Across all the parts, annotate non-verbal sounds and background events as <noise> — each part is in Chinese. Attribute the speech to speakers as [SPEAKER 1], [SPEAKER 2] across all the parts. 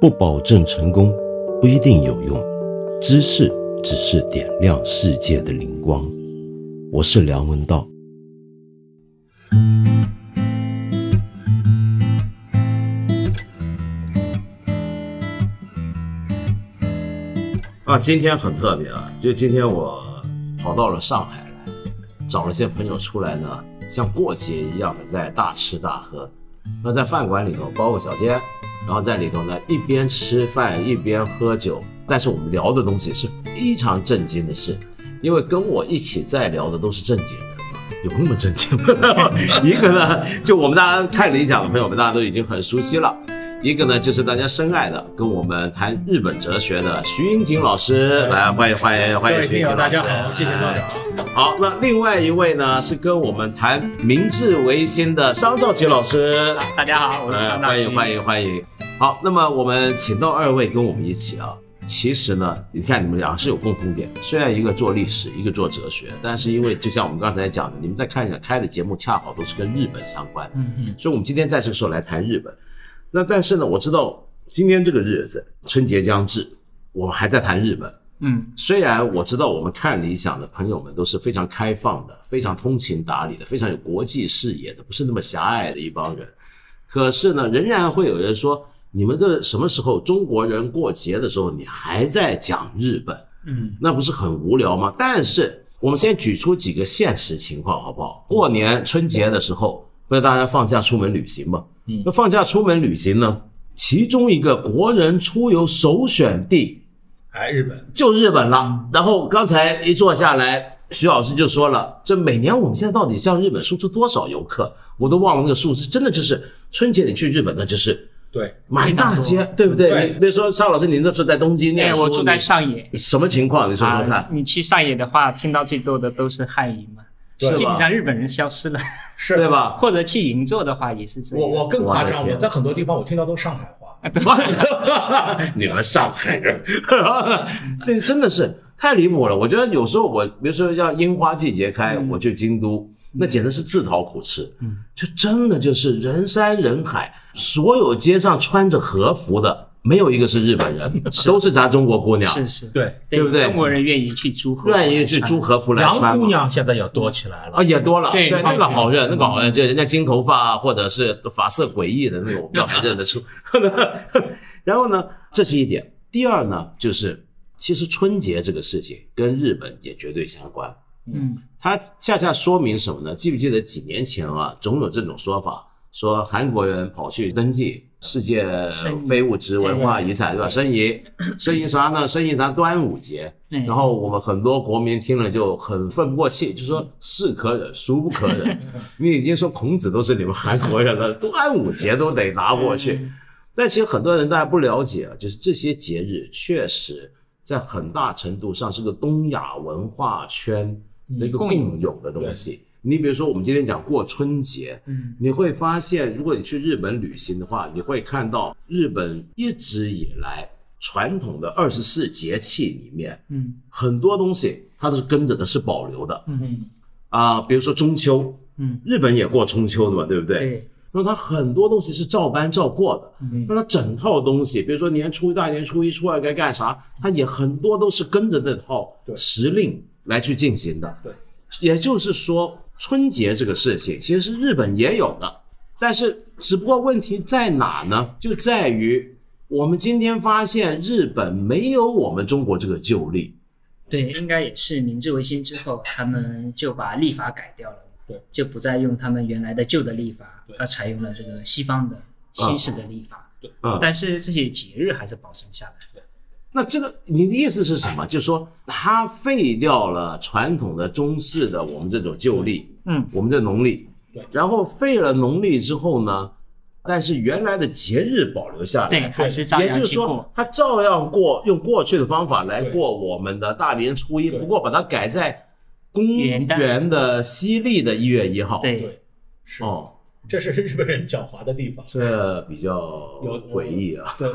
[SPEAKER 1] 不保证成功，不一定有用。知识只是点亮世界的灵光。我是梁文道。
[SPEAKER 2] 啊，今天很特别啊，就今天我跑到了上海来，找了些朋友出来呢，像过节一样的在大吃大喝。那在饭馆里头包个小间，然后在里头呢一边吃饭一边喝酒，但是我们聊的东西是非常震惊的事，因为跟我一起在聊的都是正经人嘛，有那么正经吗？ <laughs> 一个呢，就我们大家太理想的朋友们，大家都已经很熟悉了。一个呢，就是大家深爱的，跟我们谈日本哲学的徐英锦老师，来欢迎欢迎欢
[SPEAKER 3] 各
[SPEAKER 2] 迎
[SPEAKER 3] 位
[SPEAKER 2] 徐
[SPEAKER 3] 听
[SPEAKER 2] 英
[SPEAKER 3] 友，
[SPEAKER 2] 锦
[SPEAKER 3] 大
[SPEAKER 2] 老师。
[SPEAKER 3] 家好，谢谢赵
[SPEAKER 2] 哎
[SPEAKER 3] 长。
[SPEAKER 2] 好，那另外一位呢是跟我们谈明治维新的商兆奇老师，
[SPEAKER 3] 大家好，我是
[SPEAKER 2] 呃
[SPEAKER 3] 尚，大
[SPEAKER 2] 欢迎欢
[SPEAKER 3] 迎。
[SPEAKER 2] 迎欢迎。好，那么我们请到二位跟我们一起啊。其实呢，你看你们俩是有共同点，虽然一个做历史，一个做哲学，但是因为就像我们刚才讲的，你们再看一下开的节目恰好都是跟日本相关，
[SPEAKER 3] 嗯嗯，
[SPEAKER 2] 所以我们今天在这个时候来谈日本。那但是呢，我知道今天这个日子春节将至，我们还在谈日本，
[SPEAKER 3] 嗯，
[SPEAKER 2] 虽然我知道我们看理想的朋友们都是非常开放的、非常通情达理的、非常有国际视野的，不是那么狭隘的一帮人，可是呢，仍然会有人说，你们的什么时候中国人过节的时候，你还在讲日本，
[SPEAKER 3] 嗯，
[SPEAKER 2] 那不是很无聊吗？但是我们先举出几个现实情况，好不好？过年春节的时候，不是大家放假出门旅行吗？
[SPEAKER 3] 嗯
[SPEAKER 2] 那放假出门旅行呢，其中一个国人出游首选地
[SPEAKER 3] 哎，日本，
[SPEAKER 2] 就日本了。然后刚才一坐下来，徐老师就说了，这每年我们现在到底向日本输出多少游客，我都忘了那个数字，真的就是春节你去日本，那就是
[SPEAKER 3] 对，
[SPEAKER 2] 满大
[SPEAKER 4] <laughs>
[SPEAKER 2] 街，对不对？
[SPEAKER 3] 对
[SPEAKER 2] 你那时候沙老师，您那时候在东
[SPEAKER 3] 嗯
[SPEAKER 2] 京念
[SPEAKER 4] 对，
[SPEAKER 2] 书，
[SPEAKER 4] 哎我住在上野。
[SPEAKER 2] 你什么情况？你说说
[SPEAKER 4] 啊
[SPEAKER 2] 看，。
[SPEAKER 4] 你去上野的话，听到最多的都是汉语嘛，
[SPEAKER 2] 是吧
[SPEAKER 4] 基本上日本人消失
[SPEAKER 3] <laughs>
[SPEAKER 4] 了，
[SPEAKER 3] 是
[SPEAKER 2] 对？吧？
[SPEAKER 4] 或者去银座的话也是这
[SPEAKER 3] 我
[SPEAKER 4] 样。
[SPEAKER 3] 我更夸
[SPEAKER 2] 我的
[SPEAKER 3] 张，
[SPEAKER 2] 天
[SPEAKER 3] 我在很多地方我听到都是上海话。
[SPEAKER 2] <laughs> 你们上海人， <laughs> 这真的是太离谱了。我觉得有时候我，比如说像樱花季节开，我去京都，那简直是自讨苦吃。嗯，就真的就是人山人海，所有街上穿着和服的，没有一个是日本人，都是咱中国姑娘，
[SPEAKER 4] 是是，
[SPEAKER 3] 对，
[SPEAKER 4] 对
[SPEAKER 2] 对不对
[SPEAKER 4] 中国人愿意去租和，
[SPEAKER 2] 愿意去租和服来
[SPEAKER 3] 洋
[SPEAKER 2] 穿
[SPEAKER 3] 姑
[SPEAKER 2] 嘛。
[SPEAKER 3] 娘现在也多起来
[SPEAKER 2] 啊，
[SPEAKER 3] 了。
[SPEAKER 2] 也多了，
[SPEAKER 4] 对
[SPEAKER 2] 是那
[SPEAKER 4] 放
[SPEAKER 2] 个好嗯认，那个好认，就人家金头发或者是发色诡异的那种，那还认得出。 <laughs> 然后呢，这是一点。第二呢，就是其实春节这个事情跟日本也绝对相关。
[SPEAKER 4] 嗯，
[SPEAKER 2] 它恰恰说明什么呢？记不记得几年前啊，总有这种说法，说韩国人跑去登记世界
[SPEAKER 4] 申遗
[SPEAKER 2] 非物质文化遗产，对吧？申遗，申遗啥呢？申遗咱端午节。
[SPEAKER 4] 对
[SPEAKER 2] 然后我们很多国民听了就很愤不过气，就
[SPEAKER 4] 嗯
[SPEAKER 2] 说是可忍，孰不可忍？ <laughs> 你已经说孔子都是你们韩国人了，端午节都得拿过去。
[SPEAKER 4] 嗯
[SPEAKER 2] 但其实很多人大家不了解啊，就是这些节日确实在很大程度上是个东亚文化圈的一个
[SPEAKER 4] 嗯共有
[SPEAKER 2] 共有的东西。你比如说，我们今天讲过春节，
[SPEAKER 4] 嗯，
[SPEAKER 2] 你会发现，如果你去日本旅行的话，你会看到日本一直以来传统的二十四节气里面，
[SPEAKER 4] 嗯
[SPEAKER 2] 很多东西它都是跟着的，是保留的
[SPEAKER 4] 嗯
[SPEAKER 2] 啊、比如说中秋，
[SPEAKER 4] 嗯，
[SPEAKER 2] 日本也过中秋的嘛，对不对？。
[SPEAKER 4] 对，
[SPEAKER 2] 那它很多东西是照搬照过的，
[SPEAKER 4] 嗯
[SPEAKER 2] 那它整套东西，比如说年初一、大年初一、初二该干啥，它也很多都是跟着那套
[SPEAKER 3] 对
[SPEAKER 2] 时令来去进行的。
[SPEAKER 3] 对，
[SPEAKER 2] 也就是说，春节这个事情其实是日本也有的，但是只不过问题在哪呢？就在于我们今天发现日本没有我们中国这个旧例，
[SPEAKER 4] 对，应该也是明治维新之后，他们就把历法改掉了，
[SPEAKER 3] 对，
[SPEAKER 4] 就不再用他们原来的旧的历法
[SPEAKER 3] 对，
[SPEAKER 4] 而采用了这个西方
[SPEAKER 2] 啊
[SPEAKER 4] 的西式的历法，
[SPEAKER 2] 嗯，
[SPEAKER 4] 但是这些节日还是保存下来。
[SPEAKER 2] 那这个你的意思是什么？就是说它废掉了传统的中式的我们这种旧历，
[SPEAKER 4] 嗯，
[SPEAKER 2] 我们的农历
[SPEAKER 3] 对，
[SPEAKER 2] 然后废了农历之后呢，但是原来的节日保留下
[SPEAKER 4] 对，
[SPEAKER 2] 来。
[SPEAKER 4] 还是照
[SPEAKER 2] 哎也就
[SPEAKER 4] 样
[SPEAKER 2] 是
[SPEAKER 4] 去
[SPEAKER 2] 说
[SPEAKER 4] 过，，
[SPEAKER 2] 它照样过，用过去的方法来
[SPEAKER 3] 对
[SPEAKER 2] 过我们的大年初一，
[SPEAKER 3] 对
[SPEAKER 2] 不过把它改在公
[SPEAKER 4] 元旦
[SPEAKER 2] 元的西历的一月一号。，
[SPEAKER 4] 对，
[SPEAKER 3] 对，是，
[SPEAKER 2] 哦，
[SPEAKER 3] 这是日本人狡猾的地方。
[SPEAKER 2] 这比较
[SPEAKER 3] 有
[SPEAKER 2] 诡异啊。
[SPEAKER 3] 对，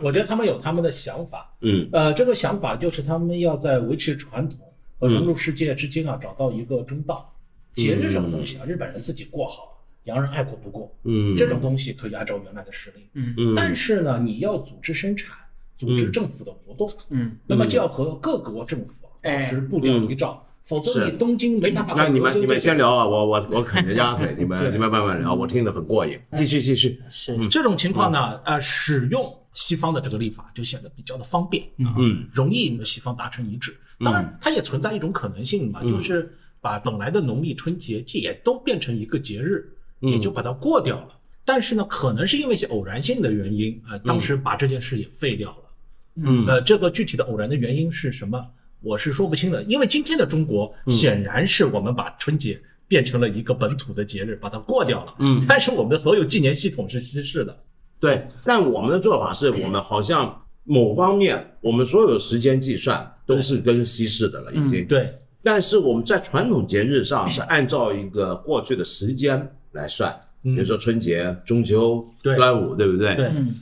[SPEAKER 3] 我觉得他们有他们的想法。
[SPEAKER 2] 嗯
[SPEAKER 3] 呃，这个想法就是他们要在维持传统
[SPEAKER 2] 嗯
[SPEAKER 3] 和融入世界之间啊，找到一个中道。节日这个东西啊，日本人自己过好，洋人爱国不过，
[SPEAKER 2] 嗯，
[SPEAKER 3] 这种东西可以按照原来的实力。
[SPEAKER 4] 嗯
[SPEAKER 2] 嗯，
[SPEAKER 3] 但是呢，你要组织生产，组织政府的活动，
[SPEAKER 4] 嗯，
[SPEAKER 3] 那么就要和各国政府啊保持步调一照，否则
[SPEAKER 2] 嗯哎是
[SPEAKER 3] 你东京没办法。
[SPEAKER 2] 那你们你们先
[SPEAKER 3] 聊。
[SPEAKER 2] 聊啊，我我我啃着鸭腿，你们
[SPEAKER 3] 对
[SPEAKER 2] 你们慢慢聊，我听得很过瘾。继续继续，
[SPEAKER 4] 嗯是，
[SPEAKER 3] 这种情况呢，
[SPEAKER 2] 嗯
[SPEAKER 3] 呃，使用西方的这个立法就显得比较的方便，啊
[SPEAKER 4] 嗯
[SPEAKER 2] 嗯
[SPEAKER 3] 容易与西方达成一致。当然，它也存在一种可能性
[SPEAKER 2] 嗯
[SPEAKER 3] 嘛，就是把本来的农历春节也都变成一个节日，
[SPEAKER 2] 嗯
[SPEAKER 3] 也就把它过掉了。但是呢，可能是因为一些偶然性的原因啊、呃当时把这件事也废掉了。
[SPEAKER 2] 嗯
[SPEAKER 3] 呃，这个具体的偶然的原因是什么，我是说不清的。因为今天的中国
[SPEAKER 2] 嗯
[SPEAKER 3] 显然是我们把春节变成了一个本土的节日，把它过掉了。
[SPEAKER 2] 嗯
[SPEAKER 3] 但是我们的所有纪年系统是西式的。
[SPEAKER 2] 对，但我们的做法是我们好像某方面，我们所有的时间计算都是跟西式的了，已经。
[SPEAKER 3] 嗯对，
[SPEAKER 2] 但是我们在传统节日上是按照一个过去的时间来算，比
[SPEAKER 3] 嗯
[SPEAKER 2] 如说春节、中秋、
[SPEAKER 3] 对
[SPEAKER 2] 端午，对不对？
[SPEAKER 3] 对
[SPEAKER 4] 嗯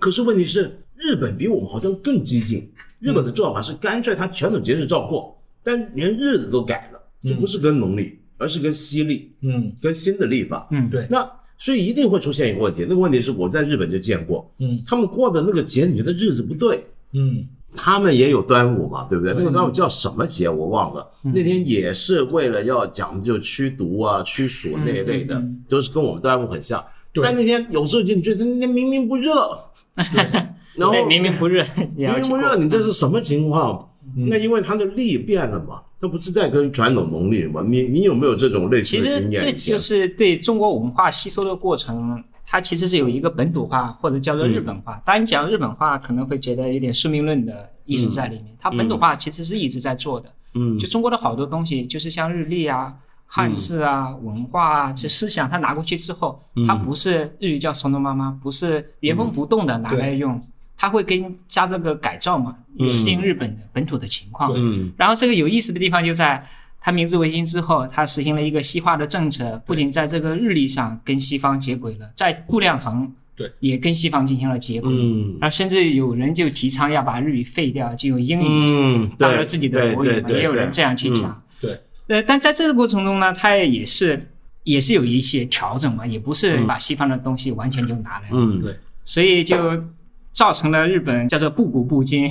[SPEAKER 2] 可是问题是，日本比我们好像更激进。日本的做法是干脆他传统节日照过，但连日子都改了，
[SPEAKER 4] 嗯
[SPEAKER 2] 就不是跟农历，而是跟西历，
[SPEAKER 3] 嗯，
[SPEAKER 2] 跟新的历法。
[SPEAKER 4] 嗯，
[SPEAKER 3] 对，
[SPEAKER 2] 那所以一定会出现一个问题，那个问题是我在日本就见过，
[SPEAKER 3] 嗯
[SPEAKER 2] 他们过的那个节，你觉得日子不对。
[SPEAKER 3] 嗯
[SPEAKER 2] 他们也有端午嘛，对不对？
[SPEAKER 3] 对
[SPEAKER 2] 那个端午叫什么节我忘了，
[SPEAKER 4] 嗯
[SPEAKER 2] 那天也是为了要讲究驱毒啊、驱暑那一类的
[SPEAKER 4] 嗯嗯嗯，
[SPEAKER 2] 都是跟我们端午很像。
[SPEAKER 3] 对
[SPEAKER 2] 但那天有时候就觉得那天明明不热，然后
[SPEAKER 4] <laughs> 对明明不热，
[SPEAKER 2] <laughs> 明
[SPEAKER 4] 也要
[SPEAKER 2] 明
[SPEAKER 4] 去
[SPEAKER 2] 不热，
[SPEAKER 4] 过
[SPEAKER 2] 你这是什么情况？
[SPEAKER 3] 嗯
[SPEAKER 2] 那因为它的历变了嘛，它不是在跟传统农历嘛？你你有没有这种类似
[SPEAKER 4] 其
[SPEAKER 2] 的
[SPEAKER 4] 实
[SPEAKER 2] 经验？
[SPEAKER 4] 这就是对中国文化吸收的过程，它其实是有一个本土化或者叫做日本化。当然，你讲日本化可能会觉得有点宿命论的意识在里面，它本土化其实是一直在做的。
[SPEAKER 2] 嗯
[SPEAKER 4] 就中国的好多东西，就是像日历啊、汉字啊、文化啊这思想，它拿过去之后，它不是日语叫“怂的妈妈”，不是原封不动的拿来用，它会跟加这个改造嘛，以适应日本的本土的情况。
[SPEAKER 2] 嗯
[SPEAKER 4] 然后这个有意思的地方就在，它明治维新之后，它实行了一个西化的政策，不仅在这个日历上跟西方接轨了，在度量衡
[SPEAKER 3] 对
[SPEAKER 4] 也跟西方进行了接轨。
[SPEAKER 2] 嗯
[SPEAKER 4] 然后甚至有人就提倡要把日语废掉，就用英语
[SPEAKER 2] 嗯，
[SPEAKER 4] 当
[SPEAKER 2] 对嗯
[SPEAKER 4] 做自己的国语嘛，也有人这样去。
[SPEAKER 2] 对对对对
[SPEAKER 4] 讲。
[SPEAKER 3] 对，
[SPEAKER 4] 呃，但在这个过程中呢，它也是也是有一些调整嘛，也不是把西方的东西完全就拿来，
[SPEAKER 2] 嗯，
[SPEAKER 3] 对
[SPEAKER 4] 所以就造成了日本叫做不古不今，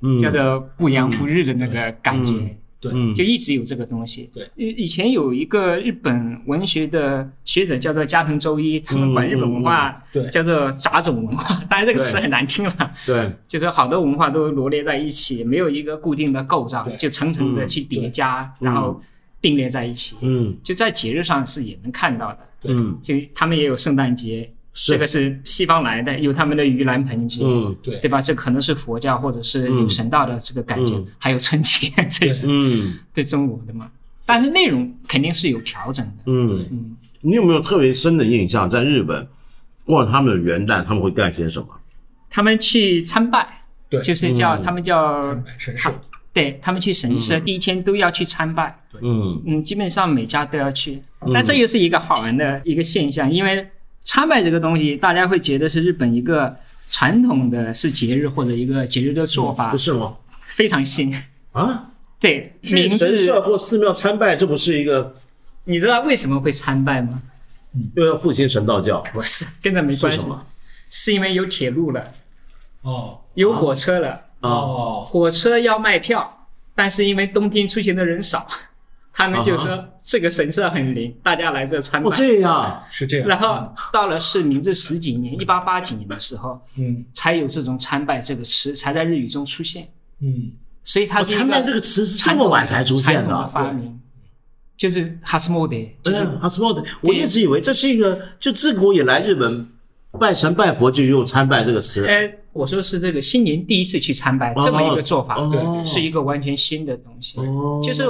[SPEAKER 2] 嗯
[SPEAKER 4] 叫做不洋不日的那个感觉。
[SPEAKER 2] 嗯
[SPEAKER 3] 对，
[SPEAKER 2] 嗯
[SPEAKER 4] 就一直有这个东西。
[SPEAKER 3] 对
[SPEAKER 4] 以以前有一个日本文学的学者叫做加藤周一，他们管日本文化
[SPEAKER 3] 嗯嗯对
[SPEAKER 4] 叫做杂种文化，当然这个词很难听了，
[SPEAKER 2] 对，
[SPEAKER 4] 就是好多文化都罗列在一起，没有一个固定的构造
[SPEAKER 3] 对，嗯
[SPEAKER 4] 就层层的去叠加，然后并列在一起。
[SPEAKER 2] 嗯
[SPEAKER 4] 就在节日上是也能看到的，
[SPEAKER 3] 对
[SPEAKER 2] 嗯
[SPEAKER 4] 就他们也有圣诞节，
[SPEAKER 2] 是
[SPEAKER 4] 这个是西方来的，有他们的盂兰盆节。
[SPEAKER 2] 嗯
[SPEAKER 3] 对
[SPEAKER 4] 对吧？这可能是佛教或者是
[SPEAKER 3] 嗯
[SPEAKER 4] 有神道的这个感觉，
[SPEAKER 2] 嗯
[SPEAKER 4] 还有春节 <laughs> 这种。
[SPEAKER 2] 嗯
[SPEAKER 4] 对中国的嘛，但是内容肯定是有调整的。
[SPEAKER 2] 嗯，
[SPEAKER 4] 嗯，
[SPEAKER 2] 你有没有特别深的印象？在日本过他们的元旦，他们会干些什么？
[SPEAKER 4] 他们去参拜，
[SPEAKER 3] 对
[SPEAKER 4] 就是叫、
[SPEAKER 2] 嗯
[SPEAKER 4] 他们叫
[SPEAKER 3] 三百神兽，
[SPEAKER 4] 对他们去神社、第一天都要去参拜，
[SPEAKER 2] 嗯
[SPEAKER 4] 嗯，基本上每家都要去。
[SPEAKER 2] 嗯
[SPEAKER 4] 但这又是一个好玩的一个现象，因为参拜这个东西，大家会觉得是日本一个传统的是节日或者一个节日的做法，
[SPEAKER 2] 不是吗？
[SPEAKER 4] 非常新。 <laughs>
[SPEAKER 2] 啊，
[SPEAKER 4] 对，
[SPEAKER 2] 去
[SPEAKER 4] 名
[SPEAKER 2] 神社
[SPEAKER 4] 字，
[SPEAKER 2] 或寺庙参拜，这不是一个
[SPEAKER 4] 你知道为什么会参拜吗？ <laughs>
[SPEAKER 2] 又要复兴神道教？
[SPEAKER 4] 不是，跟这没
[SPEAKER 2] 是
[SPEAKER 4] 关
[SPEAKER 2] 什
[SPEAKER 4] 系
[SPEAKER 2] 么，
[SPEAKER 4] 是因为有铁路了，
[SPEAKER 3] 哦
[SPEAKER 4] 有火车了。
[SPEAKER 2] 啊，
[SPEAKER 3] 哦，
[SPEAKER 4] 火车要卖票，但是因为冬天出行的人少， <laughs> 他们就
[SPEAKER 2] 啊
[SPEAKER 4] 说这个神社很灵，大家来这参拜
[SPEAKER 2] 哦。这样，
[SPEAKER 3] 是这样，
[SPEAKER 4] 然后到了是明治十几年，一八八几年的时候，
[SPEAKER 3] 嗯
[SPEAKER 4] 才有这种参拜这个词，才在日语中出现。
[SPEAKER 3] 嗯，
[SPEAKER 4] 所以它
[SPEAKER 2] 哦
[SPEAKER 4] 是一
[SPEAKER 2] 参拜这
[SPEAKER 4] 个
[SPEAKER 2] 个词是这
[SPEAKER 4] 传
[SPEAKER 2] 么
[SPEAKER 4] 统
[SPEAKER 2] 晚才出现
[SPEAKER 4] 传统
[SPEAKER 2] 的。
[SPEAKER 4] 发明，就是哈斯莫德，就是
[SPEAKER 2] 嗯，他说的，我一直以为这是一个，就自古以来日本拜神拜佛就用参拜这个词。
[SPEAKER 4] 呃，我说是这个新年第一次去参拜
[SPEAKER 2] 哦
[SPEAKER 4] 这么一个做法，
[SPEAKER 2] 哦
[SPEAKER 3] 对
[SPEAKER 4] 是一个完全新的东西，
[SPEAKER 2] 哦
[SPEAKER 4] 就是。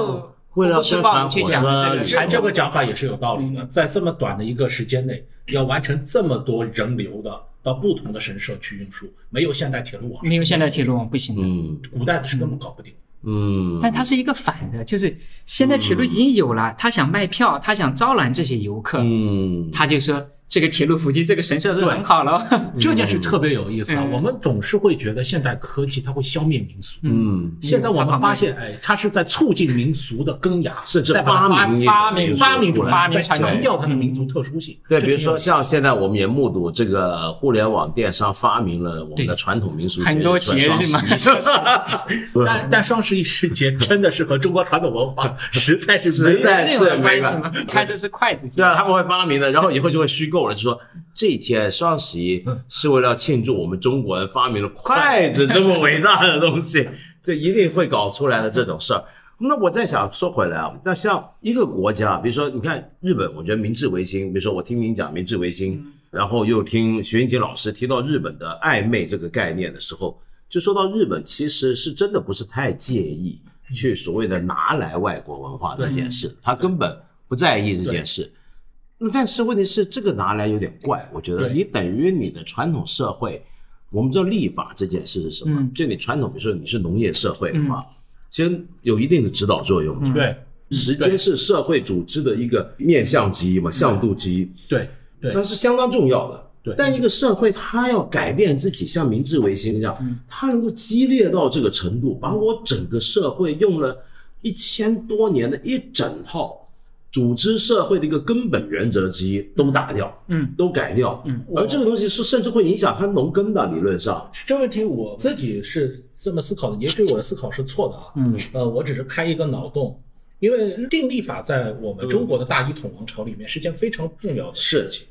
[SPEAKER 2] 为了宣传
[SPEAKER 4] 我们去讲
[SPEAKER 2] 火车啊
[SPEAKER 4] 这个
[SPEAKER 2] 旅
[SPEAKER 3] 这
[SPEAKER 4] 传
[SPEAKER 3] 这
[SPEAKER 4] 统
[SPEAKER 3] 个讲法也是有道理的，在这么短的一个时间内，要完成这么多人流的到不同的神社去运输，没有现代铁路网，
[SPEAKER 4] 没有现代铁路网不行的。
[SPEAKER 2] 嗯
[SPEAKER 3] 古代的是根本搞不定。
[SPEAKER 2] 嗯，
[SPEAKER 4] 但它是一个反的，就是现在铁路已经有了，他想卖票，他想招揽这些游客，
[SPEAKER 2] 嗯，
[SPEAKER 4] 他就说这个铁路服务器，这个神社是很好了。
[SPEAKER 3] 这件事特别有意思啊！
[SPEAKER 4] 嗯
[SPEAKER 3] 我们总是会觉得现代科技它会消灭民俗，
[SPEAKER 2] 嗯，
[SPEAKER 3] 现在我们发现，哎，它是在促进民俗的根芽，
[SPEAKER 2] 甚至
[SPEAKER 3] 在把
[SPEAKER 4] <laughs>
[SPEAKER 3] 它
[SPEAKER 2] 发明一种
[SPEAKER 3] 发明
[SPEAKER 2] 民族
[SPEAKER 3] 发明
[SPEAKER 2] 出
[SPEAKER 3] 出来，
[SPEAKER 2] 来
[SPEAKER 3] 在强调它的
[SPEAKER 4] 嗯
[SPEAKER 3] 民族特殊性。
[SPEAKER 2] 对，
[SPEAKER 3] 这
[SPEAKER 2] 比如
[SPEAKER 3] 挺
[SPEAKER 2] 说
[SPEAKER 3] 有
[SPEAKER 2] 像现在我们也目睹这个互联网电商发明了我们的
[SPEAKER 4] 对
[SPEAKER 2] 传统民俗
[SPEAKER 4] 很多节日嘛， <laughs>
[SPEAKER 3] 但但双十一时节真的是和中国传统文化 <laughs> 实在是
[SPEAKER 2] 实在
[SPEAKER 3] 没
[SPEAKER 2] 是
[SPEAKER 4] 那有
[SPEAKER 2] 没
[SPEAKER 4] 关
[SPEAKER 2] 办
[SPEAKER 4] 系
[SPEAKER 2] 法
[SPEAKER 4] 吗？开始是筷子节
[SPEAKER 2] 对，啊，他们会发明的，然后以后就会虚构了，就说这一天双十一是为了庆祝我们中国人发明了筷子这么伟大的东西，这一定会搞出来的这种事儿。那我在想，说回来啊，那像一个国家，比如说你看日本，我觉得明治维新，比如说我听您讲明治维新，然后又听徐云杰老师提到日本的暧昧这个概念的时候，就说到日本其实是真的不是太介意去所谓的拿来外国文化这件事，他根本不在意这件事。那但是问题是，这个拿来有点怪，我觉得
[SPEAKER 3] 对
[SPEAKER 2] 你等于你的传统社会，我们知道立法这件事是什么？
[SPEAKER 4] 嗯
[SPEAKER 2] 就你传统，比如说你是农业社会的话，其实有一定的指导作用的。
[SPEAKER 4] 嗯
[SPEAKER 3] 对
[SPEAKER 2] 时间是社会组织的一个面向之一嘛，向度之一，
[SPEAKER 3] 对对
[SPEAKER 2] 那是相当重要的。
[SPEAKER 3] 对
[SPEAKER 2] 但一个社会它要改变自己，像明治维新这样，它能够激烈到这个程度，把我整个社会用了一千多年的一整套组织社会的一个根本原则之一都打掉，
[SPEAKER 4] 嗯，
[SPEAKER 2] 都改掉，
[SPEAKER 4] 嗯，
[SPEAKER 2] 而这个东西是甚至会影响它农耕的，理论上，
[SPEAKER 3] 这问题我自己是这么思考的，也许我的思考是错的啊。
[SPEAKER 4] 嗯，
[SPEAKER 3] 呃，我只是开一个脑洞，因为定立法在我
[SPEAKER 2] 嗯
[SPEAKER 3] 们中国的大一统王朝里面是件非常重要的事情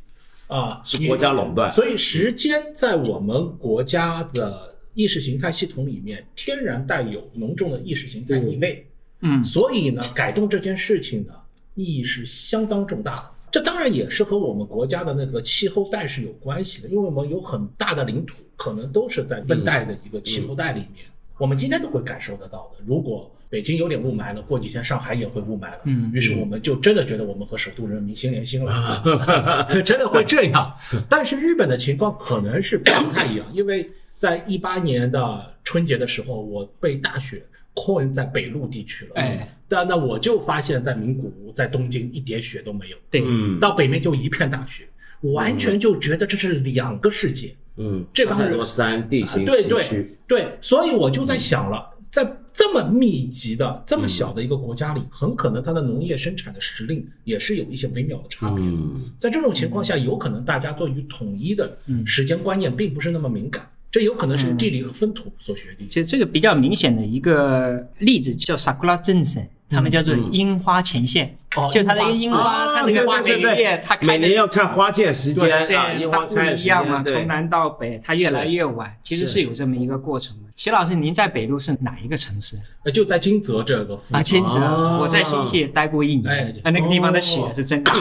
[SPEAKER 3] 啊，
[SPEAKER 2] 是
[SPEAKER 3] 你
[SPEAKER 2] 国家垄断，
[SPEAKER 3] 所以时间在我们国家的意识形态系统里面天然带有浓重的意识形态意味，
[SPEAKER 4] 嗯
[SPEAKER 3] 所以呢，改动这件事情呢，意义是相当重大的。这当然也是和我们国家的那个气候带是有关系的，因为我们有很大的领土可能都是在温带的一个气候带里
[SPEAKER 4] 嗯
[SPEAKER 3] 面，我们今天都会感受得到的。如果北京有点雾霾了，过几天上海也会雾霾了，
[SPEAKER 4] 嗯
[SPEAKER 3] 于是我们就真的觉得我们和首都人民心连心了，
[SPEAKER 4] 嗯
[SPEAKER 3] 真的会这
[SPEAKER 4] <laughs>
[SPEAKER 3] 样。但是日本的情况可能是不太一样，因为在一八年的春节的时候，我被大雪困在北陆地区了，
[SPEAKER 4] 哎，
[SPEAKER 3] 但那我就发现，在名古屋、在东京一点雪都没有，
[SPEAKER 4] 对，
[SPEAKER 2] 嗯
[SPEAKER 3] 到北面就一片大雪，完全就觉得这是两个世界。
[SPEAKER 2] 嗯，
[SPEAKER 3] 这
[SPEAKER 2] 它
[SPEAKER 3] 帮人
[SPEAKER 2] 太多山地形
[SPEAKER 3] 对
[SPEAKER 2] 地
[SPEAKER 3] 对
[SPEAKER 2] 区，
[SPEAKER 3] 对，所以我就在想了，
[SPEAKER 2] 嗯
[SPEAKER 3] 在这么密集的、这么小的一个国家里，很可能它的农业生产的时令也是有一些微妙的差别。
[SPEAKER 2] 嗯
[SPEAKER 3] 在这种情况下，有可能大家对于统一的
[SPEAKER 4] 嗯
[SPEAKER 3] 时间观念并不是那么敏感，这有可能是地理和风土所决定。
[SPEAKER 2] 嗯
[SPEAKER 4] 其实这个比较明显的一个例子叫 Sakura 镇神，他
[SPEAKER 2] 嗯
[SPEAKER 4] 们叫做樱花前线，
[SPEAKER 3] 哦
[SPEAKER 4] 就它的
[SPEAKER 3] 樱
[SPEAKER 4] 樱
[SPEAKER 3] 花
[SPEAKER 4] 花，它那个花每
[SPEAKER 2] 哦对
[SPEAKER 4] 个
[SPEAKER 2] 对
[SPEAKER 4] 月
[SPEAKER 2] 对
[SPEAKER 4] 它，开
[SPEAKER 2] 嗯每
[SPEAKER 4] 的
[SPEAKER 2] 年要看花见时间
[SPEAKER 4] 对，
[SPEAKER 2] 啊，樱花
[SPEAKER 4] 它不
[SPEAKER 2] 开的
[SPEAKER 4] 一
[SPEAKER 2] 时
[SPEAKER 4] 样嘛，
[SPEAKER 2] 间，
[SPEAKER 4] 从
[SPEAKER 2] 对，
[SPEAKER 4] 南到北，它越来越晚，其实是有这么一个过程的。齐老师，您在北路是哪一个城市
[SPEAKER 3] 呃就在金泽这个附
[SPEAKER 4] 啊？
[SPEAKER 3] 近
[SPEAKER 4] 金泽
[SPEAKER 2] 哦，
[SPEAKER 4] 我在新泻待过一
[SPEAKER 3] 哎
[SPEAKER 4] 年，啊，那个地方的雪是真大，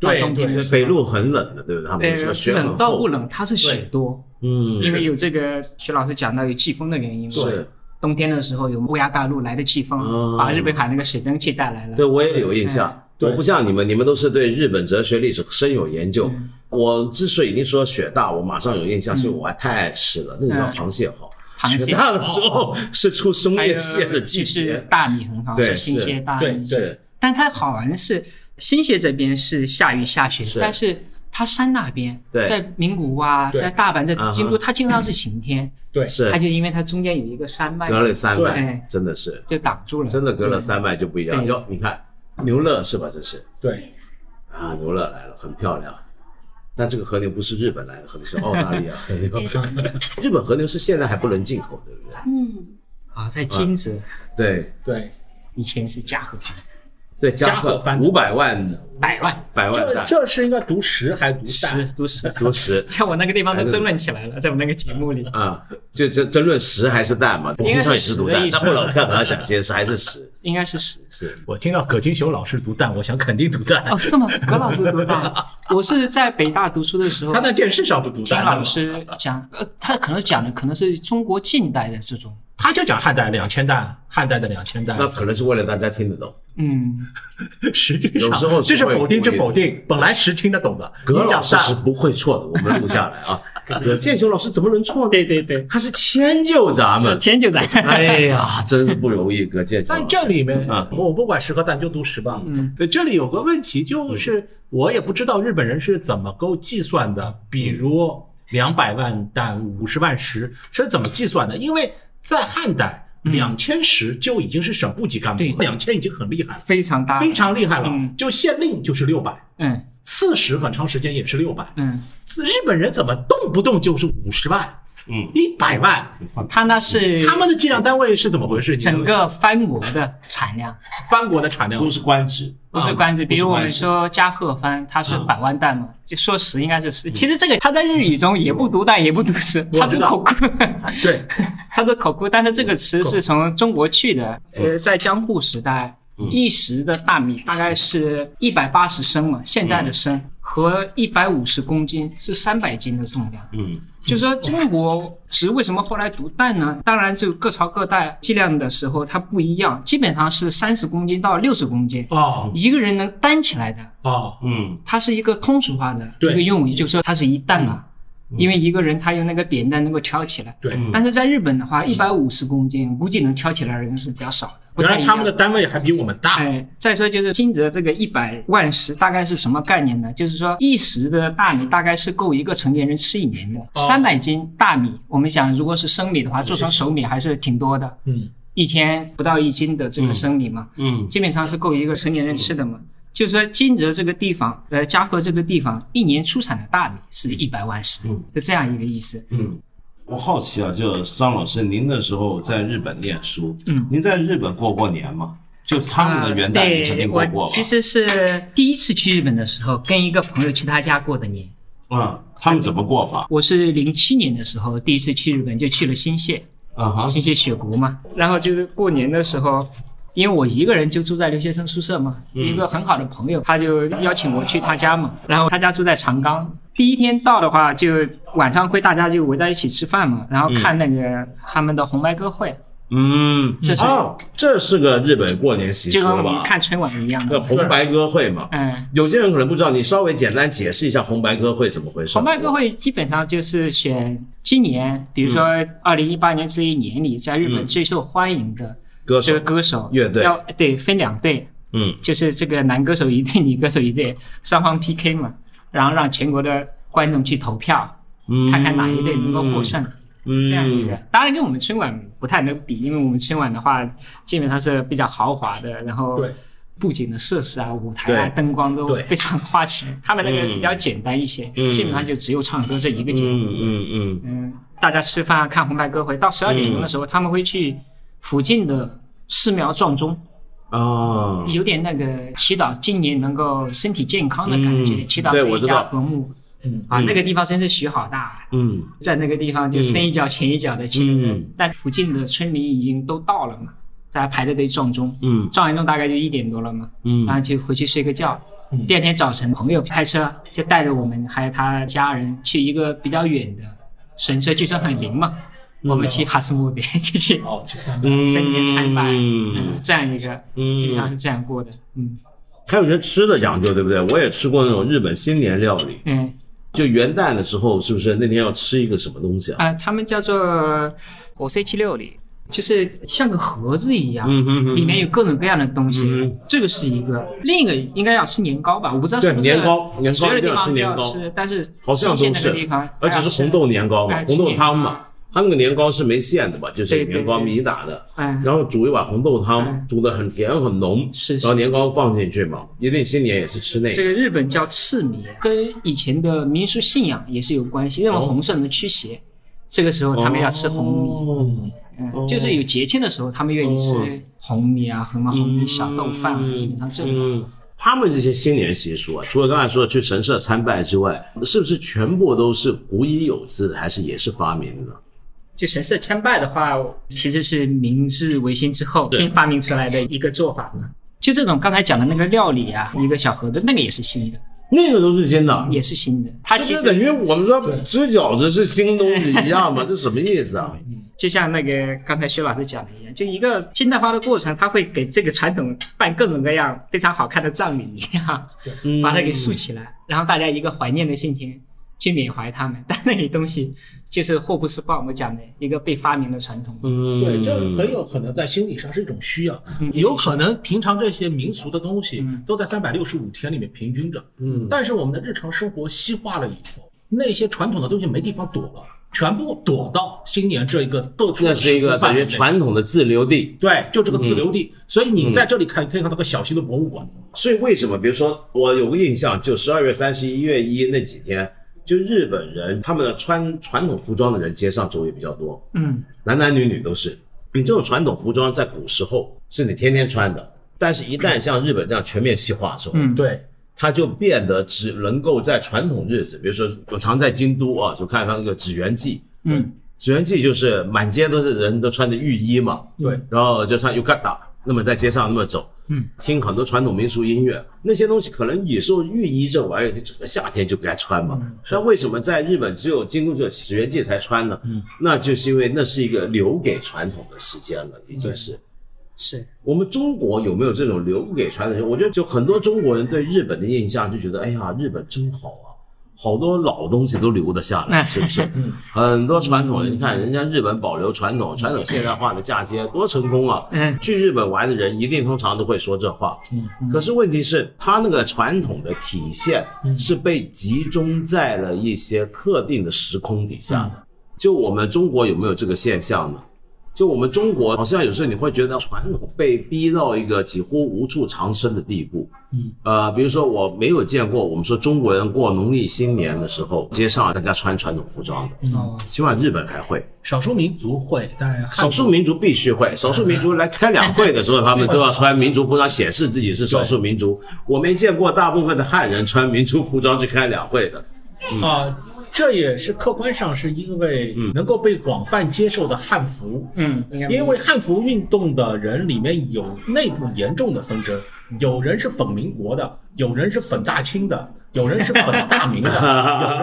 [SPEAKER 4] 到
[SPEAKER 3] 对
[SPEAKER 4] 冬天的
[SPEAKER 3] 对
[SPEAKER 4] 时
[SPEAKER 2] 北
[SPEAKER 4] 候。
[SPEAKER 2] 路很冷的，对不对？他们说
[SPEAKER 4] 呃
[SPEAKER 2] 雪，很
[SPEAKER 4] 冷倒
[SPEAKER 2] 厚
[SPEAKER 4] 不，冷，它是
[SPEAKER 3] 对
[SPEAKER 4] 雪多，
[SPEAKER 2] 嗯，
[SPEAKER 4] 因为有这个徐老师讲到有季风的原因嘛。
[SPEAKER 2] 是。
[SPEAKER 4] 冬天的时候有乌鸦大陆来的季风，
[SPEAKER 2] 哦
[SPEAKER 4] 把日本海那个水蒸气带来了。
[SPEAKER 2] 对，我也有印象。
[SPEAKER 4] 哎
[SPEAKER 3] 对
[SPEAKER 2] 我不像你们，你们都是对日本哲学历史深有研究。
[SPEAKER 4] 嗯
[SPEAKER 2] 我之所以一说雪大，我马上有印象，是因为我还太爱吃了。那个叫螃蟹好，
[SPEAKER 4] 嗯螃蟹
[SPEAKER 2] 雪大的时候是出松
[SPEAKER 4] 还有
[SPEAKER 2] 叶蟹的季
[SPEAKER 4] 就是
[SPEAKER 2] 节。
[SPEAKER 4] 大米很好，
[SPEAKER 2] 对
[SPEAKER 4] 是新鲜大
[SPEAKER 3] 对
[SPEAKER 4] 米。
[SPEAKER 3] 对
[SPEAKER 2] 是，
[SPEAKER 4] 但它好玩的是，新泻这边是下雨下雪，
[SPEAKER 2] 是
[SPEAKER 4] 但是它山那边，
[SPEAKER 2] 对
[SPEAKER 4] 在名古屋啊，
[SPEAKER 3] 对
[SPEAKER 4] 在大阪，在
[SPEAKER 2] 嗯哼
[SPEAKER 4] 京都，它经常是晴天，
[SPEAKER 3] 对，
[SPEAKER 2] 是
[SPEAKER 4] 它就因为它中间有一个山脉，
[SPEAKER 2] 隔了三
[SPEAKER 4] 对
[SPEAKER 2] 脉，真的是，
[SPEAKER 4] 就挡住了。
[SPEAKER 2] 真的隔了三脉就不一样。
[SPEAKER 4] 对
[SPEAKER 2] 哟，你看牛乐是吧？这是
[SPEAKER 3] 对，
[SPEAKER 2] 啊，牛乐来了，很漂亮。但这个和牛不是日本来的，和牛是澳大利亚和牛。 <laughs> 日本和牛是现在还不能进口，对不对？
[SPEAKER 5] 嗯，
[SPEAKER 4] 啊，在金泽
[SPEAKER 2] 对
[SPEAKER 3] 对，
[SPEAKER 4] 以前是嘉禾藩，
[SPEAKER 2] 对，加
[SPEAKER 3] 加贺
[SPEAKER 2] 贺
[SPEAKER 3] 藩
[SPEAKER 2] 五百万
[SPEAKER 4] 百万
[SPEAKER 2] 百万
[SPEAKER 3] 这
[SPEAKER 2] 担。
[SPEAKER 3] 这是应该读十还是读
[SPEAKER 4] 十
[SPEAKER 3] 蛋？
[SPEAKER 4] 都十，
[SPEAKER 2] 多十
[SPEAKER 4] 在我那个地方都争论起来了，在我那个节目里。
[SPEAKER 2] 啊，就争争论十还是蛋嘛？我
[SPEAKER 4] 应
[SPEAKER 2] 平
[SPEAKER 4] 该
[SPEAKER 2] 常也
[SPEAKER 4] 是
[SPEAKER 2] 是
[SPEAKER 4] 十
[SPEAKER 2] 读
[SPEAKER 4] 的
[SPEAKER 2] 蛋，
[SPEAKER 4] 意思
[SPEAKER 2] 但后来我看到他讲些是还是十，
[SPEAKER 4] 应该是十
[SPEAKER 2] 是
[SPEAKER 3] 我听到葛金雄老师读蛋，我想肯定读蛋。
[SPEAKER 4] 哦，是吗？葛老师
[SPEAKER 2] <laughs>
[SPEAKER 4] 多大？我是在北大读书的
[SPEAKER 2] 哦
[SPEAKER 4] 时候，
[SPEAKER 3] 他在电视上不
[SPEAKER 4] 听
[SPEAKER 3] 读蛋的
[SPEAKER 4] 老
[SPEAKER 3] 吗，
[SPEAKER 4] 师讲，呃，他可能讲的可能是中国近代的这种，
[SPEAKER 3] 他就讲汉代两千担，汉代的两千担。
[SPEAKER 2] 那可能是为了大家听得懂。
[SPEAKER 4] 嗯，
[SPEAKER 3] 实际上
[SPEAKER 2] 有时候是
[SPEAKER 3] 这是
[SPEAKER 2] 会
[SPEAKER 3] 否定，这
[SPEAKER 2] 故意
[SPEAKER 3] 否定。本来是听得懂的，
[SPEAKER 2] 葛
[SPEAKER 3] 你
[SPEAKER 2] 老
[SPEAKER 3] 讲
[SPEAKER 2] 师
[SPEAKER 3] 大
[SPEAKER 2] 是不会错的，我们录下来啊。葛剑雄老师怎么能错呢？
[SPEAKER 4] 对对对，
[SPEAKER 2] 他是迁就咱 <laughs> 们。
[SPEAKER 4] 迁就咱。
[SPEAKER 2] 哎呀，真是不容易，葛剑雄老师。
[SPEAKER 3] 但这里面
[SPEAKER 2] 嗯，
[SPEAKER 3] 我不管十和蛋就读十吧。
[SPEAKER 4] 嗯
[SPEAKER 3] 呃，这里有个问题，就是
[SPEAKER 2] 嗯
[SPEAKER 3] 我也不知道日本人是怎么够计算的，比如两百万担、五十万石是怎么计算的？因为在汉代，
[SPEAKER 4] 嗯
[SPEAKER 3] 两千石就已经是省部级干部
[SPEAKER 4] 对
[SPEAKER 3] 了，两千已经很厉害了，
[SPEAKER 4] 非常大，
[SPEAKER 3] 非常厉害了
[SPEAKER 4] 啊嗯。
[SPEAKER 3] 就县令就是六百，
[SPEAKER 4] 嗯
[SPEAKER 3] 刺史很长时间也是六百，
[SPEAKER 4] 嗯，
[SPEAKER 3] 日本人怎么动不动就是五十万、
[SPEAKER 2] 嗯，
[SPEAKER 3] 一百万？
[SPEAKER 4] 他那是
[SPEAKER 3] 他们的计量单位是怎么回事？你
[SPEAKER 4] 整
[SPEAKER 3] 能
[SPEAKER 4] 个藩国的产量，
[SPEAKER 3] 藩国的产量
[SPEAKER 2] 都是官职，
[SPEAKER 4] 不是
[SPEAKER 3] 啊
[SPEAKER 4] 官职。比如我们
[SPEAKER 2] 官职
[SPEAKER 4] 说加贺藩，它是百万担嘛，就说十应该是十。其实这个它在日语中也不读担也不读十，
[SPEAKER 3] 嗯我
[SPEAKER 4] 它
[SPEAKER 3] 知
[SPEAKER 4] 读
[SPEAKER 3] 道
[SPEAKER 4] 口库，
[SPEAKER 3] <laughs>
[SPEAKER 4] <laughs>
[SPEAKER 3] 对，
[SPEAKER 4] 它读口库。但是这个词是从中国去的，
[SPEAKER 3] 嗯
[SPEAKER 4] 呃，在江户时代。一石的大米大概是一百八十升嘛，现
[SPEAKER 3] 嗯
[SPEAKER 4] 在的升和一百五十公斤是三百斤的重量。
[SPEAKER 2] 嗯
[SPEAKER 4] 就说中国食为什么后来独蛋呢？当然，就各朝各代计量的时候它不一样，基本上是三十公斤到六十公斤，
[SPEAKER 3] 哦
[SPEAKER 4] 一个人能担起来的。
[SPEAKER 3] 哦，
[SPEAKER 2] 嗯
[SPEAKER 4] 它是一个通俗化的一
[SPEAKER 3] 对嗯
[SPEAKER 4] 个用语，就说它是一担嘛，因为一个人他用那个扁担能够挑起来。
[SPEAKER 3] 对。
[SPEAKER 2] 嗯
[SPEAKER 4] 但是在日本的话，一百五十公斤估计能挑起来的人是比较少的，不
[SPEAKER 3] 原
[SPEAKER 4] 太
[SPEAKER 3] 来
[SPEAKER 4] 一
[SPEAKER 3] 他
[SPEAKER 4] 样
[SPEAKER 3] 们。的单位还比我们大，
[SPEAKER 4] 哎，再说就是金泽这个一百万石大概是什么概念呢？就是说一石的大米大概是够一个成年人吃一年的，
[SPEAKER 3] 哦
[SPEAKER 4] 三百斤大米，我们想如果是生米的话，做成熟米还是挺多的，
[SPEAKER 3] 嗯，
[SPEAKER 4] 一天不到一斤的这个生米嘛，
[SPEAKER 2] 嗯
[SPEAKER 4] 基本上是够一个成年人吃的嘛。就是说金泽这个地方，呃，嘉禾这个地方，一年出产的大米是一百万石，
[SPEAKER 2] 嗯
[SPEAKER 4] 是这样一个意思。
[SPEAKER 2] 嗯。我好奇啊，就张老师，您那时候在日本念书，
[SPEAKER 4] 嗯
[SPEAKER 2] 您在日本过过年吗？就他们的元旦，你肯定过
[SPEAKER 4] 呃对
[SPEAKER 2] 过
[SPEAKER 4] 我
[SPEAKER 2] 吧？
[SPEAKER 4] 其实是第一次去日本的时候，跟一个朋友去他家过的年。
[SPEAKER 2] 嗯，他们怎么过法？
[SPEAKER 4] 我是零七年的时候第一次去日本，就去了新泻，
[SPEAKER 2] 啊哈，
[SPEAKER 4] 新泻雪国嘛。然后就是过年的时候，因为我一个人就住在留学生宿舍嘛，
[SPEAKER 2] 嗯
[SPEAKER 4] 一个很好的朋友他就邀请我去他家嘛。然后他家住在长冈，第一天到的话，就晚上会大家就围在一起吃饭嘛，然后看那个他们的红白歌会，
[SPEAKER 2] 嗯，
[SPEAKER 4] 这是
[SPEAKER 2] 哦，这是个日本过年习
[SPEAKER 4] 就
[SPEAKER 2] 俗
[SPEAKER 4] 跟
[SPEAKER 2] 了
[SPEAKER 4] 我们
[SPEAKER 2] 吧？
[SPEAKER 4] 看春晚一样
[SPEAKER 2] 那
[SPEAKER 4] 的。
[SPEAKER 2] 红白歌会嘛，
[SPEAKER 4] 嗯，
[SPEAKER 2] 有些人可能不知道，你稍微简单解释一下红白歌会怎么回事？
[SPEAKER 4] 崇拜歌会基本上就是选今年，比如说
[SPEAKER 2] 嗯
[SPEAKER 4] 二零一八年这一年里在日本最受欢迎的
[SPEAKER 2] 歌
[SPEAKER 4] 这
[SPEAKER 2] 手
[SPEAKER 4] 个，歌手，
[SPEAKER 2] 乐队
[SPEAKER 4] 要对分两队，
[SPEAKER 2] 嗯
[SPEAKER 4] 就是这个男歌手一队，女歌手一队，双方 PK 嘛，然后让全国的观众去投票，
[SPEAKER 2] 嗯，
[SPEAKER 4] 看看哪一队能够获胜，是这样一个
[SPEAKER 2] 嗯。
[SPEAKER 4] 当然跟我们春晚不太能比，因为我们春晚的话基本上是比较豪华的，然后
[SPEAKER 3] 对。
[SPEAKER 4] 布景的设施啊、舞台啊、
[SPEAKER 2] 对
[SPEAKER 4] 灯光都
[SPEAKER 3] 对
[SPEAKER 4] 非常花钱，
[SPEAKER 2] <laughs>
[SPEAKER 4] 他们那个比较简单一些，
[SPEAKER 2] 嗯
[SPEAKER 4] 基本上就只有唱歌这一个节目。
[SPEAKER 2] 嗯嗯
[SPEAKER 4] 嗯，大家吃饭看红白歌会，到十二点钟的时候，他们会去附近的寺庙撞钟，
[SPEAKER 2] 嗯啊，
[SPEAKER 4] 有点那个祈祷今年能够身体健康的感觉，
[SPEAKER 2] 嗯
[SPEAKER 4] 祈祷
[SPEAKER 2] 对
[SPEAKER 4] 这
[SPEAKER 2] 我
[SPEAKER 4] 一
[SPEAKER 2] 知
[SPEAKER 4] 家
[SPEAKER 2] 道
[SPEAKER 4] 和睦。
[SPEAKER 3] 嗯
[SPEAKER 4] 啊，
[SPEAKER 2] 嗯
[SPEAKER 4] 那个地方真是雪好大，
[SPEAKER 2] 嗯
[SPEAKER 4] 在那个地方就深一脚浅一脚的去那个，
[SPEAKER 2] 嗯
[SPEAKER 4] 但附近的村民已经都到了嘛，大家排着队撞钟，
[SPEAKER 2] 嗯
[SPEAKER 4] 撞完钟大概就一点多了嘛，
[SPEAKER 2] 嗯
[SPEAKER 4] 然后就回去睡个觉。
[SPEAKER 3] 嗯
[SPEAKER 4] 第二天早晨，朋友开车就带着我们还有他家人去一个比较远的神社，据说很灵嘛。我们去哈斯莫德，就 <laughs> 去
[SPEAKER 3] 哦，这三个，
[SPEAKER 2] 嗯
[SPEAKER 4] 森林参拜，嗯，
[SPEAKER 2] 嗯
[SPEAKER 4] 是这样一个，
[SPEAKER 2] 嗯
[SPEAKER 4] 基本上是这样过的，嗯
[SPEAKER 2] 还有些吃的讲究，对不对？我也吃过那种日本新年料理，
[SPEAKER 4] 嗯
[SPEAKER 2] 就元旦的时候，是不是那天要吃一个什么东西啊？
[SPEAKER 4] 啊，他们叫做我 C 七六里，就是像个盒子一样，
[SPEAKER 2] 嗯嗯嗯，
[SPEAKER 4] 啊里面有各种各样的东西，
[SPEAKER 2] 嗯嗯
[SPEAKER 4] 这个是一个，另一个应该要吃年糕吧，我不知道
[SPEAKER 2] 对
[SPEAKER 4] 是不是
[SPEAKER 2] 年糕年糕
[SPEAKER 4] 所有的地方
[SPEAKER 2] 一
[SPEAKER 4] 都
[SPEAKER 2] 定
[SPEAKER 4] 要
[SPEAKER 2] 要吃
[SPEAKER 4] 吃，但是
[SPEAKER 2] 好像
[SPEAKER 4] 新
[SPEAKER 2] 都
[SPEAKER 4] 鲜那
[SPEAKER 2] 是
[SPEAKER 4] 个地方，，
[SPEAKER 2] 而且是红豆年糕嘛
[SPEAKER 4] 哎，
[SPEAKER 2] 红豆汤
[SPEAKER 4] 吃年
[SPEAKER 2] 嘛
[SPEAKER 4] 糕。
[SPEAKER 2] 它那个年糕是没馅的嘛，就是
[SPEAKER 4] 对对
[SPEAKER 2] 年糕
[SPEAKER 4] 对
[SPEAKER 2] 米打的，
[SPEAKER 4] 嗯
[SPEAKER 2] 然后煮一碗红豆
[SPEAKER 4] 嗯
[SPEAKER 2] 汤，煮的很甜很浓，
[SPEAKER 4] 是
[SPEAKER 2] 然
[SPEAKER 4] 是
[SPEAKER 2] 后年糕放进去嘛，一定新年也是吃那
[SPEAKER 4] 这
[SPEAKER 2] 个，
[SPEAKER 4] 个日本叫赤米，跟以前的民俗信仰也是有关系，认
[SPEAKER 2] 哦
[SPEAKER 4] 为红色能驱邪，这个时候他们要吃红米。
[SPEAKER 2] 米，
[SPEAKER 4] 嗯，就是有节庆的时候，他们愿意吃红米啊，什么红米小豆饭啊，
[SPEAKER 2] 哦嗯
[SPEAKER 4] 基本上这种。
[SPEAKER 2] 嗯，他们这些新年习俗啊，除了刚才说的去神社参拜之外，是不是全部都是古已有之的，还是也是发明的？
[SPEAKER 4] 就神社参拜的话，其实是明治维新之后
[SPEAKER 2] 对
[SPEAKER 4] 新发明出来的一个做法嘛。就这种刚才讲的那个料理啊，一个小盒子，那个也是新的，
[SPEAKER 2] 那个都是新的，
[SPEAKER 4] 也是新的。它
[SPEAKER 2] 这
[SPEAKER 4] 其
[SPEAKER 2] 不是等
[SPEAKER 4] 实
[SPEAKER 2] 于我们说吃饺子是新东西一样吗？这什么意思啊？
[SPEAKER 4] 就像那个刚才薛老师讲的一样，的，就一个现代化的过程，它会给这个传统办各种各样非常好看的葬礼呀，把它给竖起来，然后大家一个怀念的心情去缅怀他们。 <laughs> 但那些东西就是霍布斯帮我们讲的一个被发明的传统。
[SPEAKER 2] 嗯，
[SPEAKER 3] 对，这很有可能在心理上是一种需要，有可能平常这些民俗的东西
[SPEAKER 4] 嗯
[SPEAKER 3] 都在三百六十五天里面平均着，
[SPEAKER 2] 嗯
[SPEAKER 3] 但是我们的日常生活西化了以后，那些传统的东西没地方躲了，全部躲到新年这一个特殊
[SPEAKER 2] 那
[SPEAKER 3] 的
[SPEAKER 2] 是一
[SPEAKER 3] 时
[SPEAKER 2] 个
[SPEAKER 3] 空范
[SPEAKER 2] 感
[SPEAKER 3] 围
[SPEAKER 2] 觉
[SPEAKER 3] 内
[SPEAKER 2] 传嗯统的自留地。
[SPEAKER 3] 对，就这个自留地，所以你在这里看可以看到个小型的博物馆，
[SPEAKER 2] 所以为什么？比如说，我有个印象，就十二月三十一月一那几天，就日本人他们的穿传统服装的人街上走也比较多，
[SPEAKER 4] 嗯，
[SPEAKER 2] 男男女女都是。你这种传统服装在古时候是你天天穿的，但是一旦像日本这样全面西化的时候，
[SPEAKER 4] 嗯
[SPEAKER 3] 对，
[SPEAKER 2] 它就变得只能够在传统日子，比如说我常在京都啊，就看到那个纸鸢记，
[SPEAKER 4] 嗯，
[SPEAKER 2] 纸鸢记就是满街都是人都穿着浴衣嘛，
[SPEAKER 3] 对，
[SPEAKER 2] 然后就穿 yukata，那么在街上那么走，
[SPEAKER 4] 嗯，
[SPEAKER 2] 听很多传统民俗音乐，那些东西可能也受浴衣这玩意儿，哎你整个夏天就该穿嘛。那为什么在日本只有京都只有始源记才穿呢？嗯，那就是因为那是一个留给传统的时间了，已经是。
[SPEAKER 4] 是
[SPEAKER 2] 我们中国有没有这种留给传统？我觉得就很多中国人对日本的印象就觉得，哎呀，日本真好啊，好多老东西都留得下来，是不是？很多传统，你看人家日本保留传统，传统现代化的嫁接多成功啊！
[SPEAKER 4] 嗯
[SPEAKER 2] 去日本玩的人一定通常都会说这话。可是问题是，他那个传统的体现是被集中在了一些特定的时空底下的。就我们中国有没有这个现象呢？就我们中国，好像有时候你会觉得传统被逼到一个几乎无处藏身的地步。嗯，呃，比如说我没有见过，我们说中国人过农历新年的时候，街上大家穿传统服装的，
[SPEAKER 4] 哦，
[SPEAKER 2] 起码日本还会，
[SPEAKER 3] 少数民族会，但
[SPEAKER 2] 少数民族必须会。少数民族来开两会的时候，他们都要穿民族服装，显示自己是少数民族。我没见过大部分的汉人穿民族服装去开两会的。
[SPEAKER 3] 啊、这也是客观上是因为
[SPEAKER 2] 嗯
[SPEAKER 3] 能够被广泛接受的汉服，
[SPEAKER 4] 嗯，应该
[SPEAKER 3] 因为汉服运动的人里面有内部严重的纷争，有人是粉民国的，有人是粉大清的，有人是粉大明的，有人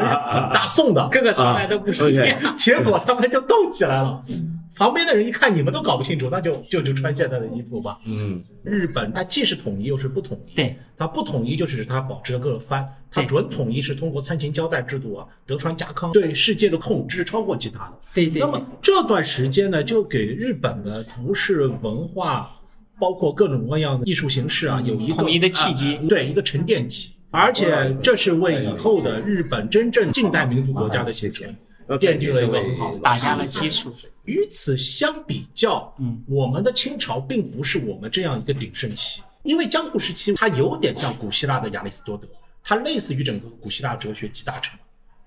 [SPEAKER 3] 是粉大
[SPEAKER 4] <laughs>
[SPEAKER 3] 宋的，啊
[SPEAKER 4] 各个朝代都不一 <laughs> 样。
[SPEAKER 3] 结果他们就斗起来了。旁边的人一看你们都搞不清楚，那就就就穿现在的衣服吧。
[SPEAKER 2] 嗯，
[SPEAKER 3] 日本它既是统一又是不统一，
[SPEAKER 4] 对，
[SPEAKER 3] 它不统一就只是它保持了各藩，它
[SPEAKER 4] 对
[SPEAKER 3] 准统一是通过参勤交代制度啊，德川家康对世界的控制超过其他的。
[SPEAKER 4] 对对
[SPEAKER 3] 那么这段时间呢，就给日本的服饰文化，包括各种各样的艺术形式啊，有一个
[SPEAKER 4] 统一的契机
[SPEAKER 3] 啊对一个沉淀期。而且这是为以后的日本真正近代民族国家的形成奠定了一个很好的
[SPEAKER 4] 啊打
[SPEAKER 3] 基
[SPEAKER 4] 下
[SPEAKER 3] 础
[SPEAKER 4] 了基础。
[SPEAKER 3] 与此相比较，
[SPEAKER 4] 嗯，
[SPEAKER 3] 我们的清朝并不是我们这样一个鼎盛期，因为江户时期它有点像古希腊的亚里士多德，它类似于整个古希腊哲学集大成，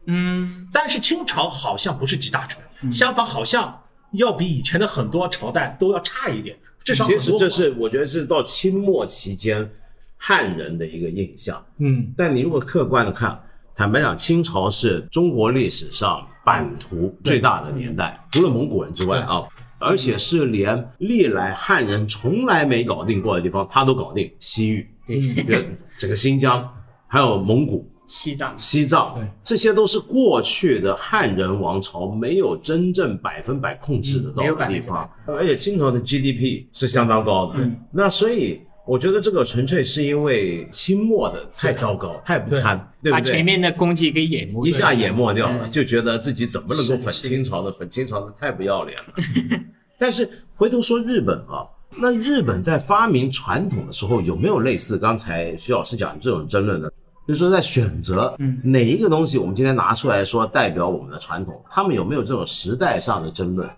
[SPEAKER 4] 嗯，
[SPEAKER 3] 但是清朝好像不是集大成，
[SPEAKER 2] 嗯
[SPEAKER 3] 相反好像要比以前的很多朝代都要差一点，至少很
[SPEAKER 2] 其
[SPEAKER 3] 多
[SPEAKER 2] 实这是我觉得是到清末期间汉人的一个印象。
[SPEAKER 3] 嗯
[SPEAKER 2] 但你如果客观的看，坦白讲，清朝是中国历史上版图最大的年代，除了蒙古人之外啊，而且是连历来汉人从来没搞定过的地方，他都搞定。西域，比如整个新疆，还有蒙古、
[SPEAKER 4] 西藏
[SPEAKER 2] 西藏
[SPEAKER 3] 对，
[SPEAKER 2] 这些都是过去的汉人王朝没有真正百分百控制得
[SPEAKER 4] 嗯没有
[SPEAKER 2] 到的
[SPEAKER 4] 百分
[SPEAKER 2] 地
[SPEAKER 4] 之百
[SPEAKER 2] 方，而且清朝的 GDP 是相当高的。
[SPEAKER 4] 嗯
[SPEAKER 2] 那所以我觉得这个纯粹是因为清末的太糟糕、太不堪，对
[SPEAKER 4] 把
[SPEAKER 2] 不
[SPEAKER 4] 前
[SPEAKER 2] 对？
[SPEAKER 4] 面的功绩给淹没了，
[SPEAKER 2] 一下淹没掉了，
[SPEAKER 4] 嗯
[SPEAKER 2] 就觉得自己怎么能够
[SPEAKER 4] 是
[SPEAKER 2] 粉
[SPEAKER 4] 是
[SPEAKER 2] 清朝呢？粉清朝的太不要
[SPEAKER 4] <laughs>
[SPEAKER 2] 脸了。但是回头说日本啊，那日本在发明传统的时候有没有类似刚才徐老师讲的这种争论呢？就是说在选择
[SPEAKER 4] 嗯
[SPEAKER 2] 哪一个东西，我们今天拿出来说代表我们的传统，他们有没有这种时代上的争论？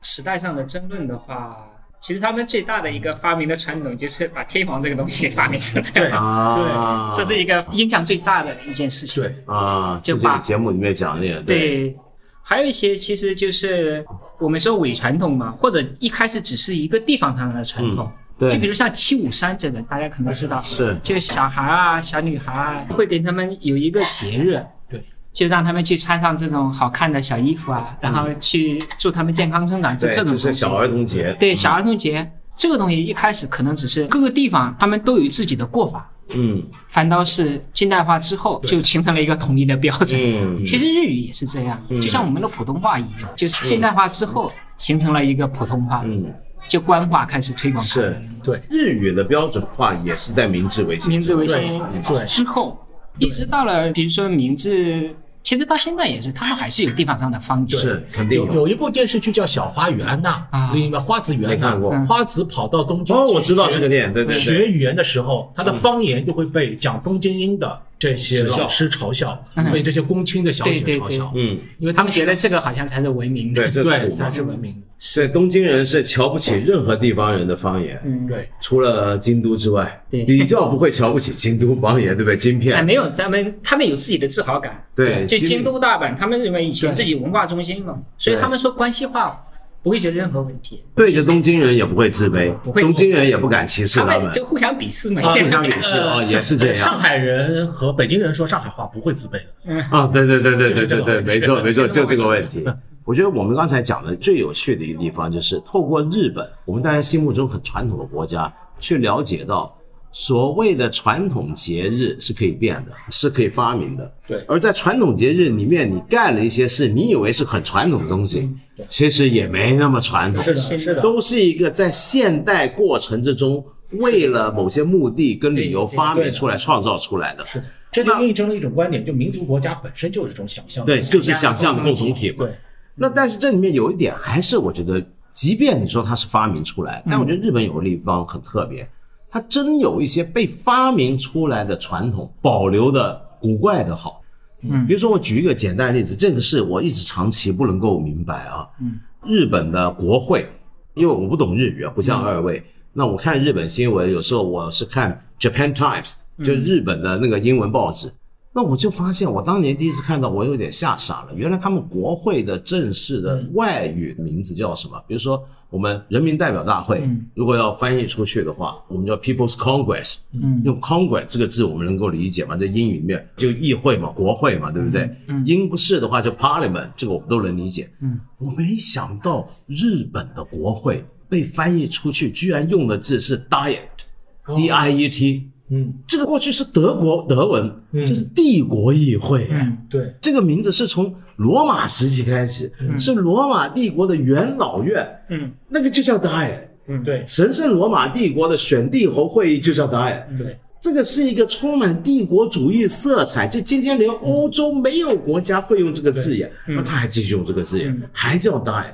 [SPEAKER 4] 时代上的争论的话，其实他们最大的一个发明的传统就是把天皇这个东西给发明出来
[SPEAKER 3] 对
[SPEAKER 4] 了，
[SPEAKER 2] 啊，
[SPEAKER 4] <laughs> 哎这是一个影响最大的一件事情。
[SPEAKER 3] 对
[SPEAKER 2] 啊，
[SPEAKER 4] 就
[SPEAKER 2] 就这
[SPEAKER 4] 把
[SPEAKER 2] 个节目里面讲的也对，
[SPEAKER 4] 对，还有一些其实就是我们说伪传统嘛，或者一开始只是一个地方上的传统。
[SPEAKER 2] 对
[SPEAKER 4] 就比如像七五三这个，大家可能知道，
[SPEAKER 2] 是
[SPEAKER 4] 就小孩啊、小女孩啊，会给他们有一个节日，
[SPEAKER 3] 对，
[SPEAKER 4] 就让他们去穿上这种好看的小衣服啊，然后去祝他们健康增长，这
[SPEAKER 2] 对，
[SPEAKER 4] 这种
[SPEAKER 2] 这
[SPEAKER 4] 东西
[SPEAKER 2] 是小嗯儿童节，
[SPEAKER 4] 对小儿童节这个东西，一开始可能只是各个地方他们都有自己的过法，
[SPEAKER 2] 嗯
[SPEAKER 4] 反倒是近代化之后就形成了一个统一的标准。
[SPEAKER 2] 嗯，
[SPEAKER 4] 其实日语也是这样，就像我们的普通话一样，就是现代化之后形成了一个普通话。
[SPEAKER 2] 嗯
[SPEAKER 4] 就官话开始推广开
[SPEAKER 2] 是
[SPEAKER 4] 来，
[SPEAKER 3] 对
[SPEAKER 2] 日语的标准化也是在明治维新，
[SPEAKER 4] 明治维新
[SPEAKER 3] 对对
[SPEAKER 4] 啊之后，一直到了比如说明治，其实到现在也是，他们还是有地方上的方言。
[SPEAKER 2] 是肯定
[SPEAKER 3] 有
[SPEAKER 2] 有。
[SPEAKER 3] 有一部电视剧叫《小花与安娜》，
[SPEAKER 4] 啊
[SPEAKER 3] 里面花子与安
[SPEAKER 2] 没看过
[SPEAKER 4] 嗯
[SPEAKER 3] 娜，花子跑到东京，
[SPEAKER 2] 哦，我知道这个。店，对对
[SPEAKER 3] 学
[SPEAKER 2] 对，
[SPEAKER 3] 语言的时候，他的方言就会被讲东京音的这些老师嘲笑
[SPEAKER 4] 嗯，
[SPEAKER 3] 被这些公卿的小姐
[SPEAKER 4] 对对
[SPEAKER 3] 嘲笑，
[SPEAKER 2] 嗯，
[SPEAKER 3] 因为
[SPEAKER 4] 他们
[SPEAKER 3] 他们
[SPEAKER 4] 觉得这个好像才是文明的。 <laughs>
[SPEAKER 2] 对，这
[SPEAKER 3] 对
[SPEAKER 2] 我
[SPEAKER 3] 他是文明，
[SPEAKER 2] 是东京人是瞧不起任何地方人的方言，
[SPEAKER 4] 嗯，
[SPEAKER 3] 对
[SPEAKER 2] 除了京都之外，
[SPEAKER 4] 对
[SPEAKER 2] 比较不会瞧不起京都方言，对不对？京
[SPEAKER 4] 哎，
[SPEAKER 2] 片，
[SPEAKER 4] 没有，咱们他们有自己的自豪感。
[SPEAKER 2] 对
[SPEAKER 4] 就
[SPEAKER 2] 京
[SPEAKER 4] 京都、大阪，他们认为以前
[SPEAKER 3] 对
[SPEAKER 4] 自己文化中心嘛，所以
[SPEAKER 2] 对
[SPEAKER 4] 他们说关系化不会觉得任何问题。
[SPEAKER 2] 对着东京人也不会自卑
[SPEAKER 4] 不，会自
[SPEAKER 2] 东
[SPEAKER 4] 卑
[SPEAKER 2] 京人也不敢歧视
[SPEAKER 4] 他
[SPEAKER 2] 他们
[SPEAKER 4] 们，就互相鄙视嘛，
[SPEAKER 3] 啊
[SPEAKER 2] 互相鄙
[SPEAKER 4] <laughs>
[SPEAKER 2] 视啊，也是这样
[SPEAKER 3] 上海人和北京人说上海话不会自卑的，
[SPEAKER 4] 嗯，
[SPEAKER 2] 啊，对对对对
[SPEAKER 3] 就
[SPEAKER 2] 对
[SPEAKER 3] 是这
[SPEAKER 2] 对
[SPEAKER 3] 个
[SPEAKER 2] 对，
[SPEAKER 3] 问题
[SPEAKER 2] 没
[SPEAKER 3] <laughs>
[SPEAKER 2] 错没错，就
[SPEAKER 4] 就
[SPEAKER 2] 这
[SPEAKER 4] 这
[SPEAKER 2] 个
[SPEAKER 4] 个
[SPEAKER 2] 问
[SPEAKER 4] 问
[SPEAKER 2] 题。我觉得我们刚才讲的最有趣的一个地方，就是透过日本，我们大家心目中很传统的国家，去了解到所谓的传统节日是可以变的， <laughs> 是可以发明的。
[SPEAKER 3] 对
[SPEAKER 2] 而在传统节日里面，你干了一些事，你以为是很传统的东西，其实也没那么传统。
[SPEAKER 3] 嗯是的，是的，
[SPEAKER 2] 都是一个在现代过程之中，为了某些目的跟理由发明出来、创造出来的。
[SPEAKER 3] 是的，这就印证了一种观点，就民族国家本身就是一种想象的
[SPEAKER 2] 对，
[SPEAKER 3] 东西，
[SPEAKER 2] 就是想象的共同体嘛。
[SPEAKER 3] 对，
[SPEAKER 2] 那但是这里面有一点，还是我觉得，即便你说它是发明出来，但我觉得日本有个地方很特别，它真有一些被发明出来的传统保留的古怪的好。
[SPEAKER 4] 嗯
[SPEAKER 2] 比如说我举一个简单的例子，这个是我一直长期不能够明白啊。
[SPEAKER 4] 嗯，
[SPEAKER 2] 日本的国会，因为我不懂日语啊，不像二
[SPEAKER 4] 嗯
[SPEAKER 2] 位。那我看日本新闻，有时候我是看 Japan Times，就是
[SPEAKER 4] 嗯
[SPEAKER 2] 日本的那个英文报纸。那我就发现，我当年第一次看到，我有点吓傻了。原来他们国会的正式的
[SPEAKER 4] 嗯
[SPEAKER 2] 外语名字叫什么？比如说我们人民代表大会，
[SPEAKER 4] 嗯
[SPEAKER 2] 如果要翻译出去的话，我们叫 People's Congress。
[SPEAKER 4] 嗯
[SPEAKER 2] 用 Congress 这个字我们能够理解嘛？这英语里面就议会嘛，国会嘛，对不对？
[SPEAKER 4] 嗯
[SPEAKER 2] 英式的话就 Parliament，这个我们都能理解。
[SPEAKER 4] 嗯，
[SPEAKER 2] 我没想到日本的国会被翻译出去，居然用的字是
[SPEAKER 4] 哦
[SPEAKER 2] diet，D、I E T，
[SPEAKER 3] 嗯，
[SPEAKER 2] 这个过去是德国德文，
[SPEAKER 3] 嗯
[SPEAKER 2] 就是帝国议会、啊。
[SPEAKER 4] 嗯
[SPEAKER 3] 对，
[SPEAKER 2] 这个名字是从罗马时期开始，是罗马帝国的元老院，
[SPEAKER 4] 嗯
[SPEAKER 2] 那个就叫 diet，
[SPEAKER 4] 嗯，
[SPEAKER 3] 对，
[SPEAKER 2] 神圣罗马帝国的选帝侯会议就叫 diet。
[SPEAKER 4] 嗯
[SPEAKER 3] 对，
[SPEAKER 2] 这个是一个充满帝国主义色彩，就今天连欧洲没有国家会用这个字眼，那他还继续用这个字眼，还叫 diet。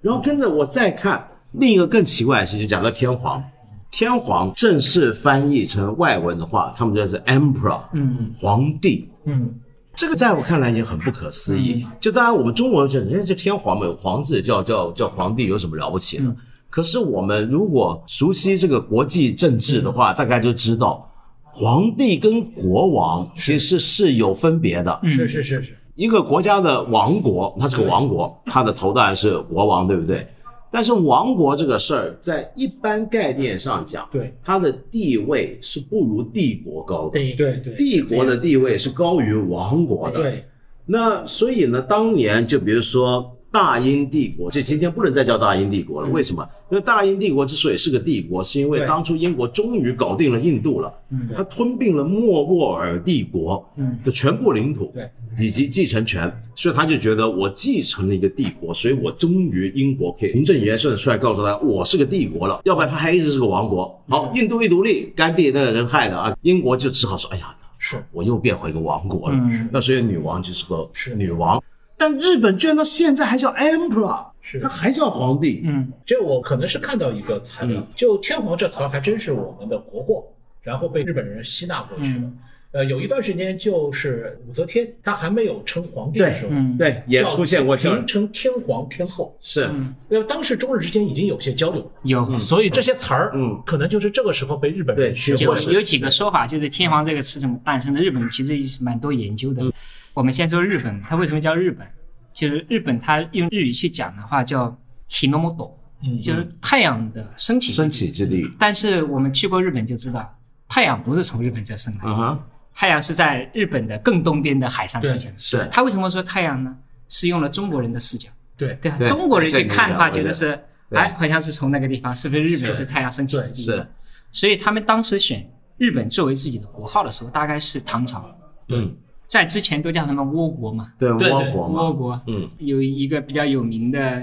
[SPEAKER 2] 然后跟着我再看另一个更奇怪的事情，就讲到天皇，天皇正式翻译成外文的话，他们叫是 emperor，
[SPEAKER 4] 嗯
[SPEAKER 2] 皇帝。
[SPEAKER 3] 嗯，
[SPEAKER 2] 这个在我看来也很不可思议。就当然我们中国人觉得人家是天皇嘛，有皇字叫叫叫皇帝，有什么了不起的？可是我们如果熟悉这个国际政治的话，大概就知道，皇帝跟国王其实是有分别的。
[SPEAKER 4] 嗯
[SPEAKER 3] 是是是是，
[SPEAKER 2] 一个国家的王国，它是个王国，它的头当然是国王，对不对？但是王国这个事儿，在一般概念上讲，
[SPEAKER 3] 对
[SPEAKER 2] 它的地位是不如帝国高的。
[SPEAKER 4] 对
[SPEAKER 3] 对对
[SPEAKER 2] 帝国的地位是高于王国的。
[SPEAKER 3] 对，
[SPEAKER 2] 那所以呢，当年就比如说大英帝国，就今天不能再叫大英帝国了。为什么？因为大英帝国之所以是个帝国，是因为
[SPEAKER 3] 对
[SPEAKER 2] 当初英国终于搞定了印度了，
[SPEAKER 4] 嗯
[SPEAKER 2] 他吞并了莫卧儿帝国
[SPEAKER 4] 嗯
[SPEAKER 2] 的全部领土，
[SPEAKER 3] 对，
[SPEAKER 2] 以及继承权，所以他就觉得我继承了一个帝国，所以我终于英国可以名正言顺的出来告诉他，我是个帝国了，要不然他还一直是个王国。好，印度一独立，甘地那个人害的啊，英国就只好说，哎呀，
[SPEAKER 3] 是
[SPEAKER 2] 我又变回个王国了。
[SPEAKER 4] 嗯
[SPEAKER 2] 那所以女王就是个
[SPEAKER 3] 是
[SPEAKER 2] 女王，但日本居然到现在还叫 emperor，
[SPEAKER 3] 是
[SPEAKER 2] 他还叫皇帝。
[SPEAKER 4] 嗯
[SPEAKER 3] 这我可能是看到一个材料，
[SPEAKER 2] 嗯
[SPEAKER 3] 就天皇这词儿还真是我们的国货，然后被日本人吸纳过去了。
[SPEAKER 4] 嗯
[SPEAKER 3] 呃，有一段时间就是武则天，她还没有称皇帝的时候，
[SPEAKER 4] 嗯
[SPEAKER 2] 对，也
[SPEAKER 3] 叫
[SPEAKER 2] 出现过这样
[SPEAKER 3] 平成天皇天后。
[SPEAKER 2] 是
[SPEAKER 4] 嗯，
[SPEAKER 3] 那么当时中日之间已经有些交流了，
[SPEAKER 4] 有
[SPEAKER 3] 所以这些词儿，
[SPEAKER 2] 嗯
[SPEAKER 3] 可能就是这个时候被日本人
[SPEAKER 2] 对
[SPEAKER 3] 学
[SPEAKER 2] 就
[SPEAKER 4] 有
[SPEAKER 3] 会了。
[SPEAKER 2] 是
[SPEAKER 4] 有几个说法，就是天皇这个词怎么诞生的？日本其实也是蛮多研究
[SPEAKER 2] 嗯
[SPEAKER 4] 的。我们先说日本，它为什么叫日本？就是日本，它用日语去讲的话叫 hinomoto，
[SPEAKER 3] 嗯
[SPEAKER 4] 就是太阳的升起。
[SPEAKER 2] 升。起之地。
[SPEAKER 4] 但是我们去过日本就知道，太阳不是从日本这升来的，
[SPEAKER 2] 嗯哼，
[SPEAKER 4] 太阳是在日本的更东边的海上升起来的。
[SPEAKER 2] 是
[SPEAKER 4] 它为什么说太阳呢？是用了中国人的视角。
[SPEAKER 3] 对
[SPEAKER 4] 对啊，
[SPEAKER 2] 对
[SPEAKER 4] 中国人去看的话，
[SPEAKER 2] 这
[SPEAKER 4] 觉
[SPEAKER 2] 个你讲
[SPEAKER 4] 得是，
[SPEAKER 2] 对
[SPEAKER 4] 哎，好像是从那个地方，是不是日本是太阳升起之地？
[SPEAKER 2] 是，
[SPEAKER 4] 所以他们当时选日本作为自己的国号的时候，大概是唐朝，
[SPEAKER 2] 嗯，
[SPEAKER 4] 在之前都叫他们倭国嘛，
[SPEAKER 2] 对，
[SPEAKER 3] 对
[SPEAKER 2] 倭国
[SPEAKER 4] 倭
[SPEAKER 2] 嘛，
[SPEAKER 4] 国。
[SPEAKER 2] 哦嗯，
[SPEAKER 4] 有一个比较有名的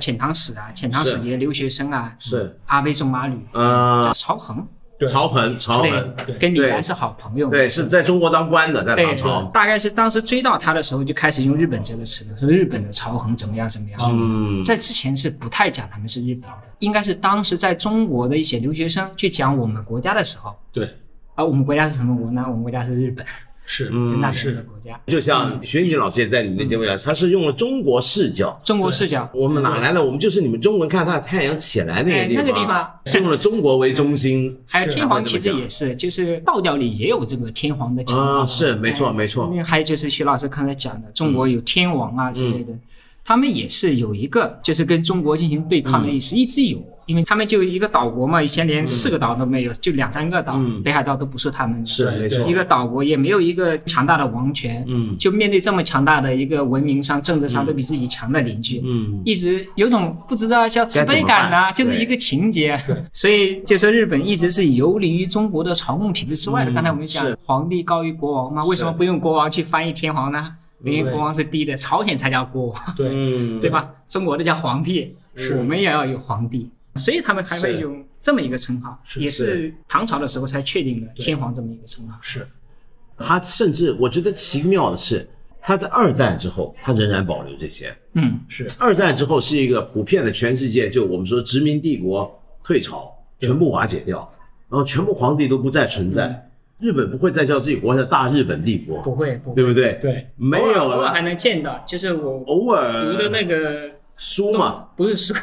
[SPEAKER 4] 遣唐使啊，遣唐使节留学生啊，
[SPEAKER 2] 是
[SPEAKER 4] 阿倍仲麻吕
[SPEAKER 2] 啊
[SPEAKER 4] 叫，曹恒，
[SPEAKER 3] 对
[SPEAKER 2] 曹衡，曹衡，
[SPEAKER 3] 对
[SPEAKER 4] 跟李
[SPEAKER 2] 对
[SPEAKER 4] 白是好朋友，
[SPEAKER 2] 对，是在中国当官的，在
[SPEAKER 4] 对
[SPEAKER 2] 唐朝，，
[SPEAKER 4] 大概是当时追到他的时候就开始用日本这个词了，说日本的曹衡怎么样怎么样怎么样。
[SPEAKER 2] 嗯，
[SPEAKER 4] 在之前是不太讲他们是日本的，应该是当时在中国的一些留学生去讲我们国家的时候，
[SPEAKER 2] 对，
[SPEAKER 4] 啊，我们国家是什么国呢？我们国家是日本，
[SPEAKER 3] 是
[SPEAKER 2] 嗯
[SPEAKER 4] 是那边的国家，
[SPEAKER 2] 就像学宇老师也在你的节目上，他是用了中国视角。
[SPEAKER 4] 中国视角。
[SPEAKER 2] 我们哪来的？我们就是你们中国人看它的太阳起来那个
[SPEAKER 4] 哎
[SPEAKER 2] 地
[SPEAKER 4] 那
[SPEAKER 2] 方，
[SPEAKER 4] 个地方
[SPEAKER 2] 是用了中国为中心
[SPEAKER 4] 还有
[SPEAKER 3] 是
[SPEAKER 4] 天皇旗帜
[SPEAKER 2] 他会这么讲
[SPEAKER 4] 也是，就是道教里也有这个天皇的讲法
[SPEAKER 2] 啊，是嗯没错
[SPEAKER 4] 哎
[SPEAKER 2] 没错
[SPEAKER 4] 因，为还有就是徐老师刚才讲的，中国有天王啊之类
[SPEAKER 2] 嗯
[SPEAKER 4] 的，他们也是有一个就是跟中国进行对抗的意
[SPEAKER 2] 嗯
[SPEAKER 4] 思，一直有，因为他们就一个岛国嘛，以前连四个岛都没有，就两三个岛
[SPEAKER 2] 嗯，
[SPEAKER 4] 北海道都不是他们的，
[SPEAKER 2] 是
[SPEAKER 3] 对
[SPEAKER 2] 没错
[SPEAKER 4] 一，个岛国也没有一个强大的王权，
[SPEAKER 2] 嗯
[SPEAKER 4] 就面对这么强大的一个文明上、政治上都比自己强的邻居，
[SPEAKER 2] 嗯，
[SPEAKER 4] 一直有种不知道叫自卑
[SPEAKER 2] 该
[SPEAKER 4] 感呐、
[SPEAKER 2] 怎么办
[SPEAKER 4] 就是一个情节。所以就说日本一直是游离于中国的朝贡体制之外的。
[SPEAKER 2] 嗯
[SPEAKER 4] 刚才我们讲
[SPEAKER 2] 是
[SPEAKER 4] 皇帝高于国王嘛，为什么不用国王去翻译天皇呢？因为
[SPEAKER 3] 对
[SPEAKER 4] 国王是低的，朝鲜才叫国王，
[SPEAKER 2] <laughs>
[SPEAKER 3] 对
[SPEAKER 2] 嗯，
[SPEAKER 4] 对？吧？中国的叫皇帝，
[SPEAKER 3] 是
[SPEAKER 4] 我们也要有皇帝，所以他们还会
[SPEAKER 2] 是
[SPEAKER 4] 用这么一个称号，
[SPEAKER 3] 是
[SPEAKER 4] 也是唐朝的时候才确定的
[SPEAKER 3] 对
[SPEAKER 4] 天皇这么一个称号。
[SPEAKER 3] 是
[SPEAKER 2] 他甚至我觉得奇妙的是，他在二战之后，他仍然保留这些。
[SPEAKER 4] 嗯，
[SPEAKER 3] 是
[SPEAKER 2] 二战之后是一个普遍的全世界，就我们说殖民帝国退潮，
[SPEAKER 3] 对
[SPEAKER 2] 全部瓦解掉，然后全部皇帝都不再存在，日本不会再叫自己国家大日本帝国，
[SPEAKER 4] 不会不会，
[SPEAKER 2] 对不对？，
[SPEAKER 3] 对
[SPEAKER 2] 没有
[SPEAKER 4] 偶尔还
[SPEAKER 2] 了，
[SPEAKER 4] 能见到，就是我
[SPEAKER 2] 偶尔
[SPEAKER 4] 读的那个
[SPEAKER 2] 书嘛，
[SPEAKER 4] 不是是个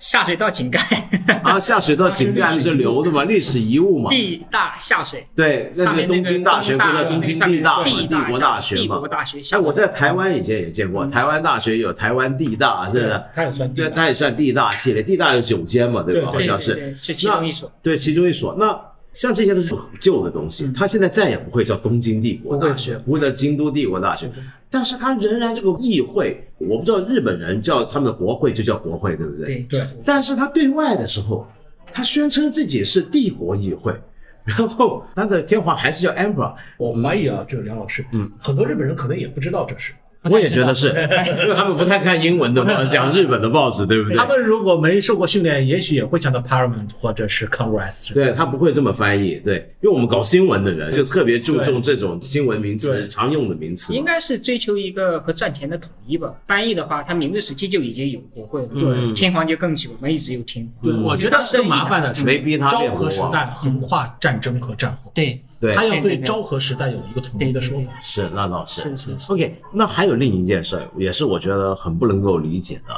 [SPEAKER 4] 下水道井盖， <laughs>
[SPEAKER 2] 啊，下水道井盖是留的嘛，历史遗物嘛。
[SPEAKER 4] 地大下水。
[SPEAKER 2] 对，那
[SPEAKER 4] 上
[SPEAKER 2] 个
[SPEAKER 4] 面
[SPEAKER 2] 东京大学
[SPEAKER 4] 那
[SPEAKER 2] 不
[SPEAKER 4] 个
[SPEAKER 2] 叫东京地大嘛，
[SPEAKER 4] 上面那个
[SPEAKER 2] 国大
[SPEAKER 4] 大
[SPEAKER 2] 学
[SPEAKER 4] 帝
[SPEAKER 2] 嘛
[SPEAKER 4] 国。大学。
[SPEAKER 2] 哎，我在台湾以前也见过，台湾大学有台湾地大，是不是？
[SPEAKER 3] 他也算地
[SPEAKER 2] 嗯对，
[SPEAKER 3] 大
[SPEAKER 2] 它也算地大系列，地大有九间嘛，对吧？
[SPEAKER 3] 对
[SPEAKER 2] 好
[SPEAKER 4] 对
[SPEAKER 2] 像
[SPEAKER 4] 对
[SPEAKER 2] 是
[SPEAKER 4] 对，是其中一所。
[SPEAKER 2] 对，其中一所。那像这些都是很旧的东西，它现在再也不会叫东京帝国大学，嗯不会叫京都帝国大学，但是它仍然这个议会，我不知道日本人叫他们的国会就叫国会，对不对？
[SPEAKER 4] 对
[SPEAKER 3] 对
[SPEAKER 2] 但是他对外的时候，他宣称自己是帝国议会，然后他的天皇还是叫 emperor，
[SPEAKER 3] 我怀疑啊，这个梁老师，嗯，很多日本人可能也不知道这事。
[SPEAKER 4] 不太知道
[SPEAKER 2] 我也觉得
[SPEAKER 4] <laughs>
[SPEAKER 2] 是，因为他们不太看英文的报，讲日本的报纸，对不对
[SPEAKER 3] 他？们如果没受过训练，也许也会想到 Parliament 或者是 Congress。
[SPEAKER 2] 对他不会这么翻译，对，因为我们搞新闻的人就特别注重这种新闻名词、
[SPEAKER 3] 对
[SPEAKER 2] 常用的名词。
[SPEAKER 4] 应该是追求一个和战前的统一吧。翻译的话，它明治时期就已经有国会了，
[SPEAKER 2] 嗯对
[SPEAKER 4] 天皇就更久，我们一直有天皇。
[SPEAKER 3] 对，我觉得更麻烦的
[SPEAKER 2] 嗯
[SPEAKER 3] 是，
[SPEAKER 2] 没逼他
[SPEAKER 3] 昭
[SPEAKER 2] 变国
[SPEAKER 3] 和时
[SPEAKER 2] 王
[SPEAKER 3] 代横跨战争和战后，
[SPEAKER 4] 对，
[SPEAKER 2] 对
[SPEAKER 3] 他，要
[SPEAKER 4] 对对
[SPEAKER 3] 对
[SPEAKER 4] 对
[SPEAKER 3] 昭和时代有一个统一的说法。
[SPEAKER 2] 是那倒是
[SPEAKER 4] 是是是，
[SPEAKER 2] OK，那还有另一件事儿，也是我觉得很不能够理解的。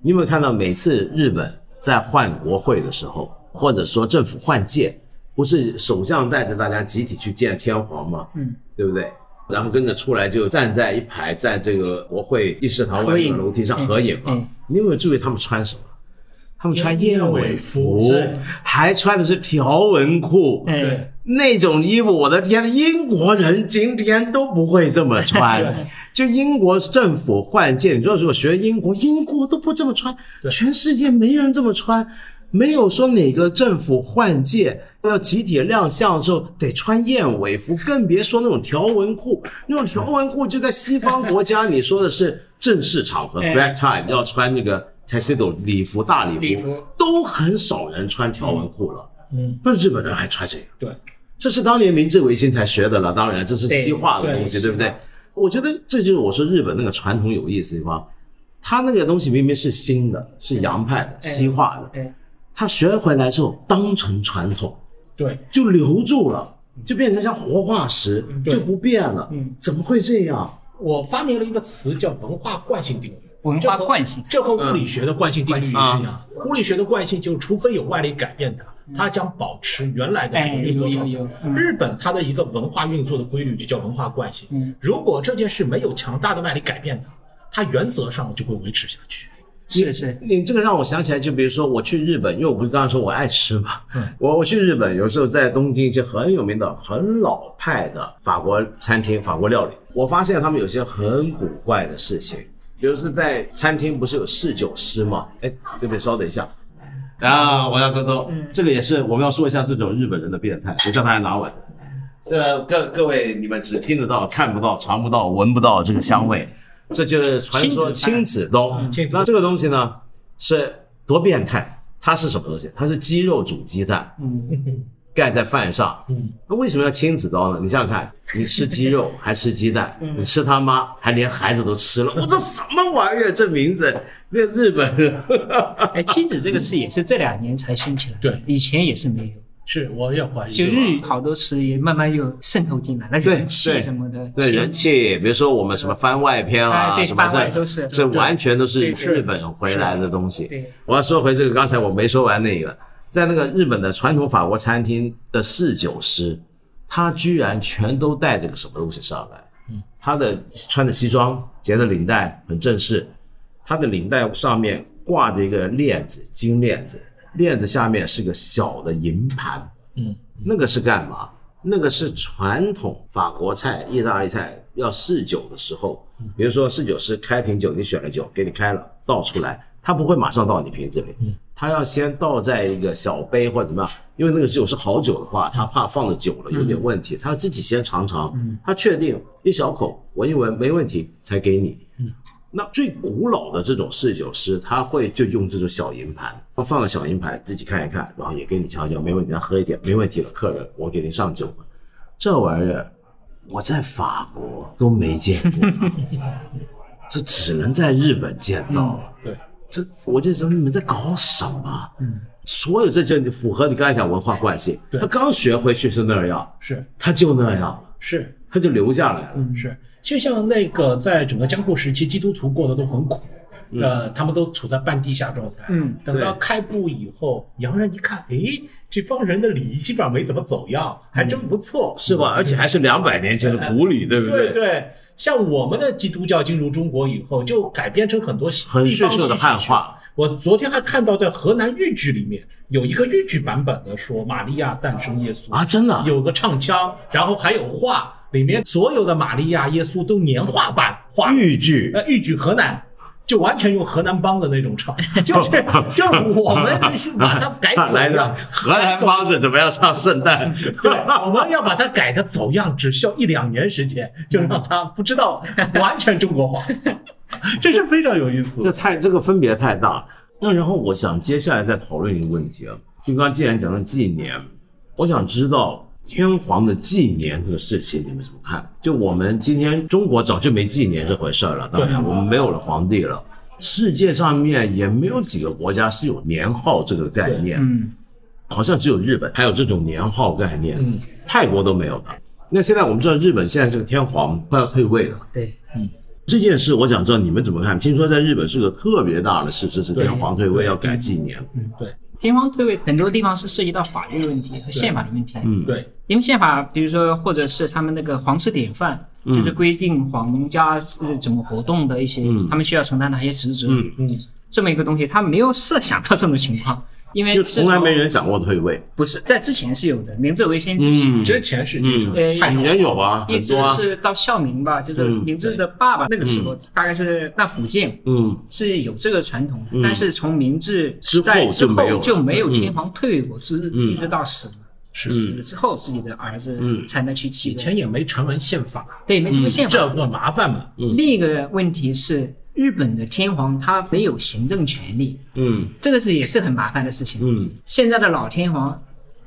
[SPEAKER 2] 你有没有看到，每次日本在换国会的时候，或者说政府换届，不是首相带着大家集体去见天皇吗？
[SPEAKER 4] 嗯，
[SPEAKER 2] 对不对？然后跟着出来就站在一排，在这个国会议事堂外
[SPEAKER 4] 合
[SPEAKER 2] 面
[SPEAKER 4] 影
[SPEAKER 2] 的楼梯上
[SPEAKER 4] 嗯
[SPEAKER 2] 合影嘛。
[SPEAKER 4] 嗯
[SPEAKER 2] 你有没有注意他们穿什么？他们穿
[SPEAKER 3] 燕
[SPEAKER 2] 燕
[SPEAKER 3] 尾
[SPEAKER 2] 尾
[SPEAKER 3] 服
[SPEAKER 2] 服
[SPEAKER 3] 是，
[SPEAKER 2] 还穿的是条纹裤。
[SPEAKER 4] 哎，
[SPEAKER 3] 对，
[SPEAKER 2] 那种衣服，我的天呐，英国人今天都不会这么穿。就英国政府换届，你说如果学英国，英国都不这么穿，全世界没人这么穿，没有说哪个政府换届要集体亮相的时候得穿燕尾服，更别说那种条纹裤。那种条纹裤就在西方国家，你说的是正式场合
[SPEAKER 4] 哎
[SPEAKER 2] （black tie） 要穿那个 tuxedo 礼服、大礼服，
[SPEAKER 4] 礼服
[SPEAKER 2] 都很少人穿条纹裤了。
[SPEAKER 3] 嗯，
[SPEAKER 2] 那日本人还穿这个？
[SPEAKER 3] 对，
[SPEAKER 2] 这是当年明治维新才学的了，当然这是西化的东西，
[SPEAKER 3] 对
[SPEAKER 2] 对不对？我觉得这就是我说日本那个传统有意思的地方，他那个东西明明是新的，是洋派的、西化的，
[SPEAKER 4] 哎，
[SPEAKER 2] 他学回来之后当成传统
[SPEAKER 3] 对，
[SPEAKER 2] 就留住了，就变成像活化石，
[SPEAKER 3] 对
[SPEAKER 2] 就不变了。
[SPEAKER 4] 嗯
[SPEAKER 2] 怎么会这样？
[SPEAKER 3] 我发明了一个词叫文化惯性定律。
[SPEAKER 4] 文化惯性
[SPEAKER 3] 这和物理学的惯性定律也是一
[SPEAKER 2] 嗯
[SPEAKER 3] 样。物理学的惯性就是，除非有外力改变它，它将保持原来的这个运
[SPEAKER 4] 嗯
[SPEAKER 3] 作
[SPEAKER 4] 哎有有
[SPEAKER 3] 状
[SPEAKER 4] 有
[SPEAKER 3] 态。
[SPEAKER 4] 嗯
[SPEAKER 3] 日本它的一个文化运作的规律就叫文化惯性。
[SPEAKER 4] 嗯
[SPEAKER 3] 如果这件事没有强大的外力改变它，它原则上就会维持下去。
[SPEAKER 4] 是是，
[SPEAKER 2] 你这个让我想起来，就比如说我去日本，因为我不是刚刚说我爱吃嘛，
[SPEAKER 3] 嗯
[SPEAKER 2] 我我去日本有时候在东京一些很有名的、很老派的法国餐厅、法国料理，我发现他们有些很古怪的事情，比如是在餐厅不是有侍酒师嘛？哎，对不对？稍等一下。啊，我要沟通，
[SPEAKER 4] 嗯
[SPEAKER 2] 这个也是我们要说一下这种日本人的变态。我叫他来拿碗，
[SPEAKER 4] 嗯
[SPEAKER 2] 这各各位你们只听得到、看不到、尝不到、闻不到这个香味，这就是传说
[SPEAKER 4] 嗯亲子餐
[SPEAKER 2] 亲子刀
[SPEAKER 4] 啊
[SPEAKER 3] 嗯亲。子
[SPEAKER 2] 那这个东西呢，是多变态。它是什么东西？它是鸡肉煮鸡蛋，
[SPEAKER 4] 嗯，
[SPEAKER 2] <laughs> 盖在饭上。
[SPEAKER 3] 嗯，
[SPEAKER 2] 那为什么要亲子刀呢？你想想看，你吃鸡肉还吃鸡蛋，
[SPEAKER 4] 嗯
[SPEAKER 2] 你吃他妈还连孩子都吃了，我这什么玩意儿？这名字，那日本人。
[SPEAKER 4] <laughs> 哎，亲子这个事也是这两年才兴起来，
[SPEAKER 3] 对，
[SPEAKER 4] 以前也是没有。
[SPEAKER 3] 是我也怀疑。
[SPEAKER 4] 就日语好多词也慢慢又渗透进来，那人
[SPEAKER 2] 啊对
[SPEAKER 4] 气什么的，
[SPEAKER 2] 对
[SPEAKER 4] 钱
[SPEAKER 2] 人气，比如说我们什么番外篇啊，
[SPEAKER 4] 哎对
[SPEAKER 2] 什么
[SPEAKER 4] 番外
[SPEAKER 2] 这
[SPEAKER 4] 都是
[SPEAKER 2] 这
[SPEAKER 4] 对
[SPEAKER 2] 完全都是
[SPEAKER 4] 对是
[SPEAKER 2] 日本回来的东西。
[SPEAKER 4] 对，
[SPEAKER 2] 我要说回这个，刚才我没说完那个，在那个日本的传统法国餐厅的侍酒师，他居然全都带着个什么东西上来？他的穿着西装，结着领带，很正式。他的领带上面挂着一个链子，金链子，链子下面是个小的银盘。
[SPEAKER 3] 嗯，
[SPEAKER 2] 那个是干嘛？那个是传统法国菜、意大利菜要试酒的时候，比如说试酒师开瓶酒，你选了酒给你开了，倒出来，他不会马上倒你瓶子里，他要先倒在一个小杯或者怎么样，因为那个酒是好酒的话，他怕放的久了有点问题，他要自己先尝尝，他确定一小口闻一闻没问题才给你。那最古老的这种侍酒师，他会就用这种小银盘，他放个小银盘，自己看一看，然后也给你瞧瞧，没问题，他喝一点，没问题了，客人，我给您上酒。这玩意儿，我在法国都没见过，啊这只能在日本见到了。
[SPEAKER 3] 嗯对，嗯
[SPEAKER 2] 这我这时候你们在搞什么？啊所有这就符合你刚才讲文化惯性。
[SPEAKER 3] 对
[SPEAKER 2] 他刚学回去是那样，
[SPEAKER 3] 是
[SPEAKER 2] 他就那样了，
[SPEAKER 3] 是
[SPEAKER 2] 他就留下来了。
[SPEAKER 3] 是，就像那
[SPEAKER 2] 哦
[SPEAKER 3] 个在整个江户时期，基督徒过得都很苦，
[SPEAKER 2] 嗯
[SPEAKER 3] 呃，他们都处在半地下状态。
[SPEAKER 4] 嗯，
[SPEAKER 3] 等到
[SPEAKER 2] 对
[SPEAKER 3] 开埠以后，洋人一看，诶，这帮人的礼仪基本上没怎么走样，还真不错。
[SPEAKER 2] 是吧？而且还是两百年前的古礼，对不
[SPEAKER 3] 对对，像我们的基督教进入中国以后，就改编成很多
[SPEAKER 2] 很
[SPEAKER 3] 地方
[SPEAKER 2] 迅速的
[SPEAKER 3] 戏
[SPEAKER 2] 汉
[SPEAKER 3] 曲
[SPEAKER 2] 化。
[SPEAKER 3] 我昨天还看到，在河南豫剧里面有一个豫剧版本的说玛利亚诞生耶稣
[SPEAKER 2] 啊，，真的啊
[SPEAKER 3] 有个唱腔，然后还有画，里面所有的玛利亚、耶稣都年画版画。
[SPEAKER 2] 豫剧
[SPEAKER 3] 呃，豫剧河南。就完全用河南梆的那
[SPEAKER 2] <laughs>
[SPEAKER 3] 种唱，就是就是我们是把它改
[SPEAKER 2] 上
[SPEAKER 3] 走
[SPEAKER 2] 来的
[SPEAKER 3] 样，
[SPEAKER 2] 荷兰梆子怎么样上圣诞？ <laughs>
[SPEAKER 3] 对，我们要把它改的走样，只需要一两年时间，就让它不知道完全中国
[SPEAKER 2] <laughs>
[SPEAKER 3] 化，这是非常有意
[SPEAKER 2] 这
[SPEAKER 3] 思。
[SPEAKER 2] 太这个分别太大。那然后我想接下来再讨论一个问题啊，就刚刚既然讲到纪年，我想知道天皇的纪年这个事情你们怎么看？就我们今天中国早就没纪年这回事儿了，当然
[SPEAKER 3] 对啊
[SPEAKER 2] 我们没有了皇帝了，世界上面也没有几个国家是有年号这个概念。
[SPEAKER 4] 嗯，
[SPEAKER 2] 好像只有日本还有这种年号概念，
[SPEAKER 3] 嗯
[SPEAKER 2] 泰国都没有的。那现在我们知道日本现在是个天皇快要退位了，
[SPEAKER 4] 对，
[SPEAKER 2] 这件事我想知道你们怎么看？听说在日本是个特别大的事，就是天皇退位要改纪年。
[SPEAKER 3] 对
[SPEAKER 4] 天皇退位很多地方是涉及到法律问题和宪法的问题，
[SPEAKER 2] 嗯，，
[SPEAKER 3] 对，
[SPEAKER 4] 因为宪法，比如说或者是他们那个皇室典范，就是规定皇家是怎么活动的一些，
[SPEAKER 2] 嗯
[SPEAKER 4] 他们需要承担哪些职责，
[SPEAKER 2] 嗯
[SPEAKER 3] 嗯，
[SPEAKER 4] 这么一个东西，他没有设想到这种情况，因为
[SPEAKER 2] 就
[SPEAKER 4] 自
[SPEAKER 2] 从来
[SPEAKER 4] 从
[SPEAKER 2] 没人想过退位。
[SPEAKER 4] 不是在之前是有的，明治维新之前。
[SPEAKER 3] 之前是这种
[SPEAKER 4] 嗯
[SPEAKER 3] 太少
[SPEAKER 2] 你
[SPEAKER 3] 了
[SPEAKER 2] 也有吧？
[SPEAKER 4] 一
[SPEAKER 2] 嗯很
[SPEAKER 4] 直
[SPEAKER 2] 多啊。
[SPEAKER 4] 是到孝明吧，就是
[SPEAKER 2] 嗯
[SPEAKER 4] 明治的爸爸那个时候，大概是那福建，
[SPEAKER 2] 嗯，
[SPEAKER 4] 是有这个传统的，但是从明治
[SPEAKER 2] 之
[SPEAKER 4] 时
[SPEAKER 2] 后
[SPEAKER 4] 代之
[SPEAKER 2] 就没有
[SPEAKER 4] 后
[SPEAKER 2] 了
[SPEAKER 4] 就没有天皇退位过，是
[SPEAKER 2] 嗯
[SPEAKER 4] 一直到死，死之后自己的儿子
[SPEAKER 2] 嗯
[SPEAKER 4] 才能去继
[SPEAKER 3] 以
[SPEAKER 4] 位。
[SPEAKER 3] 前也没成文宪法，
[SPEAKER 4] 对，没什么宪法。
[SPEAKER 3] 这个麻烦嘛。
[SPEAKER 2] 嗯
[SPEAKER 4] 另一个问题是，日本的天皇他没有行政权利，
[SPEAKER 2] 嗯
[SPEAKER 4] 这个是也是很麻烦的事情。
[SPEAKER 2] 嗯
[SPEAKER 4] 现在的老天皇，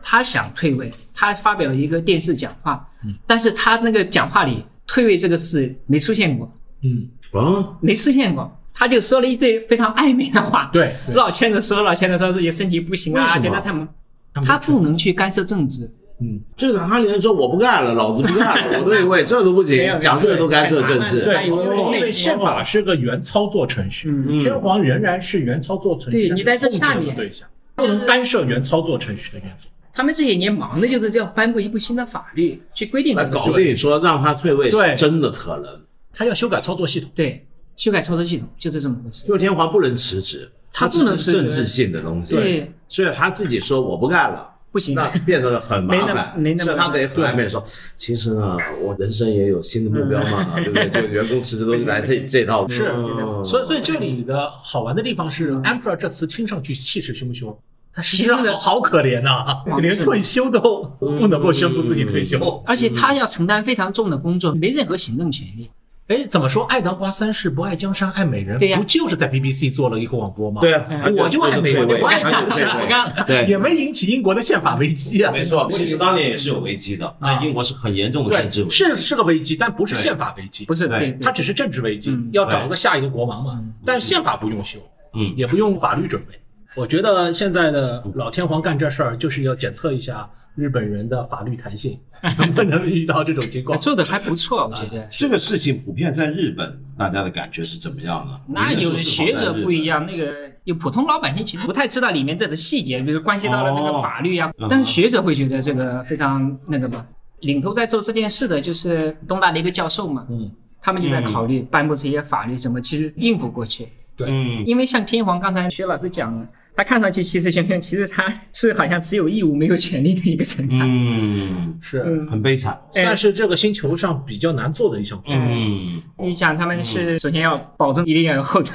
[SPEAKER 4] 他想退位，他发表一个电视讲话，
[SPEAKER 3] 嗯
[SPEAKER 4] 但是他那个讲话里退位这个字没出现过，
[SPEAKER 3] 嗯，
[SPEAKER 2] 啊，
[SPEAKER 4] 没出现过。他就说了一堆非常暧昧的话，
[SPEAKER 3] 对对
[SPEAKER 4] 绕圈子说，绕圈子说自己身体不行
[SPEAKER 2] 为什
[SPEAKER 4] 啊，
[SPEAKER 2] 么
[SPEAKER 4] 觉得他们
[SPEAKER 3] 他们
[SPEAKER 4] 他不能去干涉政治，
[SPEAKER 3] 嗯，
[SPEAKER 2] 这个他连说我不干了，老子不干了，我退位，这都不
[SPEAKER 4] 没
[SPEAKER 2] 行，
[SPEAKER 4] 有没有
[SPEAKER 2] 讲这个都干涉政治。
[SPEAKER 4] 对
[SPEAKER 3] 对，因
[SPEAKER 4] 哦
[SPEAKER 3] 为因为宪法是个原操作程序，
[SPEAKER 4] 嗯
[SPEAKER 3] 天皇仍然是原操作程序，
[SPEAKER 4] 对你在这下面
[SPEAKER 3] 控制的对象，不能干涉原操作程序的运作。
[SPEAKER 4] 他们这些年忙的就是要颁布一部新的法律去规定
[SPEAKER 2] 来
[SPEAKER 4] 这个
[SPEAKER 2] 搞
[SPEAKER 4] 事
[SPEAKER 2] 自
[SPEAKER 4] 情，
[SPEAKER 2] 己说让他退位，
[SPEAKER 3] 对
[SPEAKER 2] 真的可能，
[SPEAKER 3] 他要修改操作系统，
[SPEAKER 4] 对，修改操作系统就是这么回事
[SPEAKER 2] 因。为天皇不能辞职，
[SPEAKER 4] 他
[SPEAKER 2] 只
[SPEAKER 4] 不能辞职
[SPEAKER 2] 政治性的东西。
[SPEAKER 4] 对，
[SPEAKER 2] 所以他自己说我不干了。
[SPEAKER 4] 不行
[SPEAKER 2] 那变得很麻
[SPEAKER 4] 没那
[SPEAKER 2] 烦，
[SPEAKER 4] 么没那
[SPEAKER 2] 所
[SPEAKER 4] 么
[SPEAKER 2] 以他得很暧昧说，其实呢，我人生也有新的目标嘛，对不对？就员工辞职都是来这这套，
[SPEAKER 3] 是
[SPEAKER 2] 嗯
[SPEAKER 3] 所以所以这里的好玩的地方是，emperor 这词听上去气势汹汹，他实际上
[SPEAKER 4] 其实呢
[SPEAKER 3] 好可怜呐、
[SPEAKER 4] 嗯
[SPEAKER 3] 连退休都不能够宣布自己退休。
[SPEAKER 4] 而且他要承担非常重的工作，没任何行政权利。
[SPEAKER 3] 哎，怎么说？爱德华三世不爱江山爱美人，
[SPEAKER 4] 对呀
[SPEAKER 3] 不就是在 BBC 做了一个广播吗？
[SPEAKER 5] 对啊，
[SPEAKER 3] 哎我就爱美人，我爱
[SPEAKER 5] 他
[SPEAKER 3] 干我
[SPEAKER 2] <laughs>
[SPEAKER 3] 想干了，
[SPEAKER 2] 对
[SPEAKER 3] <laughs> 也没引起英国的宪法危机啊。
[SPEAKER 1] 没错，其实当年也是有危机的，但英国是很严重的政治
[SPEAKER 3] 对，
[SPEAKER 1] 危机。
[SPEAKER 3] 是是个危机，但不是
[SPEAKER 1] 对
[SPEAKER 3] 宪法危机
[SPEAKER 4] 不，是
[SPEAKER 1] 对
[SPEAKER 4] 对，对
[SPEAKER 3] 它只是政治危机
[SPEAKER 4] 嗯，
[SPEAKER 3] 要找个下一个国王嘛。但宪法不用修，
[SPEAKER 1] 嗯，
[SPEAKER 3] 也不用法律准备。我觉得现在的老天皇干这事儿，就是要检测一下日本人的法律弹性， <laughs> 能不能遇到这种情况。
[SPEAKER 4] 呃做的还不错，我觉得。
[SPEAKER 1] 这个事情普遍在日本，大家的感觉是怎么样呢？
[SPEAKER 4] 那有的学者不一样，那个有普通老百姓其实不太知道里面这的细节，比如关系到了这个法律啊，
[SPEAKER 1] 哦
[SPEAKER 4] 但是学者会觉得这个非常那个嘛。领头在做这件事的就是东大的一个教授嘛，
[SPEAKER 3] 嗯，
[SPEAKER 4] 他们就在考虑颁布这些法律怎么去应付过去。
[SPEAKER 1] 嗯，
[SPEAKER 4] 因为像天皇刚才薛老师讲了，他看上去其实像像，其实他是好像只有义务没有权利的一个存在。
[SPEAKER 1] 嗯，
[SPEAKER 3] 是，
[SPEAKER 4] 嗯，
[SPEAKER 1] 很悲惨。
[SPEAKER 3] 算是这个星球上比较难做的一项工作。
[SPEAKER 1] 嗯
[SPEAKER 4] 你想他们是首先要保证一定要有后代，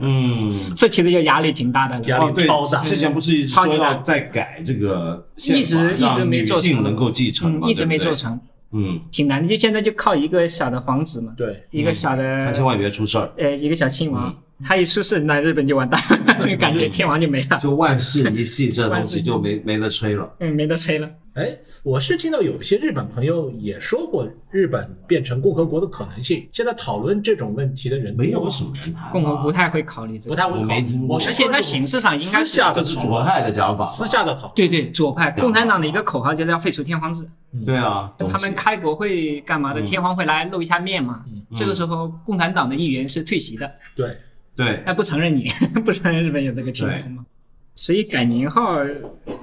[SPEAKER 1] 嗯，
[SPEAKER 4] <laughs> 这其实就压力挺大的了。
[SPEAKER 3] 压力
[SPEAKER 1] 哦对
[SPEAKER 3] 超大
[SPEAKER 1] 之前不是
[SPEAKER 4] 超
[SPEAKER 1] 说
[SPEAKER 4] 级大
[SPEAKER 1] 要再改这个宪法，
[SPEAKER 4] 一直一直
[SPEAKER 1] 让
[SPEAKER 4] 没
[SPEAKER 1] 女
[SPEAKER 4] 做
[SPEAKER 1] 性
[SPEAKER 4] 成，
[SPEAKER 1] 能够继承嘛，
[SPEAKER 4] 嗯一直
[SPEAKER 1] 对不
[SPEAKER 4] 没做
[SPEAKER 1] 对。
[SPEAKER 4] 成，
[SPEAKER 1] 嗯，
[SPEAKER 4] 挺难的。就现在就靠一个小的皇子嘛，
[SPEAKER 3] 对，嗯
[SPEAKER 4] 一个小的
[SPEAKER 1] 他千万别出事儿，
[SPEAKER 4] 呃一个小亲王，他一出事，那日本就完蛋，
[SPEAKER 3] 嗯
[SPEAKER 4] 了， <laughs> 感觉天王就没了，
[SPEAKER 1] 就万事一系这东
[SPEAKER 4] 万事
[SPEAKER 1] 西
[SPEAKER 4] 一系
[SPEAKER 1] 就没没得吹了。
[SPEAKER 4] 嗯，没得吹了。
[SPEAKER 3] 哎，我是听到有一些日本朋友也说过日本变成共和国的可能性。现在讨论这种问题的人
[SPEAKER 1] 没有什么人谈啊
[SPEAKER 4] 共和不太会考虑这
[SPEAKER 3] 不
[SPEAKER 4] 个，
[SPEAKER 3] 太会
[SPEAKER 1] 我
[SPEAKER 3] 考
[SPEAKER 1] 没
[SPEAKER 3] 虑
[SPEAKER 1] 听，过
[SPEAKER 3] 我是
[SPEAKER 4] 而且它形式上应该是
[SPEAKER 3] 私下的
[SPEAKER 1] 这是左派的讲法，
[SPEAKER 3] 私下的讨论。
[SPEAKER 4] 对对左派。
[SPEAKER 3] 啊
[SPEAKER 4] 共产党的一个口号就是要废除天皇制，
[SPEAKER 1] 对啊，
[SPEAKER 4] 他们开国会干嘛的？
[SPEAKER 1] 嗯
[SPEAKER 4] 天皇会来露一下面嘛。
[SPEAKER 3] 嗯
[SPEAKER 4] 这个时候，共产党的议员是退席的，
[SPEAKER 3] 对，
[SPEAKER 1] 对
[SPEAKER 4] 他不承认你， <laughs> 不承认日本有这个天赋嘛。所以改年号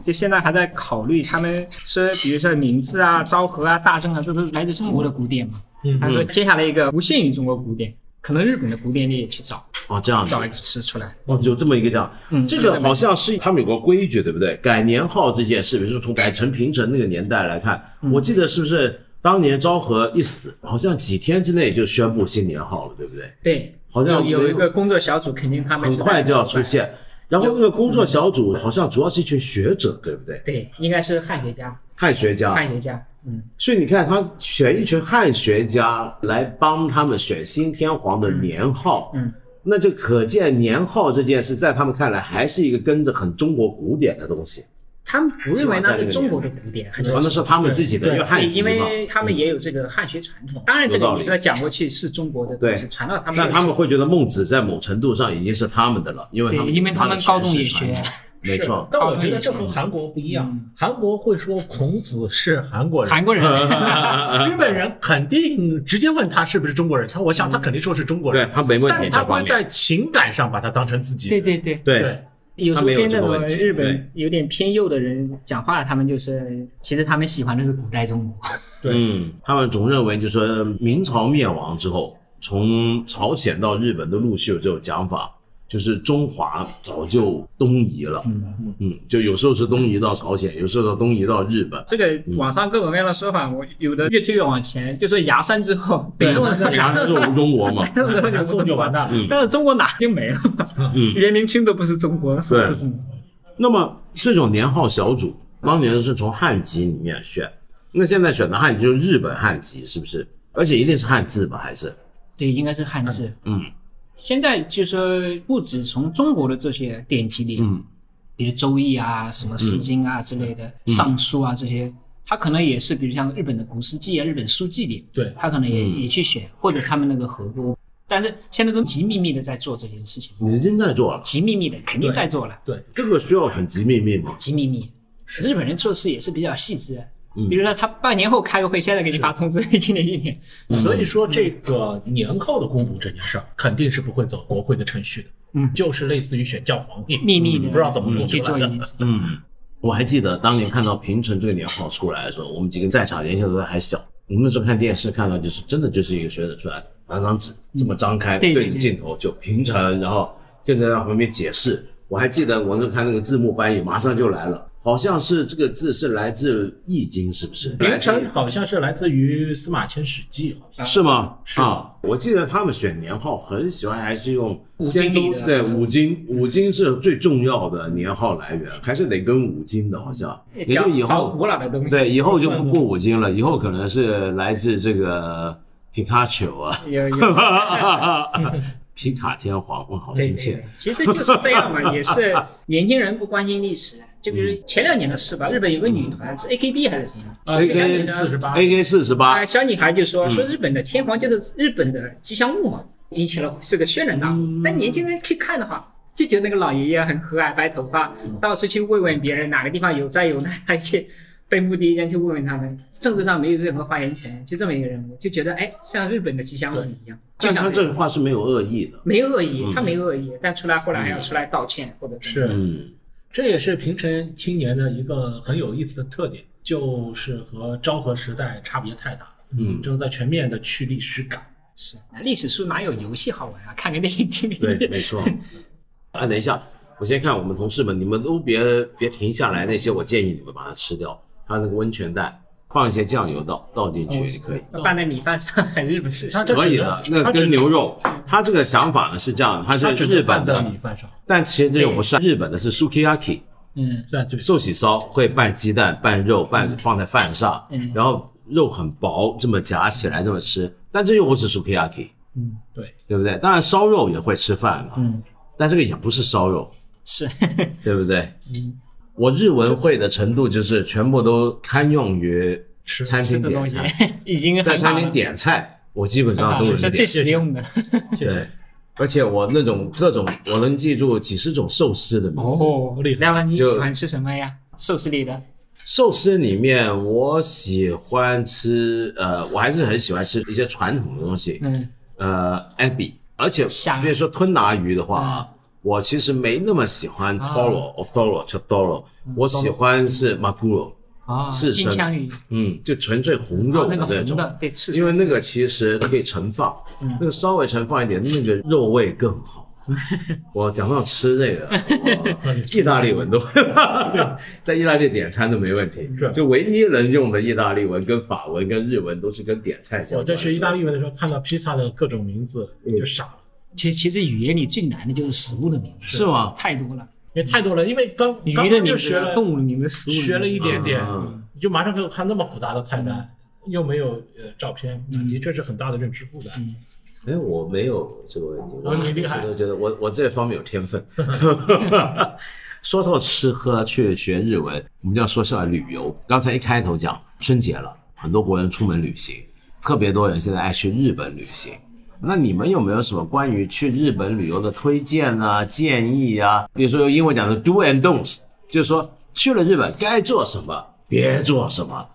[SPEAKER 4] 就现在还在考虑，他们说，比如说明治啊、昭和啊、大正啊，这都是来自中国的古典嘛。
[SPEAKER 3] 嗯
[SPEAKER 4] 他说接下来一个不限于中国古典，可能日本的古典你也去找
[SPEAKER 2] 哦，这样子
[SPEAKER 4] 找，一次出来。
[SPEAKER 2] 哦，有这么一个讲，
[SPEAKER 4] 嗯
[SPEAKER 2] 这个好像是他们有个规矩，对不对？改年号这件事，比如说从改成平成那个年代来看，
[SPEAKER 4] 嗯
[SPEAKER 2] 我记得是不是当年昭和一死，好像几天之内就宣布新年号了，对不对？
[SPEAKER 4] 对，
[SPEAKER 2] 好像
[SPEAKER 4] 有有
[SPEAKER 2] 没
[SPEAKER 4] 一个工作小组，肯定他们
[SPEAKER 2] 很
[SPEAKER 4] 是
[SPEAKER 2] 快就要
[SPEAKER 4] 在
[SPEAKER 2] 出现。然后那个工作小组好像主要是一群学者，对不对？
[SPEAKER 4] 对，应该是汉学家，
[SPEAKER 2] 汉学
[SPEAKER 4] 汉
[SPEAKER 2] 家，
[SPEAKER 4] 学家，嗯，
[SPEAKER 2] 所以你看他选一群汉学家来帮他们选新天皇的年号，
[SPEAKER 4] 嗯嗯
[SPEAKER 2] 那就可见年号这件事在他们看来还是一个跟着很中国古典的东西。
[SPEAKER 4] 他们不认为那是中国的古典，很
[SPEAKER 2] 主要哦那是他们自己的一个汉籍
[SPEAKER 4] 因
[SPEAKER 2] 嘛。嗯
[SPEAKER 4] 为他们也有这个汉学传统。当然，这个你是要讲过去是中国的东西，
[SPEAKER 2] 对
[SPEAKER 4] 传到他们
[SPEAKER 2] 那
[SPEAKER 4] 那里
[SPEAKER 2] 他们会觉得孟子在某程度上已经是他们的了，因为他
[SPEAKER 4] 对，
[SPEAKER 2] 们
[SPEAKER 4] 因为他们高中也
[SPEAKER 2] 是
[SPEAKER 4] 学
[SPEAKER 2] 传，没
[SPEAKER 4] <laughs>
[SPEAKER 2] 错，
[SPEAKER 3] 但我觉得这和韩国不一样，韩国会说孔子是韩国人，
[SPEAKER 4] 韩
[SPEAKER 2] <laughs>
[SPEAKER 4] 国人
[SPEAKER 3] 日本人肯定直接问他是不是中国人，他我想他肯定说是中国
[SPEAKER 2] 嗯对
[SPEAKER 3] 人，
[SPEAKER 2] 他没问题
[SPEAKER 3] 但他
[SPEAKER 2] 这
[SPEAKER 3] 会
[SPEAKER 2] 方面，
[SPEAKER 3] 在情感上把他当成自己
[SPEAKER 4] 对
[SPEAKER 3] 人。
[SPEAKER 4] 对对，
[SPEAKER 2] 对，
[SPEAKER 4] 有
[SPEAKER 2] 他
[SPEAKER 4] 时候
[SPEAKER 2] 们有
[SPEAKER 4] 跟那
[SPEAKER 2] 这个
[SPEAKER 4] 种
[SPEAKER 2] 问题
[SPEAKER 4] 日本
[SPEAKER 2] 对
[SPEAKER 4] 有点偏右的人讲话，他们就是其实他们喜欢的是古代中国，
[SPEAKER 3] 对
[SPEAKER 2] 嗯，他们总认为就是说明朝灭亡之后，从朝鲜到日本都陆续有这种讲法，就是中华早就东移了，嗯就有时候是东移到朝鲜，有时候东移到日本，
[SPEAKER 4] 这个网上各种各样的说法，我有的越推越往前，就说崖山之后，北宋的
[SPEAKER 2] 然
[SPEAKER 4] <laughs>
[SPEAKER 2] 后就是中国嘛， <laughs>
[SPEAKER 3] 南宋就完蛋了。
[SPEAKER 4] 但是中国哪就没了？
[SPEAKER 2] 嗯
[SPEAKER 4] 元明清都不是中国，是不
[SPEAKER 2] 对
[SPEAKER 4] 是中国？
[SPEAKER 2] 那么这种年号小组当年是从汉籍里面选，那现在选的汉籍就是日本汉籍，是不是？而且一定是汉字吧？还是？
[SPEAKER 4] 对，应该是汉字。
[SPEAKER 2] 嗯
[SPEAKER 4] 现在就说不止从中国的这些典籍里，
[SPEAKER 2] 嗯
[SPEAKER 4] 比如《周易》啊、什么《诗经啊》之类的，尚书》啊这些，它可能也是，比如像日本的古诗记啊、日本书记里，
[SPEAKER 3] 对
[SPEAKER 4] 它可能也、
[SPEAKER 2] 嗯
[SPEAKER 4] 也去选，或者他们那个合作。但是现在都极秘密的在做这件事情，
[SPEAKER 2] 你已经在做了，
[SPEAKER 4] 极秘密的肯定在做了，
[SPEAKER 2] 这个需要很急秘密吗？
[SPEAKER 4] 极秘密。日本人做事也是比较细致的，
[SPEAKER 2] 嗯
[SPEAKER 4] 比如说他半年后开个会，现在给你发通知， <laughs> 今年一年，
[SPEAKER 2] 嗯
[SPEAKER 3] 所以说，这个年号的公布这件事儿，肯定是不会走国会的程序的，
[SPEAKER 4] 嗯，
[SPEAKER 3] 就是类似于选教皇帝，
[SPEAKER 4] 秘密的
[SPEAKER 3] 嗯不知道怎么弄
[SPEAKER 4] 去
[SPEAKER 3] 出
[SPEAKER 4] 做
[SPEAKER 3] 来
[SPEAKER 4] 一
[SPEAKER 3] 的
[SPEAKER 4] 件事情。
[SPEAKER 2] 嗯，我还记得当年看到平成这个年号出来的时候，我们几个在场年纪都还小，我们那时候看电视看到就是真的就是一个学者出来拿张纸这么张开、
[SPEAKER 4] 对对
[SPEAKER 2] 着
[SPEAKER 4] 对
[SPEAKER 2] 镜头就平成，然后跟着在旁边解释。我还记得我那时候看那个字幕翻译，马上就来了，好像是这个字是来自《易经》，是不是？
[SPEAKER 3] 名称好像是来自于司马迁《史记》，好像
[SPEAKER 2] 嗯是吗？
[SPEAKER 3] 是
[SPEAKER 2] 啊，我记得他们选年号很喜欢，还是用
[SPEAKER 4] 五经
[SPEAKER 2] 先
[SPEAKER 4] 里
[SPEAKER 2] 中
[SPEAKER 4] 的
[SPEAKER 2] 对五经，五经是最重要的年号来源，还是得跟五经的，好像也就以
[SPEAKER 4] 找
[SPEAKER 2] 后
[SPEAKER 4] 古老的东西，
[SPEAKER 2] 对，以后就不过五经了，以后可能是来自这个皮卡丘
[SPEAKER 4] <laughs>
[SPEAKER 2] 啊，
[SPEAKER 4] 有有，
[SPEAKER 2] 皮卡天皇，哇，好 <laughs> 亲
[SPEAKER 4] 对对
[SPEAKER 2] 切
[SPEAKER 4] 对。，其实就是这
[SPEAKER 2] <laughs>
[SPEAKER 4] 样嘛，也是年轻人不关心历史，就比
[SPEAKER 2] 嗯
[SPEAKER 4] 如前两年的事吧，日本有个女团是 AKB 还是什么，
[SPEAKER 3] 呃
[SPEAKER 2] A
[SPEAKER 3] 相当于
[SPEAKER 2] K
[SPEAKER 3] 是48
[SPEAKER 2] A K 四十八
[SPEAKER 4] 啊，，小女孩就说
[SPEAKER 2] 嗯
[SPEAKER 4] 说日本的天皇就是日本的吉祥物嘛，引起了是个轩然大
[SPEAKER 2] 嗯
[SPEAKER 4] 波。但年轻人去看的话，就觉得那个老爷爷很和蔼，白头发，
[SPEAKER 2] 嗯
[SPEAKER 4] 到处去慰问别人，哪个地方有灾有难， <laughs> 还去奔赴第一间去慰问他们，政治上没有任何发言权，就这么一个人物，就觉得哎，像日本的吉祥物一样。就
[SPEAKER 2] 但他
[SPEAKER 4] 像
[SPEAKER 2] 这个话是没有恶意的。
[SPEAKER 4] 没有恶意，他没有恶意，但出来后来还要出来道歉或者怎么样
[SPEAKER 3] 是
[SPEAKER 2] 嗯，
[SPEAKER 3] 这也是平成青年的一个很有意思的特点，就是和昭和时代差别太大了。
[SPEAKER 2] 嗯
[SPEAKER 3] 正在全面的去历史感。
[SPEAKER 4] 是历史书哪有游戏好玩啊？看个电影听个音乐 <laughs>
[SPEAKER 2] 对，没错。 <laughs> 啊，等一下，我先看我们同事们，你们都别别停下来，那些我建议你们把它吃掉。还有那个温泉蛋，放一些酱油倒倒进去也可以。
[SPEAKER 4] 拌在米饭上，很日本式。
[SPEAKER 3] 他这
[SPEAKER 2] 可以的，那
[SPEAKER 3] 哦它只
[SPEAKER 2] 跟牛肉，它这个想法呢是这样的，它
[SPEAKER 3] 它
[SPEAKER 2] 是
[SPEAKER 3] 只
[SPEAKER 2] 日
[SPEAKER 3] 是
[SPEAKER 2] 本
[SPEAKER 3] 拌在
[SPEAKER 2] 的
[SPEAKER 3] 米，饭上，
[SPEAKER 2] 但其实这又不是日本的，是 sukiyaki
[SPEAKER 4] <laughs> 嗯，
[SPEAKER 3] 对对，
[SPEAKER 2] 寿喜烧，会拌鸡蛋、拌肉、拌放在饭上
[SPEAKER 4] 嗯，
[SPEAKER 2] 然后肉很薄，这么夹起来这么吃，但这又不是 sukiyaki，
[SPEAKER 4] 嗯
[SPEAKER 3] 对
[SPEAKER 2] 对不对？当然烧肉也会吃饭了，
[SPEAKER 4] 嗯，
[SPEAKER 2] 但这个也不是烧肉，
[SPEAKER 4] 是。 <laughs>
[SPEAKER 2] 对不对？我日文会的程度就是全部都堪用于
[SPEAKER 3] 吃
[SPEAKER 2] 餐
[SPEAKER 4] 吃
[SPEAKER 2] 厅
[SPEAKER 4] 的
[SPEAKER 2] 点
[SPEAKER 4] 东西
[SPEAKER 2] 菜，
[SPEAKER 4] <laughs> 已经很
[SPEAKER 2] 在餐
[SPEAKER 4] 好
[SPEAKER 2] 厅
[SPEAKER 4] 了
[SPEAKER 2] 点菜，我基本上都
[SPEAKER 4] 啊
[SPEAKER 2] 是
[SPEAKER 4] 这最
[SPEAKER 2] 点。
[SPEAKER 4] 实用的。
[SPEAKER 3] 谢
[SPEAKER 2] 对
[SPEAKER 3] 谢。，
[SPEAKER 2] 而且我那种各种，我能记住几十种寿司的名字。
[SPEAKER 4] 哦
[SPEAKER 3] 厉害
[SPEAKER 4] 那么你
[SPEAKER 2] 就
[SPEAKER 4] 喜欢吃什么呀？寿司里的
[SPEAKER 2] 寿司里面，我喜欢吃，呃，我还是很喜欢吃一些传统的东西，
[SPEAKER 4] 嗯
[SPEAKER 2] 呃，ebi，而且
[SPEAKER 4] 虾
[SPEAKER 2] 比如说吞拿鱼的话啊，我其实没那么喜欢
[SPEAKER 4] 嗯啊嗯
[SPEAKER 2] toro、o toro、c h toro，我喜欢是 maguro，
[SPEAKER 4] 啊，
[SPEAKER 2] 是
[SPEAKER 4] 金
[SPEAKER 2] 生
[SPEAKER 4] 枪鱼，
[SPEAKER 2] 嗯，就纯粹红
[SPEAKER 4] 啊
[SPEAKER 2] 肉的
[SPEAKER 4] 那个
[SPEAKER 2] 那
[SPEAKER 4] 红
[SPEAKER 2] 种，
[SPEAKER 4] 的，对，刺身
[SPEAKER 2] 因为那个其实可以盛放，
[SPEAKER 3] 嗯
[SPEAKER 2] 那个稍微盛放一点，那个肉味更
[SPEAKER 3] <laughs>
[SPEAKER 2] 好。我讲到吃这个，哇意大利文都 <laughs> 在意大利点餐都没问题
[SPEAKER 3] 是，
[SPEAKER 2] 就唯一能用的意大利文跟法文跟日文都是跟点菜相关
[SPEAKER 3] 我在
[SPEAKER 2] 的。
[SPEAKER 3] 学意大利文的时候，看到披萨的各种名字
[SPEAKER 2] 嗯
[SPEAKER 3] 就傻了，
[SPEAKER 4] 其实其实语言里最难的就是食物的名字，
[SPEAKER 2] 是吗？
[SPEAKER 4] 太多了，
[SPEAKER 3] 因为太多了。因为刚
[SPEAKER 4] 鱼
[SPEAKER 3] 刚
[SPEAKER 4] 的
[SPEAKER 3] 刚
[SPEAKER 4] 名
[SPEAKER 3] 就
[SPEAKER 4] 字
[SPEAKER 3] 学
[SPEAKER 4] 啊、
[SPEAKER 3] 了
[SPEAKER 4] 动物的名字、食物的名字
[SPEAKER 3] 学了一点点
[SPEAKER 2] 嗯，
[SPEAKER 3] 你就马上给我看那么复杂的菜单，
[SPEAKER 4] 嗯
[SPEAKER 3] 又没有呃照片，的确是很大的认知负担。
[SPEAKER 4] 嗯
[SPEAKER 2] 哎，我没有这个问题，我
[SPEAKER 3] 哦你厉害
[SPEAKER 2] 每次都觉得我我这方面有天
[SPEAKER 3] <laughs>
[SPEAKER 2] 分。说到吃喝，去学日文，我们就要说下来旅游。刚才一开头讲春节了，很多国人出门旅行，特别多人现在爱去日本旅行。那你们有没有什么关于去日本旅游的推荐啊、建议啊？比如说用英文讲的 do and don'ts，就是说去了日本该做什么，别做什么。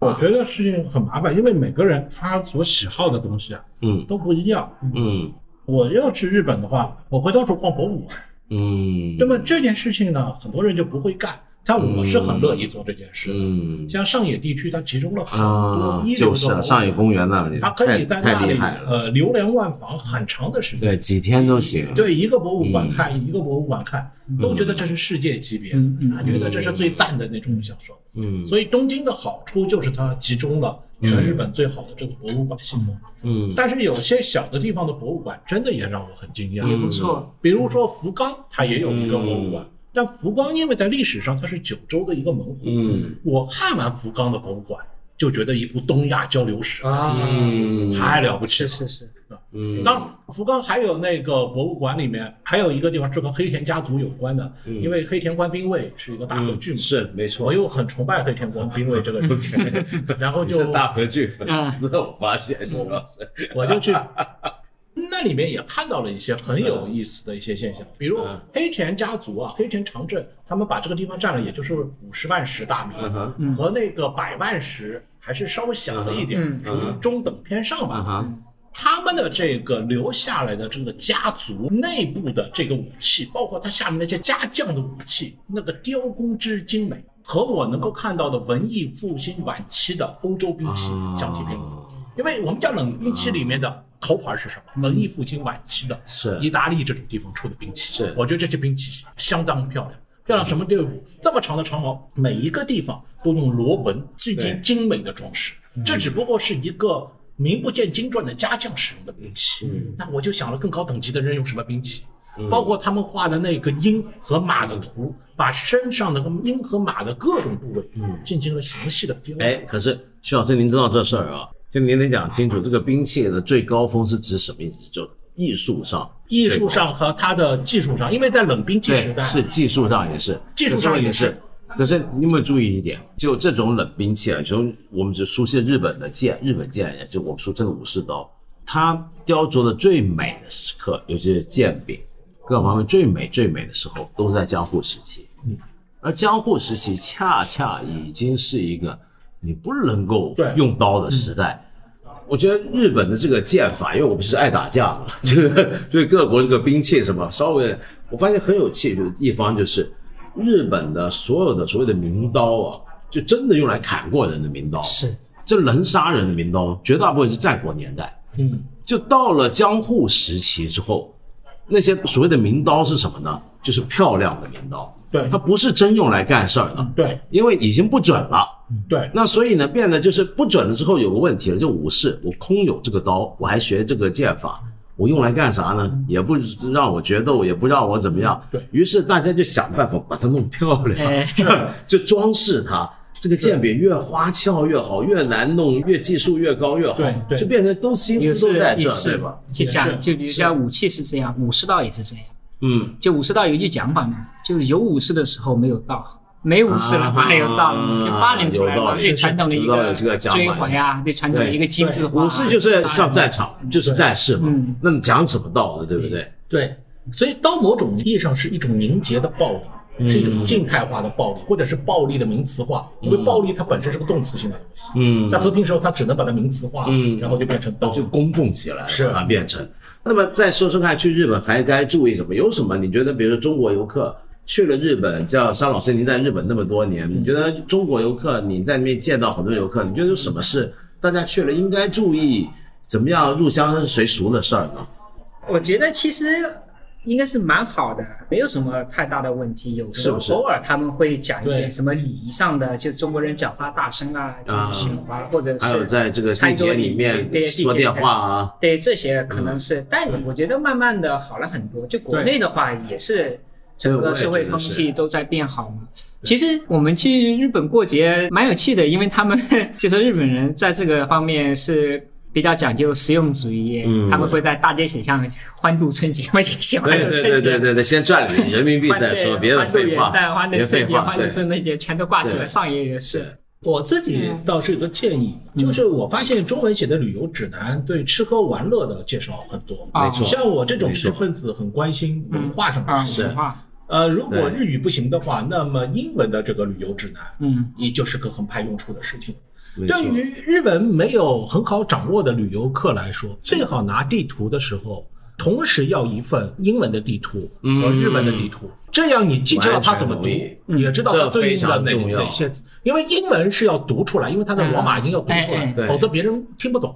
[SPEAKER 3] 我觉得事情很麻烦，因为每个人他所喜好的东西啊
[SPEAKER 2] 嗯
[SPEAKER 3] 都不一样。
[SPEAKER 2] 嗯
[SPEAKER 3] 我要去日本的话，我会到处逛博物馆。
[SPEAKER 2] 嗯，
[SPEAKER 3] 那么这件事情呢，很多人就不会干，但我是很乐意做这件事的。
[SPEAKER 2] 嗯
[SPEAKER 3] 像上野地区，它集中了很
[SPEAKER 2] 啊
[SPEAKER 3] 多，一
[SPEAKER 2] 就
[SPEAKER 3] 流的
[SPEAKER 2] 是啊
[SPEAKER 3] 文物
[SPEAKER 2] 上野公园那里，
[SPEAKER 3] 它可以在
[SPEAKER 2] 太
[SPEAKER 3] 那
[SPEAKER 2] 太厉
[SPEAKER 3] 里
[SPEAKER 2] 害了，
[SPEAKER 3] 呃流连忘返很长的时间。
[SPEAKER 2] 对，嗯几天都行。，
[SPEAKER 3] 对，一个博物馆看、一个博物馆看，
[SPEAKER 2] 嗯
[SPEAKER 3] 都觉得这是世界级别，
[SPEAKER 4] 嗯嗯
[SPEAKER 3] 啊，觉得这是最赞的那种享受。
[SPEAKER 2] 嗯，
[SPEAKER 3] 所以东京的好处就是它集中了全日本最好的这个博物馆系统。
[SPEAKER 2] 嗯
[SPEAKER 3] 但是有些小的地方的博物馆真的也让我很惊
[SPEAKER 2] 嗯
[SPEAKER 3] 讶，
[SPEAKER 4] 也不错，
[SPEAKER 3] 比如说福冈，它也有一个博物馆，但福冈因为在历史上它是九州的一个门户，
[SPEAKER 2] 嗯
[SPEAKER 3] 我看完福冈的博物馆，就觉得一部东亚交流史
[SPEAKER 4] 啊
[SPEAKER 2] 嗯
[SPEAKER 3] 太了不起
[SPEAKER 4] 是是
[SPEAKER 3] 了。
[SPEAKER 4] 是，
[SPEAKER 2] 嗯，
[SPEAKER 3] 当然福冈还有那个博物馆里面还有一个地方是跟黑田家族有关的，因为黑田官兵卫是一个大和剧嘛，
[SPEAKER 2] 嗯是没错，
[SPEAKER 3] 我又很崇拜黑田官兵卫这个人，
[SPEAKER 2] <laughs>
[SPEAKER 3] 然后
[SPEAKER 2] 你
[SPEAKER 3] 就是
[SPEAKER 2] 大和剧粉丝，我发现是吧？ <laughs>
[SPEAKER 3] 我就去。那里面也看到了一些很有意思的一些现象，比如
[SPEAKER 2] 嗯
[SPEAKER 3] 黑田家族啊，黑田长政，他们把这个地方占了，也就是五十万石大
[SPEAKER 2] 嗯
[SPEAKER 3] 名，
[SPEAKER 2] 哼
[SPEAKER 4] 嗯
[SPEAKER 3] 和那个百万石还是稍微小了一
[SPEAKER 4] 嗯
[SPEAKER 3] 点，属于中等偏上
[SPEAKER 2] 啊
[SPEAKER 3] 吧。
[SPEAKER 2] 哈，
[SPEAKER 3] 他们的这个留下来的这个家族内部的这个武器，包括它下面那些家将的武器，那个雕工之精美，和我能够看到的文艺复兴晚期的欧洲兵器
[SPEAKER 2] 啊
[SPEAKER 3] 相提并论。因为我们叫冷兵器里面的头牌是什么？文艺复兴晚期的，
[SPEAKER 2] 是
[SPEAKER 3] 意大利这种地方出的兵器。
[SPEAKER 2] 是
[SPEAKER 3] 我觉得这些兵器相当漂亮，漂亮什么地步？这么长的长矛，每一个地方都用螺纹最
[SPEAKER 2] 对嗯
[SPEAKER 3] 精精美的装饰，这只不过是一个名不见经传的家将使用的兵器。
[SPEAKER 2] 嗯
[SPEAKER 3] 那我就想了，更高等级的人用什么兵器？包括他们画的那个鹰和马的图，把身上的鹰
[SPEAKER 2] 嗯
[SPEAKER 3] 和马的各种部位进行了详细的雕刻。
[SPEAKER 2] 哎哎，可是徐老师，您知道这事儿啊？就您得讲清楚，这个兵器的最高峰是指什么意思？就艺术上，
[SPEAKER 3] 艺术上和它的技术上，因为在冷兵器时
[SPEAKER 2] 对，
[SPEAKER 3] 代，
[SPEAKER 2] 是技术上也是，
[SPEAKER 3] 技术上也
[SPEAKER 2] 也
[SPEAKER 3] 是
[SPEAKER 2] 是。可是你有没有注意一点？就这种冷兵器啊，就我们只熟悉日本的剑，日本剑也就我们说这个武士刀，它雕琢的最美的时刻，尤其是剑柄各方面最美最美的时候，都是在江户时期。嗯，而江户时期恰恰已经是一个你不能够
[SPEAKER 3] 对
[SPEAKER 2] 用刀的时代。我觉得日本的这个剑法，因为我们是爱打架嘛， <laughs> 这个对各国这个兵器什么，稍微我发现很有趣的地方就是，日本的所有的所谓的名刀啊，就真的用来砍过人的名刀，
[SPEAKER 4] 是
[SPEAKER 2] 这能杀人的名刀，绝大部分是战国年代。
[SPEAKER 3] 嗯，
[SPEAKER 2] 就到了江户时期之后，那些所谓的名刀是什么呢？就是漂亮的名刀，
[SPEAKER 3] 对嗯
[SPEAKER 2] 它不是真用来干事儿的，
[SPEAKER 3] 对
[SPEAKER 2] 因为已经不准了。
[SPEAKER 3] 对
[SPEAKER 2] 那所以呢，变得就是不准了之后有个问题了，就武士，我空有这个刀，我还学这个剑法，我用来干啥呢？也不让我决斗，也不让我怎么样。
[SPEAKER 3] 对
[SPEAKER 2] 于是大家就想办法把它弄漂亮
[SPEAKER 4] 哎，
[SPEAKER 2] <laughs> 就装饰它。这个剑柄越花俏越好，越难弄，越技术越高越好
[SPEAKER 3] 对，对
[SPEAKER 2] 就变成都心思
[SPEAKER 4] 也是
[SPEAKER 2] 都在
[SPEAKER 4] 也
[SPEAKER 2] 这儿，
[SPEAKER 4] 是
[SPEAKER 2] 对吧？
[SPEAKER 4] 就
[SPEAKER 3] 也是
[SPEAKER 4] 讲就比如像武器是这样，武士道也是这样。
[SPEAKER 2] 嗯，
[SPEAKER 4] 就武士道有一句讲法嘛，就是有武士的时候没有道，没武士了哪有道？
[SPEAKER 2] 啊
[SPEAKER 4] 就发明出来
[SPEAKER 2] 有道
[SPEAKER 4] 嘛，
[SPEAKER 2] 理
[SPEAKER 4] 对传统的一
[SPEAKER 2] 有道理
[SPEAKER 4] 个
[SPEAKER 2] 这个讲法
[SPEAKER 4] 追回啊，对传统的一个精致化啊。
[SPEAKER 2] 武士就是上战场，就是战士嘛
[SPEAKER 4] 嗯。
[SPEAKER 2] 那你讲什么道理，对不对？
[SPEAKER 3] 对，所以刀某种意义上是一种凝结的暴
[SPEAKER 2] 嗯
[SPEAKER 3] 力，是一种静态化的暴力，或者是暴力的名词化，因为暴力它本身是个动词性的东西。
[SPEAKER 2] 嗯
[SPEAKER 3] 在和平时候，它只能把它名词化，
[SPEAKER 2] 嗯
[SPEAKER 3] 然后就变成刀。
[SPEAKER 2] 就供奉起来了，
[SPEAKER 3] 是
[SPEAKER 2] 啊，变成。那么再说说看，去日本还该注意什么？有什么？你觉得，比如说中国游客去了日本，叫沙老师，您在日本那么多年，你觉得中国游客，你在那边见到很多游客，你觉得有什么是大家去了应该注意，怎么样入乡随俗的事儿呢？
[SPEAKER 4] 我觉得其实应该是蛮好的，没有什么太大的问题。有时
[SPEAKER 2] 是不是
[SPEAKER 4] 候偶尔他们会讲一
[SPEAKER 3] 对
[SPEAKER 4] 点什么礼仪上的，就中国人讲话大声啊，这
[SPEAKER 2] 啊
[SPEAKER 4] 种喧哗，或者是
[SPEAKER 2] 还有在这个地
[SPEAKER 4] 餐
[SPEAKER 2] 铁
[SPEAKER 4] 桌
[SPEAKER 2] 里面
[SPEAKER 4] 对
[SPEAKER 2] 说电话。啊，
[SPEAKER 4] 对这些可能
[SPEAKER 2] 嗯
[SPEAKER 4] 是，但我觉得慢慢的好了很多。就国内的话，也是整个社会风气都在变好嘛。其实我们去日本过节蛮有趣的，因为他们 <laughs> 就说日本人在这个方面是比较讲究实用主义，
[SPEAKER 2] 嗯
[SPEAKER 4] 他们会在大街小巷欢度春节，欢写欢
[SPEAKER 2] 对
[SPEAKER 4] 度
[SPEAKER 2] 对
[SPEAKER 4] 春节。
[SPEAKER 2] 对对对 <laughs> 对，先赚点人民币再说，别的废话，
[SPEAKER 4] 欢度
[SPEAKER 2] 别
[SPEAKER 4] 元旦、欢度
[SPEAKER 2] 废
[SPEAKER 4] 春节、
[SPEAKER 2] 话，
[SPEAKER 4] 欢度
[SPEAKER 2] 对，
[SPEAKER 4] 春节全都挂起来，
[SPEAKER 2] 是
[SPEAKER 4] 上野也是。
[SPEAKER 3] 我自己倒是有个建议，
[SPEAKER 2] 嗯
[SPEAKER 3] 就是我发现中文写的旅游指南对吃喝玩乐的介绍很多，
[SPEAKER 4] 啊
[SPEAKER 2] 没错。
[SPEAKER 3] 像我这种
[SPEAKER 2] 没错
[SPEAKER 3] 知识分子很关心文
[SPEAKER 4] 嗯
[SPEAKER 3] 化上
[SPEAKER 4] 啊，
[SPEAKER 3] 的事
[SPEAKER 4] 实
[SPEAKER 3] 情。
[SPEAKER 4] 话，
[SPEAKER 3] 呃，如果
[SPEAKER 2] 对
[SPEAKER 3] 日语不行的话，那么英文的这个旅游指南，
[SPEAKER 4] 嗯，
[SPEAKER 3] 也就是个很派用处的事情。
[SPEAKER 2] 没错
[SPEAKER 3] 对于日文没有很好掌握的旅游客来说，最好拿地图的时候，同时要一份英文的地图和日文的地图，这样你既知道它怎么
[SPEAKER 2] 嗯完
[SPEAKER 3] 读
[SPEAKER 2] 全同意，
[SPEAKER 3] 也知道它对应
[SPEAKER 2] 这非
[SPEAKER 3] 的
[SPEAKER 2] 常
[SPEAKER 3] 哪
[SPEAKER 2] 重要
[SPEAKER 3] 哪些词。因为英文是要读出来，因为它的罗马音要读出
[SPEAKER 4] 嗯哎
[SPEAKER 3] 来
[SPEAKER 4] 哎，
[SPEAKER 2] 对
[SPEAKER 3] 否则别人听不懂。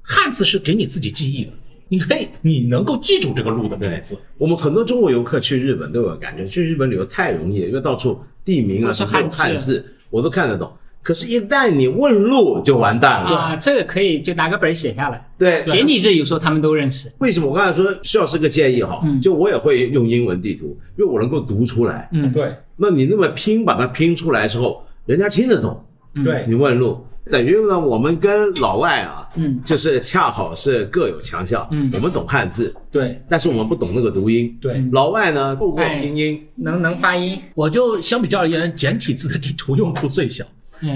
[SPEAKER 3] 汉字是给你自己记忆的，因为你能够记住这个路的名
[SPEAKER 2] 对
[SPEAKER 3] 字。，
[SPEAKER 2] 我们很多中国游客去日本都有感觉，去日本旅游太容易，因为到处地名啊
[SPEAKER 4] 都
[SPEAKER 2] 什么
[SPEAKER 4] 是
[SPEAKER 2] 都有
[SPEAKER 4] 汉字
[SPEAKER 2] 汉字，我都看得懂。可是，一旦你问路就完蛋了。
[SPEAKER 4] 啊，这个可以就拿个本儿写下来。
[SPEAKER 2] 对，
[SPEAKER 4] 简体字有时候他们都认识。
[SPEAKER 2] 为什么我刚才说需要是个建议哈？
[SPEAKER 4] 嗯
[SPEAKER 2] 就我也会用英文地图，因为我能够读出来。
[SPEAKER 4] 嗯，
[SPEAKER 3] 对
[SPEAKER 2] 那你那么拼把它拼出来之后，人家听得懂。
[SPEAKER 4] 嗯
[SPEAKER 3] 对
[SPEAKER 2] 你问路，等于呢，我们跟老外啊，
[SPEAKER 4] 嗯
[SPEAKER 2] 就是恰好是各有强项。
[SPEAKER 4] 嗯
[SPEAKER 2] 我们懂汉字，
[SPEAKER 3] 对
[SPEAKER 2] 但是我们不懂那个读音。
[SPEAKER 3] 对。
[SPEAKER 2] 老外呢，透过
[SPEAKER 4] 哎
[SPEAKER 2] 拼音，
[SPEAKER 4] 能能发音，
[SPEAKER 3] 嗯我就相比较而言，简体字的地图用处最小，
[SPEAKER 4] 嗯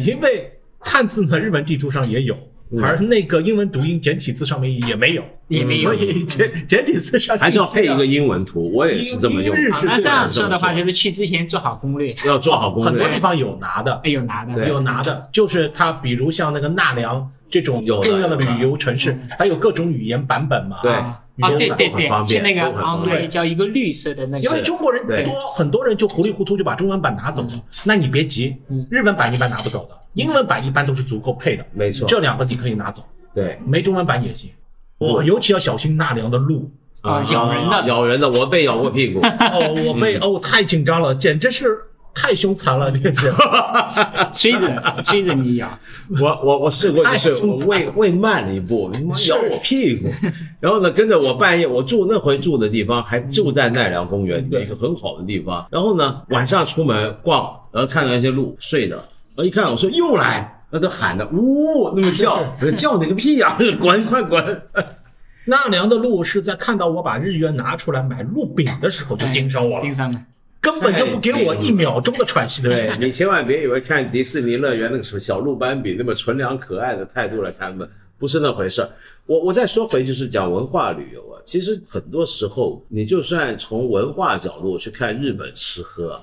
[SPEAKER 3] 因为汉字呢，日文地图上也有，
[SPEAKER 2] 嗯
[SPEAKER 3] 而那个英文读音简体字上面也没有，
[SPEAKER 4] 也没有
[SPEAKER 3] 所以简简体字
[SPEAKER 2] <laughs>
[SPEAKER 3] 上啊
[SPEAKER 2] 还是要配一个
[SPEAKER 3] 英
[SPEAKER 2] 英文图，我也是这么用。
[SPEAKER 3] 英日
[SPEAKER 4] 好
[SPEAKER 3] 是
[SPEAKER 4] 啊那
[SPEAKER 3] 这
[SPEAKER 4] 这
[SPEAKER 3] 样
[SPEAKER 4] 样
[SPEAKER 2] 这么
[SPEAKER 4] 说的话，
[SPEAKER 2] 做
[SPEAKER 4] 就是去之前做好攻略，
[SPEAKER 2] 要做好攻
[SPEAKER 3] 很多地
[SPEAKER 2] 略。
[SPEAKER 3] 方有拿的
[SPEAKER 4] 哎，，有拿的，
[SPEAKER 2] 对
[SPEAKER 3] 有拿的，就是它，比如像那个纳凉这种
[SPEAKER 2] 有的嗯
[SPEAKER 3] 重要的旅游城市，它有各种语言版本嘛。
[SPEAKER 2] 对
[SPEAKER 4] 啊，
[SPEAKER 3] 语
[SPEAKER 4] 啊
[SPEAKER 3] 言
[SPEAKER 4] 对
[SPEAKER 3] 版
[SPEAKER 4] 对
[SPEAKER 2] 都很方
[SPEAKER 4] 对，是
[SPEAKER 2] 便
[SPEAKER 4] 那
[SPEAKER 2] 都
[SPEAKER 4] 个
[SPEAKER 2] 很
[SPEAKER 4] 啊
[SPEAKER 2] 方，便
[SPEAKER 4] 对，叫一个绿色的那
[SPEAKER 3] 因为
[SPEAKER 4] 个，
[SPEAKER 3] 中国人
[SPEAKER 2] 对
[SPEAKER 3] 多，很多人就糊里糊涂就把中文版拿走了。那你别急
[SPEAKER 4] 嗯，
[SPEAKER 3] 日文版一般拿不走的，英文版一般都是足够配的。
[SPEAKER 2] 嗯没错嗯
[SPEAKER 3] 这两个你可以拿走。
[SPEAKER 2] 对，
[SPEAKER 3] 没中文版也行。我尤其要小心纳凉的鹿。
[SPEAKER 4] 啊咬人的
[SPEAKER 2] 咬人的，我被咬过屁股。
[SPEAKER 3] 哦，我被
[SPEAKER 2] 嗯
[SPEAKER 3] 哦太紧张了，简直是太凶残了，这
[SPEAKER 2] <laughs>
[SPEAKER 3] 是。
[SPEAKER 4] 追着追着你咬，
[SPEAKER 2] 我我我试过，就是
[SPEAKER 3] 太
[SPEAKER 2] 我
[SPEAKER 3] 精彩
[SPEAKER 2] 喂喂慢了一步，他妈咬我屁股，然后呢，跟着我半夜，我住那回住的地方还就在奈良公园里面一个很好的地呃方，然后呢，晚上出门逛，然后看到一些鹿睡着，然后一看我说又来，那都喊的呜那么叫，我说叫你个屁呀、 <laughs> 滚快滚！
[SPEAKER 3] 纳凉的鹿是在看到我把日元拿出来买鹿饼的时候就盯上我了
[SPEAKER 4] 盯，上了。
[SPEAKER 3] 根本就不给我一秒钟的喘息的
[SPEAKER 2] 哎 <laughs>
[SPEAKER 3] <laughs>
[SPEAKER 2] 对
[SPEAKER 3] 时间。
[SPEAKER 2] 你千万别以为看迪士尼乐园那个什么小鹿斑比那么纯良可爱的态度来看他们，不是那回事儿。我我再说回就是讲文化旅游啊，其实很多时候你就算从文化角度去看日本吃喝啊，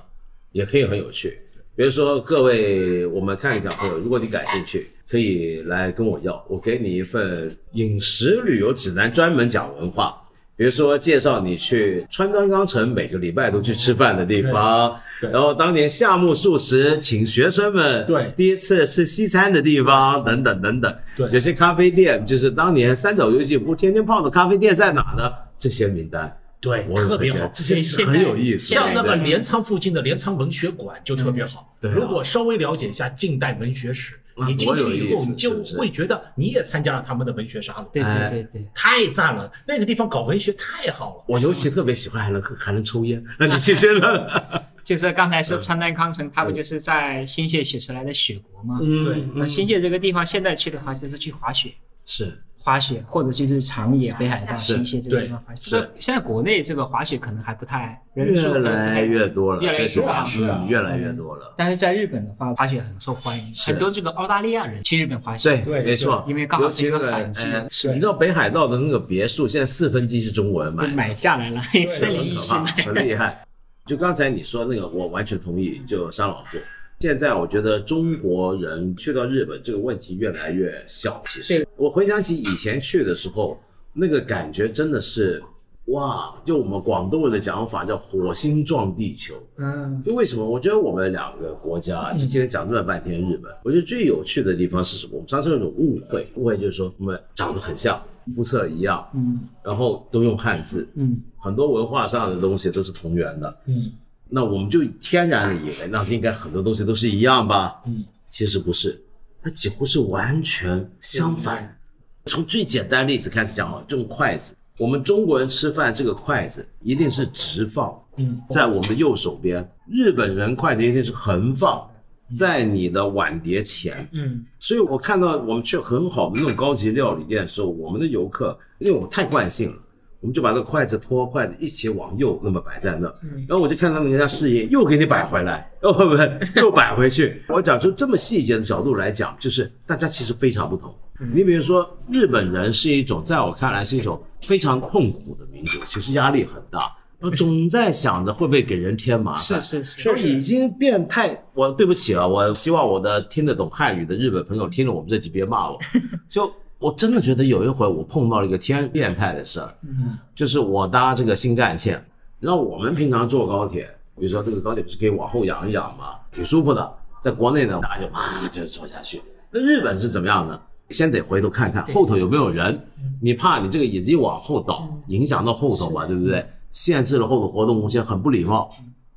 [SPEAKER 2] 也可以很有趣。比如说各位，我们看一下朋友，如果你感兴趣，可以来跟我要，我给你一份饮食旅游指南，专门讲文化。比如说介绍你去川端康成每个礼拜都去吃饭的地方，
[SPEAKER 3] 对对
[SPEAKER 2] 然后当年夏目漱石请学生们
[SPEAKER 3] 对
[SPEAKER 2] 第一次吃西餐的地方等等等等，
[SPEAKER 3] 对
[SPEAKER 2] 有些咖啡店就是当年三岛由纪夫天天泡的咖啡店在哪呢？这些名单，
[SPEAKER 3] 对，
[SPEAKER 2] 我也
[SPEAKER 3] 特别
[SPEAKER 2] 觉得
[SPEAKER 3] 好。
[SPEAKER 2] 这些是很有意思的。
[SPEAKER 3] 像那个
[SPEAKER 2] 对
[SPEAKER 3] 镰仓附近的镰仓文学馆就特别好。
[SPEAKER 2] 嗯对啊
[SPEAKER 3] 如果稍微了解一下近代文学史，
[SPEAKER 2] 啊
[SPEAKER 3] 你进
[SPEAKER 2] 多有
[SPEAKER 3] 去以
[SPEAKER 2] 意
[SPEAKER 3] 后，
[SPEAKER 2] 思
[SPEAKER 3] 你就是
[SPEAKER 2] 不是
[SPEAKER 3] 会觉得你也参加了他们的文学沙龙。
[SPEAKER 4] 对
[SPEAKER 2] 哎
[SPEAKER 4] 对对对，
[SPEAKER 3] 太赞了！那个地方搞文学太好了。
[SPEAKER 2] 我尤其特别喜欢还能还能抽烟，那你记不记得？
[SPEAKER 4] 就是刚才
[SPEAKER 2] 嗯
[SPEAKER 4] 说川端康成，他不就是在新泻写出来的雪国吗？
[SPEAKER 2] <laughs> 嗯，
[SPEAKER 4] 呃新泻这个地方现在去的话，就是去滑雪。
[SPEAKER 2] 是
[SPEAKER 4] 滑雪，或者就是长野、北海道、新泻这个地方滑雪。
[SPEAKER 2] 是
[SPEAKER 4] 就是现在国内这个滑雪可能还不太人数
[SPEAKER 2] 越
[SPEAKER 4] 可能不
[SPEAKER 2] 来
[SPEAKER 4] 太
[SPEAKER 2] 越多了，
[SPEAKER 4] 越来越多
[SPEAKER 2] 了
[SPEAKER 4] 啊，
[SPEAKER 3] 是啊
[SPEAKER 2] 嗯越来越多了。
[SPEAKER 4] 但是在日本的话，滑雪很受欢迎，
[SPEAKER 2] 是
[SPEAKER 4] 很多这个澳大利亚人去日本滑雪。
[SPEAKER 2] 对，
[SPEAKER 3] 对
[SPEAKER 2] 没错，
[SPEAKER 4] 对因为刚好是一个
[SPEAKER 2] 尤其那
[SPEAKER 4] 反季
[SPEAKER 2] 哎
[SPEAKER 3] 是
[SPEAKER 2] 你知道北海道的那个别墅，现在四分之一是中国人买
[SPEAKER 4] 被
[SPEAKER 2] 的，
[SPEAKER 4] 买下来了，森林一
[SPEAKER 2] 很
[SPEAKER 4] 系
[SPEAKER 2] 可怕
[SPEAKER 4] 买。
[SPEAKER 2] 很厉害。 <laughs> 就刚才你说那个，我完全同意，就沙老师。现在我觉得中国人去到日本这个问题越来越小。其实
[SPEAKER 4] 对
[SPEAKER 2] 我回想起以前去的时候，那个感觉真的是，哇！就我们广东人的讲法叫“火星撞地球”。
[SPEAKER 4] 嗯，
[SPEAKER 2] 因为什么？我觉得我们两个国家，就今天讲这么半天日本，我觉得最有趣的地方是什么？我们常常有种误会，误会就是说我们长得很像，肤色一样，
[SPEAKER 4] 嗯
[SPEAKER 2] 然后都用汉字，
[SPEAKER 4] 嗯，
[SPEAKER 2] 很多文化上的东西都是同源的。
[SPEAKER 3] 嗯
[SPEAKER 2] 那我们就天然的以为，那应该很多东西都是一样吧？
[SPEAKER 3] 嗯，
[SPEAKER 2] 其实不是，它几乎是完全相
[SPEAKER 3] 嗯
[SPEAKER 2] 反。从最简单的例子开始讲啊，这种筷子，我们中国人吃饭这个筷子一定是直放，
[SPEAKER 3] 嗯，
[SPEAKER 2] 在我们的右手边；日本人筷子一定是横放，在你的碗碟前。
[SPEAKER 3] 嗯，
[SPEAKER 2] 所以我看到我们去很好的那种高级料理店的时候，我们的游客，因为我们太惯性了，我们就把那个筷子托筷子一起往右那么摆在那，然后我就看到人家侍应又给你摆回来，哦不不，又摆回去。我讲出这么细节的角度来讲，就是大家其实非常不同。你比如说，日本人是一种，在我看来是一种非常痛苦的民族，其实压力很大，总在想着会不会给人添麻烦。
[SPEAKER 4] 是是是，
[SPEAKER 2] 都已经变态。我对不起啊，我希望我的听得懂汉语的日本朋友听了我们这集别骂
[SPEAKER 4] <laughs>
[SPEAKER 2] 我。就我真的觉得有一回我碰到了一个天变态的事儿，
[SPEAKER 3] 嗯，
[SPEAKER 2] 就是我搭这个新干线，然后我们平常坐高铁，比如说这个高铁不是可以往后仰一仰吗？挺舒服的。在国内呢，大家就啊就坐下去。那日本是怎么样呢？先得回头看看后头有没有人，你怕你这个椅子一往后倒，影响到后头嘛，对不对？限制了后头活动空间，很不礼貌。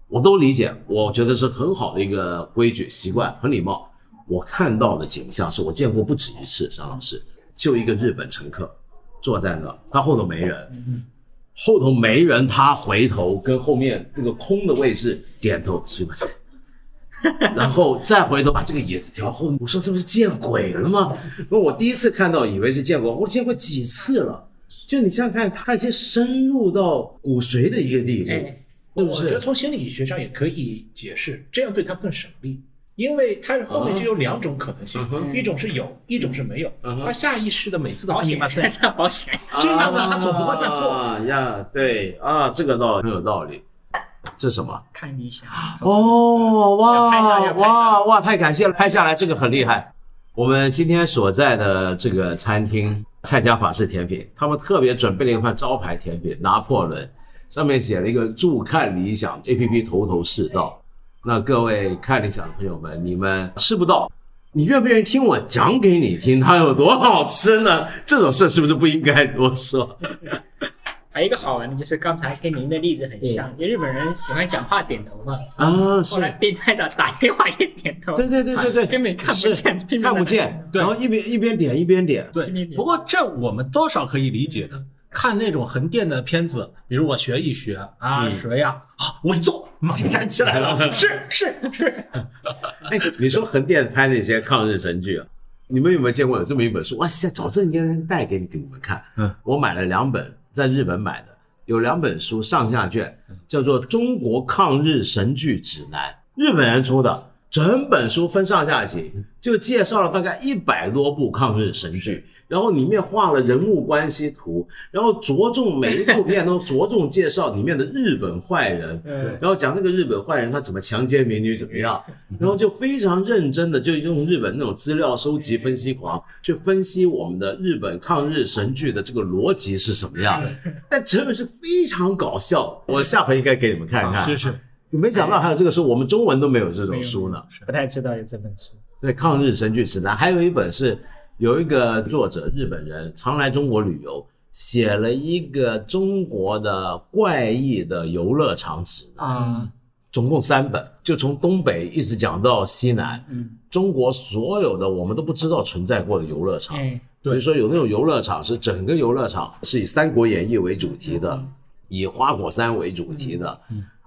[SPEAKER 2] 我都理解，我觉得是很好的一个规矩习惯，很礼貌。我看到的景象是我见过不止一次，商老师，就一个日本乘客坐在那，他后头没人，后头没人，他回头跟后面那个空的位置点头，すいません。然后再回头把这个椅子调后，我说这不是见鬼了吗？我第一次看到以为是见过，我见过几次了。就你想想看，他已经深入到骨髓的一个地步，
[SPEAKER 4] 哎
[SPEAKER 2] 是不
[SPEAKER 3] 我
[SPEAKER 2] 是？
[SPEAKER 3] 觉得从心理学上也可以解释，这样对他更省力，因为他后面就有两种可能性，
[SPEAKER 5] 嗯
[SPEAKER 4] 嗯
[SPEAKER 3] 一种是有，一种是没有。
[SPEAKER 2] 嗯哼
[SPEAKER 3] 他下意识的每次都
[SPEAKER 4] 保
[SPEAKER 3] 是
[SPEAKER 4] 险，
[SPEAKER 5] <laughs>
[SPEAKER 3] 马赛，
[SPEAKER 4] 上保险。
[SPEAKER 3] 这样呢他总不会犯错
[SPEAKER 2] 啊呀，对啊，这个倒很有道理。这是什么？
[SPEAKER 4] 看一下，
[SPEAKER 2] 哦，
[SPEAKER 4] 呃要拍
[SPEAKER 2] 哇
[SPEAKER 4] 照要拍照
[SPEAKER 2] 哇哇！太感谢了，拍下来这个很厉害。我们今天所在的这个餐厅蔡家法式甜品，他们特别准备了一块招牌甜品——拿破仑，上面写了一个“助看理想 ”APP 头头是道。那各位看理想的朋友们，你们吃不到，你愿不愿意听我讲给你听它有多好吃呢？这种事是不是不应该多说？
[SPEAKER 4] 还有一个好玩的就是刚才跟您的例子很像，就日本人喜欢讲话点头嘛，
[SPEAKER 2] 啊，
[SPEAKER 4] 后来
[SPEAKER 2] 是，
[SPEAKER 4] 变态的打电话也点头，
[SPEAKER 2] 对对对对对，
[SPEAKER 4] 根本看不见
[SPEAKER 2] 是
[SPEAKER 4] 拼命地
[SPEAKER 2] 看不见，
[SPEAKER 3] 对
[SPEAKER 2] 然后一边一边点一边点，
[SPEAKER 4] 拼命点
[SPEAKER 3] 不过这我们多少可以理嗯解的。看那种横店的片子，比如我学一学啊，谁呀？好，我一坐马上站起来 <laughs> 了，是是是，
[SPEAKER 2] <laughs> 哎，你说横店拍那些抗日神剧啊，你们有没有见过有这么一本书？哇塞，找正经带给你给你们看。
[SPEAKER 5] 嗯，
[SPEAKER 2] 我买了两本，在日本买的，有两本书上下卷，叫做《中国抗日神剧指南》，日本人出的。整本书分上下集，就介绍了大概一百多部抗日神剧，然后里面画了人物关系图，然后着重每一部片都着重介绍里面的日本坏人，
[SPEAKER 5] 对
[SPEAKER 2] 然后讲这个日本坏人他怎么强奸民女怎么 <laughs> 样，然后就非常认真的就用日本那种资料收集分析狂去分析我们的日本抗日神剧的这个逻辑是什么样的，但成本是非常搞 <laughs> 笑，我下回应该给你们看看。
[SPEAKER 5] 是
[SPEAKER 3] 啊
[SPEAKER 5] 是
[SPEAKER 2] 没想到还有这个书，我们中文都没有这种书呢。
[SPEAKER 4] 不太知道有这本书。
[SPEAKER 2] 对，抗日神剧指南，还有一本是有一个作者日本人常来中国旅游，写了一个中国的怪异的游乐场指南。
[SPEAKER 4] 啊，
[SPEAKER 2] 总共三本，就从东北一直讲到西南，
[SPEAKER 4] 嗯，
[SPEAKER 2] 中国所有的我们都不知道存在过的游乐场。
[SPEAKER 4] 哎，
[SPEAKER 2] 比如说有那种游乐场是整个游乐场是以《三国演义》为主题的，
[SPEAKER 4] 嗯
[SPEAKER 2] 以花果山为主题的，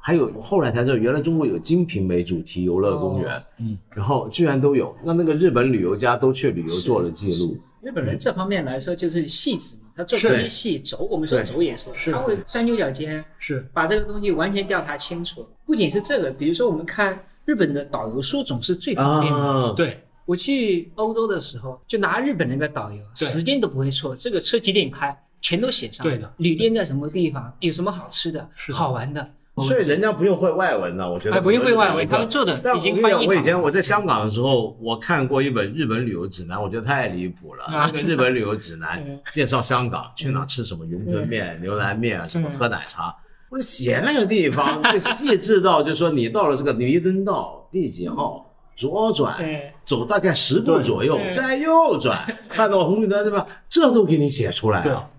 [SPEAKER 2] 还有后来才知道原来中国有金平为主题游乐公园，
[SPEAKER 4] 哦
[SPEAKER 5] 嗯，
[SPEAKER 2] 然后居然都有，那那个日本旅游家都去旅游做了记录。
[SPEAKER 4] 日本人这方面来说就是细致嘛，他做
[SPEAKER 2] 是
[SPEAKER 4] 工艺细，轴我们说
[SPEAKER 2] 对
[SPEAKER 4] 轴也是，
[SPEAKER 5] 是
[SPEAKER 4] 他会钻牛角尖，
[SPEAKER 5] 是，
[SPEAKER 4] 把这个东西完全调查清楚。不仅是这个，比如说我们看日本的导游书总是最方便的。
[SPEAKER 2] 啊，
[SPEAKER 5] 对，
[SPEAKER 4] 我去欧洲的时候，就拿日本那个导游，
[SPEAKER 5] 对
[SPEAKER 4] 时间都不会错，这个车几点开全都写上。
[SPEAKER 5] 对的，
[SPEAKER 4] 旅店在什么地方，有什么好吃的
[SPEAKER 5] 是、的
[SPEAKER 4] 好玩的，
[SPEAKER 2] 所以人家不用会外文呢，我觉得
[SPEAKER 4] 哎，不用会外
[SPEAKER 2] 很多
[SPEAKER 4] 文，
[SPEAKER 2] 人
[SPEAKER 4] 他们做的
[SPEAKER 2] 但
[SPEAKER 4] 呃已
[SPEAKER 2] 我跟
[SPEAKER 4] 经
[SPEAKER 2] 你
[SPEAKER 4] 翻译
[SPEAKER 2] 讲，
[SPEAKER 4] 好
[SPEAKER 2] 我以前
[SPEAKER 4] 了
[SPEAKER 2] 我在香港的时候，我看过一本日本旅游指南，我觉得太离谱了。
[SPEAKER 4] 啊嗯
[SPEAKER 2] 那个
[SPEAKER 4] 是
[SPEAKER 2] 日本旅游指南
[SPEAKER 4] 嗯
[SPEAKER 2] <laughs> 介绍香港去哪吃什么云吞面、牛腩面啊，什
[SPEAKER 4] 嗯
[SPEAKER 2] 么喝奶茶，我就写那个地方就细致到，就说你到了这个弥敦道第几号。左转
[SPEAKER 4] 嗯，
[SPEAKER 2] 走大概十步左右，再右转，看到红绿灯对吧？这都给你写出
[SPEAKER 3] 哎
[SPEAKER 2] 来
[SPEAKER 5] 对啊
[SPEAKER 2] 了，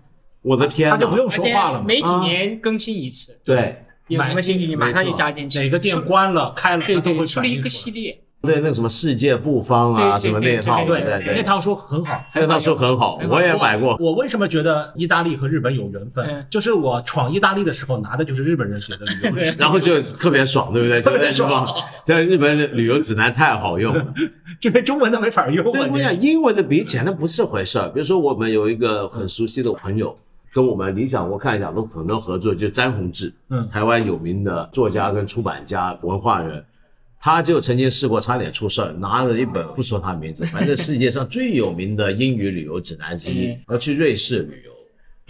[SPEAKER 2] 我的天哪！
[SPEAKER 5] 他就不用
[SPEAKER 4] 而
[SPEAKER 5] 说
[SPEAKER 4] 且
[SPEAKER 5] 话了嘛，
[SPEAKER 4] 每几
[SPEAKER 2] 啊
[SPEAKER 4] 年更新一次，
[SPEAKER 2] 对
[SPEAKER 4] 有什么信息你马上就加进去。
[SPEAKER 5] 哪个店
[SPEAKER 4] 出
[SPEAKER 5] 关了开了，
[SPEAKER 4] 对
[SPEAKER 5] 他都
[SPEAKER 4] 对，
[SPEAKER 5] 会
[SPEAKER 4] 出
[SPEAKER 5] 反
[SPEAKER 4] 了
[SPEAKER 5] 映
[SPEAKER 4] 一
[SPEAKER 5] 出
[SPEAKER 4] 个系
[SPEAKER 5] 来。
[SPEAKER 4] 列，
[SPEAKER 2] 对，那个什么世界布方啊，什
[SPEAKER 4] 对对
[SPEAKER 2] 么
[SPEAKER 4] 对
[SPEAKER 2] 那套，
[SPEAKER 4] 对
[SPEAKER 2] 对
[SPEAKER 5] 那
[SPEAKER 2] 对，
[SPEAKER 5] 套书很好，
[SPEAKER 2] 那套书很好，
[SPEAKER 4] 很好
[SPEAKER 2] 我也买过。
[SPEAKER 5] 我为什么觉得意大利和日本有缘分
[SPEAKER 4] 嗯？
[SPEAKER 5] 就是我闯意大利的时候拿的就是日本人写的旅游书
[SPEAKER 2] 然后就特别爽，对不对？
[SPEAKER 5] 别爽
[SPEAKER 2] 就在日本在日本旅游指南太好用了。
[SPEAKER 5] 这边中文的没法用
[SPEAKER 2] 对，我
[SPEAKER 5] 啊
[SPEAKER 2] 想英文的比起来那不是回事儿。比如说，我们有一个很熟悉的朋友，跟我们理想国看一想都很多合作，就詹宏志，
[SPEAKER 5] 嗯
[SPEAKER 2] 台湾有名的作家跟出版家、文化人。他就曾经试过差点出事儿，拿了一本不说他名字，反正世界上最有名的英语旅游指南之一
[SPEAKER 4] 嗯，
[SPEAKER 2] 要去瑞士旅游，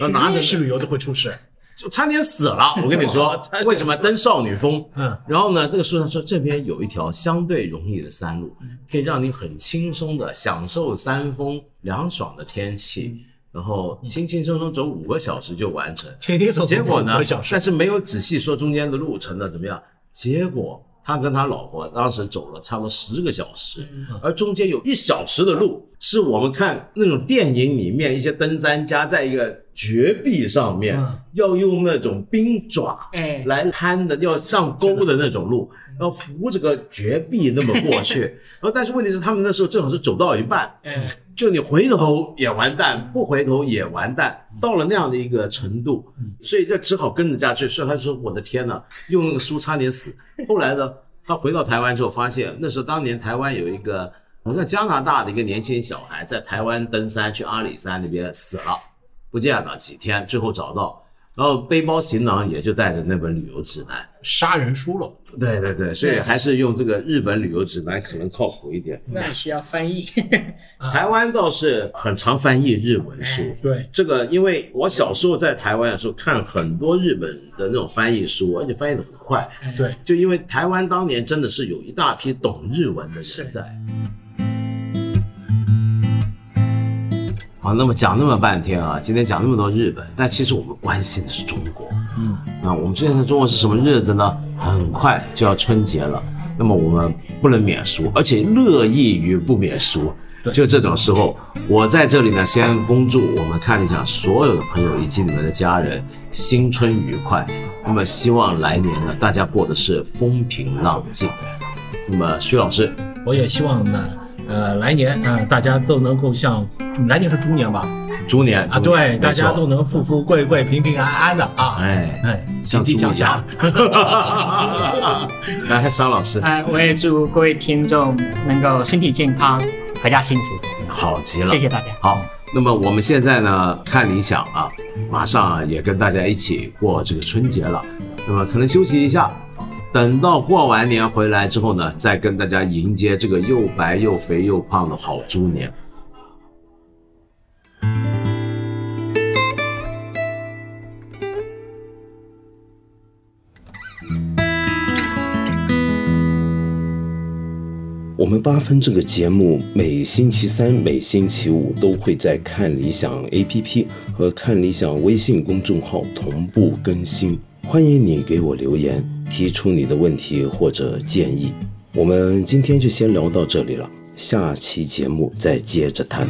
[SPEAKER 5] 你
[SPEAKER 2] 然后拿
[SPEAKER 5] 去
[SPEAKER 2] 着
[SPEAKER 5] 日式旅游都会出事。
[SPEAKER 2] 就差点死了。我跟你 <laughs> 说，为什么登少女峰？
[SPEAKER 5] 嗯，
[SPEAKER 2] 然后呢，这个书上说这边有一条相对容易的山路，
[SPEAKER 5] 嗯
[SPEAKER 2] 可以让你很轻松的享受山峰凉爽的天
[SPEAKER 5] 嗯
[SPEAKER 2] 气，然后轻轻松松走五个小时就完成。
[SPEAKER 5] 轻轻松松
[SPEAKER 2] 结果
[SPEAKER 5] 嗯
[SPEAKER 2] 呢
[SPEAKER 5] 走五个小，时
[SPEAKER 2] 但是没有仔细说中间的路程呢怎么样。结果他跟他老婆当时走了差不多十个小
[SPEAKER 5] 嗯
[SPEAKER 2] 时，
[SPEAKER 4] 嗯
[SPEAKER 2] 而中间有一小时的路是我们看那种电影里面一些登山家在一个绝壁上面
[SPEAKER 5] 嗯
[SPEAKER 2] 要用那种冰爪，
[SPEAKER 4] 哎，
[SPEAKER 2] 来攀的要上沟的那种路，然后扶着个绝壁那么过去。然后但是问题是，他们那时候正好是走到一半，
[SPEAKER 4] 嗯，
[SPEAKER 2] 就你回头也完蛋，不回头也完蛋，到了那样的一个程度，所以这只好跟着下去。所以他说：“我的天呐，用那个书差点死。”后来呢，他回到台湾之后，发现那时候当年台湾有一个好像加拿大的一个年轻小孩在台湾登山，去阿里山那边死了，不见了几天，最后找到，然后背包行囊也就带着那本旅游指南。
[SPEAKER 5] 杀人书了，
[SPEAKER 2] 对对对，所以还是用这个日本旅游指南可能靠谱一点。
[SPEAKER 4] 那需要翻译。
[SPEAKER 2] 台湾倒是很常翻译日文书。
[SPEAKER 5] 对，
[SPEAKER 2] 这个，因为我小时候在台湾的时候看很多日本的那种翻译书，而且翻译的很快。
[SPEAKER 5] <laughs> 对，
[SPEAKER 2] 就因为台湾当年真的是有一大批懂日文的
[SPEAKER 4] 是
[SPEAKER 2] 人在。好，那么讲那么半天啊，今天讲那么多日本，但其实我们关心的是中国。
[SPEAKER 5] 嗯，
[SPEAKER 2] 那我们现在中国是什么日子呢？很快就要春节了，那么我们不能免俗，而且乐意于不免俗。
[SPEAKER 5] 对
[SPEAKER 2] 就这种时候，我在这里呢，先恭祝我们看理想所有的朋友以及你们的家人新春愉快。那么希望来年呢，大家过的是风平浪静。那么徐老师，
[SPEAKER 5] 我也希望呢，呃，来年啊、呃大家都能够像来年是猪年吧，
[SPEAKER 2] 猪年
[SPEAKER 5] 啊，
[SPEAKER 2] 猪
[SPEAKER 5] 对，
[SPEAKER 2] 年没
[SPEAKER 5] 大家
[SPEAKER 2] 错
[SPEAKER 5] 都能富富贵贵、平平安安的啊，
[SPEAKER 2] 哎，
[SPEAKER 5] 哎，
[SPEAKER 2] 像
[SPEAKER 5] 积极
[SPEAKER 2] 猪一
[SPEAKER 5] 向
[SPEAKER 2] 样
[SPEAKER 5] 上。。
[SPEAKER 2] <laughs> 来，商老师，
[SPEAKER 4] 哎，我也祝各位听众能够身体健康，阖家幸福。
[SPEAKER 2] 好极了，
[SPEAKER 4] 谢谢大家。
[SPEAKER 2] 好，那么我们现在呢，看理想啊，马上也跟大家一起过这个春节了，那么可能休息一下，等到过完年回来之后呢，再跟大家迎接这个又白又肥又胖的好猪年。
[SPEAKER 1] 我们八分这个节目每星期三、每星期五都会在看理想 APP 和看理想微信公众号同步更新，欢迎你给我留言，提出你的问题或者建议。我们今天就先聊到这里了，下期节目再接着谈。